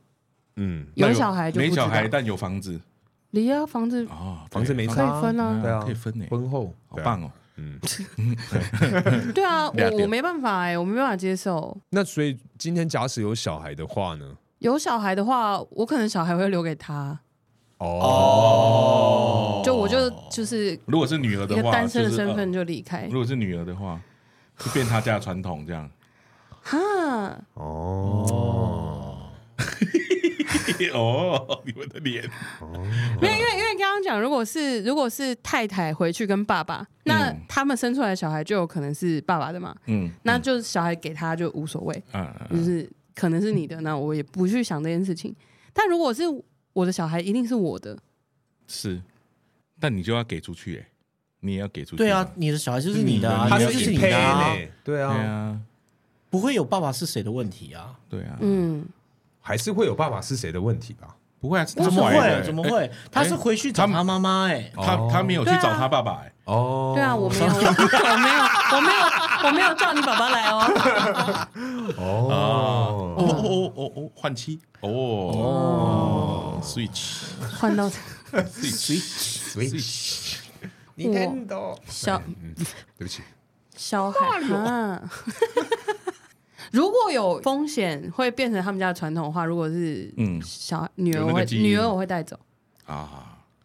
Speaker 2: 嗯，
Speaker 3: 有小孩就不
Speaker 1: 没
Speaker 3: 知道
Speaker 1: 小孩，但有房子
Speaker 3: 离啊，房子
Speaker 1: 啊，
Speaker 2: 房子没
Speaker 3: 可
Speaker 2: 差
Speaker 3: 以分啊。
Speaker 2: 对啊，
Speaker 1: 可以分呢
Speaker 2: 婚后
Speaker 1: 好棒哦。
Speaker 2: 嗯，
Speaker 3: 对啊，
Speaker 1: 俩
Speaker 3: 我
Speaker 1: 点
Speaker 3: 我没办法哎、我没办法接受。
Speaker 2: 那所以今天假使有小孩的话呢？
Speaker 3: 有小孩的话，我可能小孩会留给他，
Speaker 2: 哦，
Speaker 3: 就我就就是
Speaker 1: 如果是女儿
Speaker 3: 一
Speaker 1: 的
Speaker 3: 个
Speaker 1: 话，
Speaker 3: 单身的
Speaker 1: 就是
Speaker 3: 身份
Speaker 1: 呃
Speaker 3: 就离开
Speaker 1: 如。果是女儿的话，就变他家的传统这样。
Speaker 3: 哈，
Speaker 2: 哦，
Speaker 1: 哦，你们的脸，
Speaker 3: 没有，因为因为刚刚讲，如果是如果是太太回去跟爸爸，那
Speaker 1: 嗯
Speaker 3: 他们生出来的小孩就有可能是爸爸的嘛，
Speaker 1: 嗯，
Speaker 3: 那就是小孩给他就无所谓，
Speaker 1: 嗯嗯
Speaker 3: 就是可能是你的，那我也不去想这件事情。但如果是我的小孩，一定是我的，
Speaker 1: 是，但你就要给出去哎，你也要给出去。
Speaker 5: 对啊，，你的小孩就是你的
Speaker 2: 嗯
Speaker 5: 啊，
Speaker 1: 他
Speaker 5: 你
Speaker 1: 是
Speaker 5: 的就是
Speaker 1: 匹
Speaker 5: 你
Speaker 1: 配
Speaker 5: 的啊，
Speaker 2: 对
Speaker 1: 对
Speaker 2: 啊，
Speaker 1: 啊，
Speaker 5: 不会有爸爸是谁的问题啊。
Speaker 1: 对啊，
Speaker 3: 嗯，
Speaker 2: 还是会有爸爸是谁的问题吧？
Speaker 1: 不会啊，是他
Speaker 5: 怎么
Speaker 1: 怀的
Speaker 5: 会
Speaker 1: 欸？
Speaker 5: 怎么？会？他是回去找他妈妈哎，
Speaker 1: 他他没有去
Speaker 3: 对啊
Speaker 1: 找他爸爸哎，
Speaker 2: 哦，
Speaker 3: 对啊，我没有，我没有，我没有，我没有叫你爸爸来哦。
Speaker 2: 哦，
Speaker 1: 哦哦哦哦，换妻哦哦，switch
Speaker 3: 换到
Speaker 1: switch switch，
Speaker 2: 哦
Speaker 3: 我小
Speaker 2: 对不起，
Speaker 3: 小孩啊，如果有风险会变成他们家的传统的话，如果是
Speaker 1: 嗯
Speaker 3: 小女儿
Speaker 1: 有
Speaker 3: 我
Speaker 1: 那
Speaker 3: 会
Speaker 1: 个基因
Speaker 3: 女儿我会带走，
Speaker 1: 啊，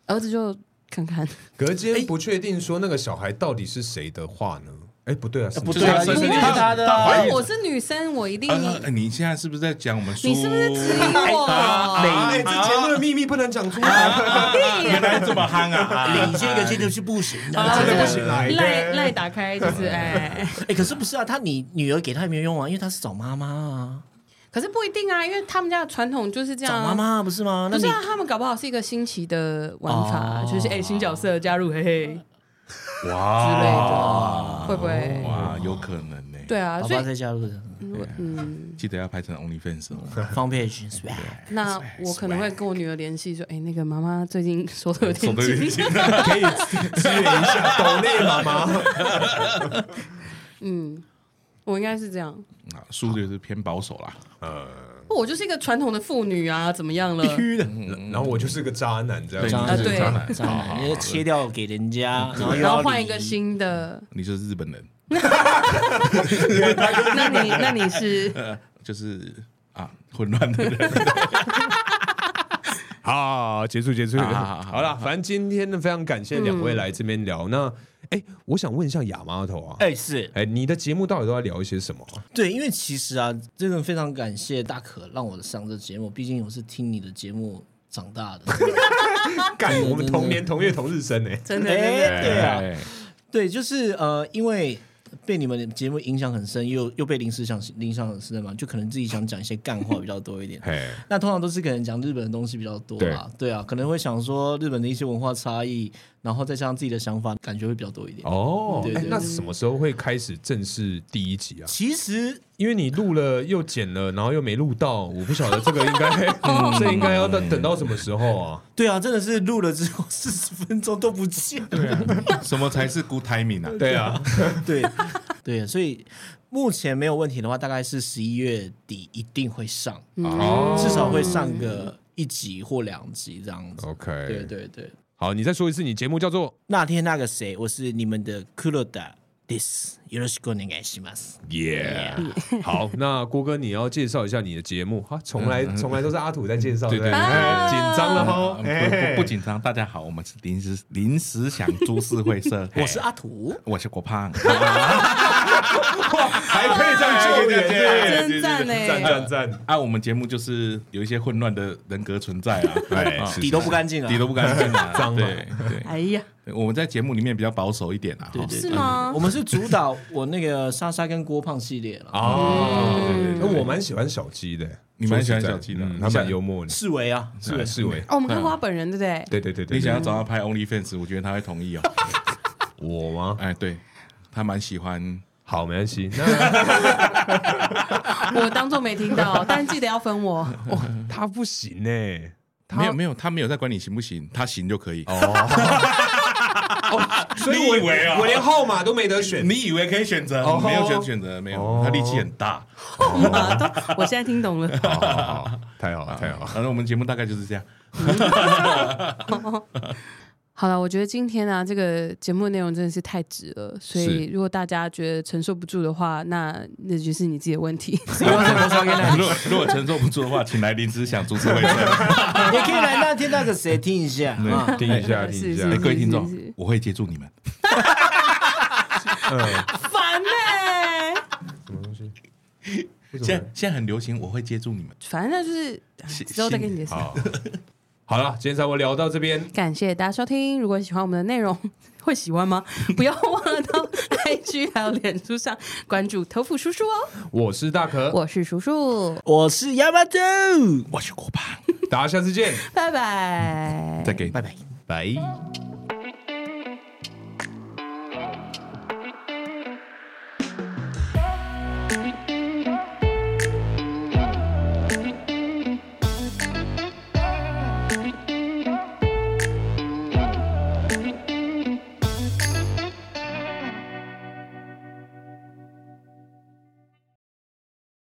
Speaker 3: 儿子就看看，
Speaker 2: 隔间不确定说那个小孩到底是谁的话呢？哎，不对啊，
Speaker 5: 不
Speaker 1: 就
Speaker 5: 对啊，
Speaker 1: 是他
Speaker 5: 一
Speaker 1: 生
Speaker 5: 定
Speaker 1: 日
Speaker 5: 是他的
Speaker 1: 他怀
Speaker 5: 啊
Speaker 1: 孕。
Speaker 3: 我是女生，我一定
Speaker 1: 呃呃你现在是不是在讲我们书？
Speaker 3: 你是不是质疑我？
Speaker 2: 哎，这节目的秘密不能讲出来，
Speaker 1: 原来这么憨 啊！
Speaker 5: 领先个这就是不行的，
Speaker 3: 好
Speaker 5: 这
Speaker 3: 这
Speaker 5: 个
Speaker 3: 个
Speaker 5: 不行。
Speaker 4: 来
Speaker 3: 赖赖打开就是哎，
Speaker 5: 哎，可是不是啊？他你女儿给他也没有用啊，因为他是找妈妈啊，
Speaker 3: 可是不一定啊，因为他们家的传统就是这
Speaker 5: 找
Speaker 3: 样
Speaker 5: 妈
Speaker 3: 啊。
Speaker 5: 妈啊不是吗？那
Speaker 3: 不
Speaker 5: 你
Speaker 3: 是啊，他们搞不好是一个新奇的玩法，
Speaker 5: 哦
Speaker 3: 就是哎、新角色加入，嘿嘿之类的，
Speaker 2: 哇，
Speaker 3: 会不会？
Speaker 1: 哇，有可能呢。，
Speaker 3: 对啊，
Speaker 5: 爸
Speaker 3: 所
Speaker 5: 爸
Speaker 3: 以
Speaker 5: 再加入的
Speaker 3: 嗯，
Speaker 1: 记得要拍成 OnlyFans 哦。
Speaker 5: 方便是吧
Speaker 3: 那我可能会跟我女儿联系，说，哎、那个妈妈最近手头有
Speaker 1: 手
Speaker 3: 点
Speaker 1: 都有点
Speaker 3: 紧，
Speaker 1: 紧，
Speaker 2: 可以支援一下抖内妈妈。
Speaker 3: 嗯， 我应该是这样，哦
Speaker 1: 啊书就是偏保守啦。
Speaker 3: 我就是一个传统的妇女啊，怎么样了？
Speaker 2: 然后我就是个渣男，这
Speaker 1: 对
Speaker 2: 样啊
Speaker 1: 你就是
Speaker 3: 对
Speaker 1: 渣男，
Speaker 5: 渣男，因为切掉给人家，然后又
Speaker 3: 然后
Speaker 5: 要
Speaker 3: 换
Speaker 5: 理
Speaker 3: 一个新的，
Speaker 1: 你就是日本人，
Speaker 3: 那你那你是
Speaker 1: 就是啊，混乱的人。
Speaker 2: 好，结束结束，
Speaker 1: 好好好
Speaker 2: 好了，反正今天呢，非常感谢两位来这边聊。那哎，我想问一下亚妈头啊，
Speaker 5: 哎是
Speaker 2: 哎，你的节目到底都在聊一些什么啊？
Speaker 5: 对，因为其实啊，真的非常感谢大可让我上这节目，毕竟我是听你的节目长 大的。
Speaker 2: 干，我们 同年同月同日生呢。
Speaker 3: 真的真的
Speaker 5: 哎哎，对啊，
Speaker 1: 哎，
Speaker 5: 对，就是呃，因为被你们的节目影响很深，又又被林思想影响很深嘛，就可能自己想讲一些干话比较多 一点。
Speaker 2: 嘿，
Speaker 5: 那通常都是可能讲日本的东西比较多啦，对啊，可能会想说日本的一些文化差异，然后再加上自己的想法，感觉会比较多一点。
Speaker 2: 哦，
Speaker 5: 对
Speaker 2: 哎
Speaker 5: 对
Speaker 2: 那
Speaker 5: 对
Speaker 2: 什么时候会开始正式第一集啊？
Speaker 5: 其实
Speaker 2: 因为你录了又剪了，然后又没录到，我不晓得这个应该，
Speaker 5: 嗯
Speaker 2: 这应该要等等到什么时候啊？
Speaker 5: 对啊，真的是录了之后四十分钟都不见了。
Speaker 1: 什么才是 good timing 啊？
Speaker 2: 对啊，
Speaker 5: 对 对，所以目前没有问题的话，大概是十一月底一定会上，
Speaker 2: 哦
Speaker 5: 至少会上个一集或两集这样子。
Speaker 2: OK，
Speaker 5: 对对对，
Speaker 2: 好，你再说一次，你节目叫做
Speaker 5: 那天那个谁，我是你们的 Kuroda This，よろしくお願いします。
Speaker 2: Yeah。好， 那郭哥你要介绍一下你的节目哈，从来从来都是阿土在介绍，
Speaker 1: 对
Speaker 2: 嗯对
Speaker 1: 对
Speaker 2: 不哎紧张了 哈
Speaker 1: 呃不。
Speaker 2: 哎
Speaker 1: 不不紧张，大家好，我们是临时临时想株式会社，哎
Speaker 5: 我是阿土，
Speaker 1: 我是郭胖， 啊
Speaker 2: 还可以这样纠结，
Speaker 3: 哎真赞欸嘞！
Speaker 2: 赞赞，
Speaker 1: 啊，我们节目就是有一些混乱的人格存在啊，
Speaker 2: 哎
Speaker 1: 啊
Speaker 2: 是
Speaker 5: 底都不干净啊，
Speaker 1: 底都不干净啊，
Speaker 2: 脏啊
Speaker 1: 对对
Speaker 3: 哎呀，
Speaker 1: 对，我们在节目里面比较保守一点啊，
Speaker 5: 对
Speaker 1: 哈
Speaker 5: 对嗯
Speaker 3: 是
Speaker 5: 对。
Speaker 3: 吗
Speaker 5: 我？们是主导我那个莎莎跟郭胖系列
Speaker 2: 啊
Speaker 5: 了，
Speaker 2: 哦，那我蛮喜欢小鸡的，
Speaker 1: 你蛮喜欢小鸡的
Speaker 2: 嗯他蛮幽默的，
Speaker 5: 世维啊，世维
Speaker 2: 对，是伟，
Speaker 3: 哦，我们看过他本人，对不对？
Speaker 2: 对对对对，
Speaker 1: 你想要找他拍 OnlyFans，我觉得他会同意哦，
Speaker 2: 我吗？
Speaker 1: 哎，对他蛮喜欢，
Speaker 2: 好，没关系。 那
Speaker 3: 我当做没听到，但记得要分我。
Speaker 2: 他不行呢，
Speaker 1: 没有没有，他没有在管你行不行，他行就可以。
Speaker 2: 所以我以为啊，我连号码都没得选。
Speaker 1: 你以为可以选择，嗯没有选选择，没有，他力气很大。
Speaker 3: 我马上都我现在听懂了。
Speaker 2: 好好好，太好了，太好了。
Speaker 1: 反正我们节目大概就是这样。
Speaker 3: 好了，我觉得今天啊，这个节目内容真的是太值了，所以
Speaker 2: 是
Speaker 3: 如果大家觉得承受不住的话，那那就是你自己的问题。
Speaker 1: 如果如果承受不住的话，请来临时想主 持会社。
Speaker 5: 也可以来那天那个谁听一
Speaker 2: 嗯
Speaker 5: 下啊。
Speaker 2: 听一下，听
Speaker 3: 是
Speaker 2: 一下
Speaker 3: 是，
Speaker 1: 哎各位听
Speaker 3: 是是是
Speaker 1: 众，我会接住你们。
Speaker 3: 烦呢、
Speaker 1: 现在现在很流行，我会接住你们。
Speaker 3: 反正就是哎之后再跟你解释。
Speaker 2: 好，好了，今天稍微聊到这边，
Speaker 3: 感谢大家收听，如果喜欢我们的内容， 会喜欢吗？ 不要忘了到 IG 还有脸书上关注头腐叔叔哦。
Speaker 2: 我是大可，
Speaker 3: 我是叔叔，
Speaker 5: 我是亚巴豆，
Speaker 1: 我是郭胖，
Speaker 2: 大家下次见，
Speaker 3: 拜拜。
Speaker 1: 再给
Speaker 5: 拜拜。
Speaker 2: 拜。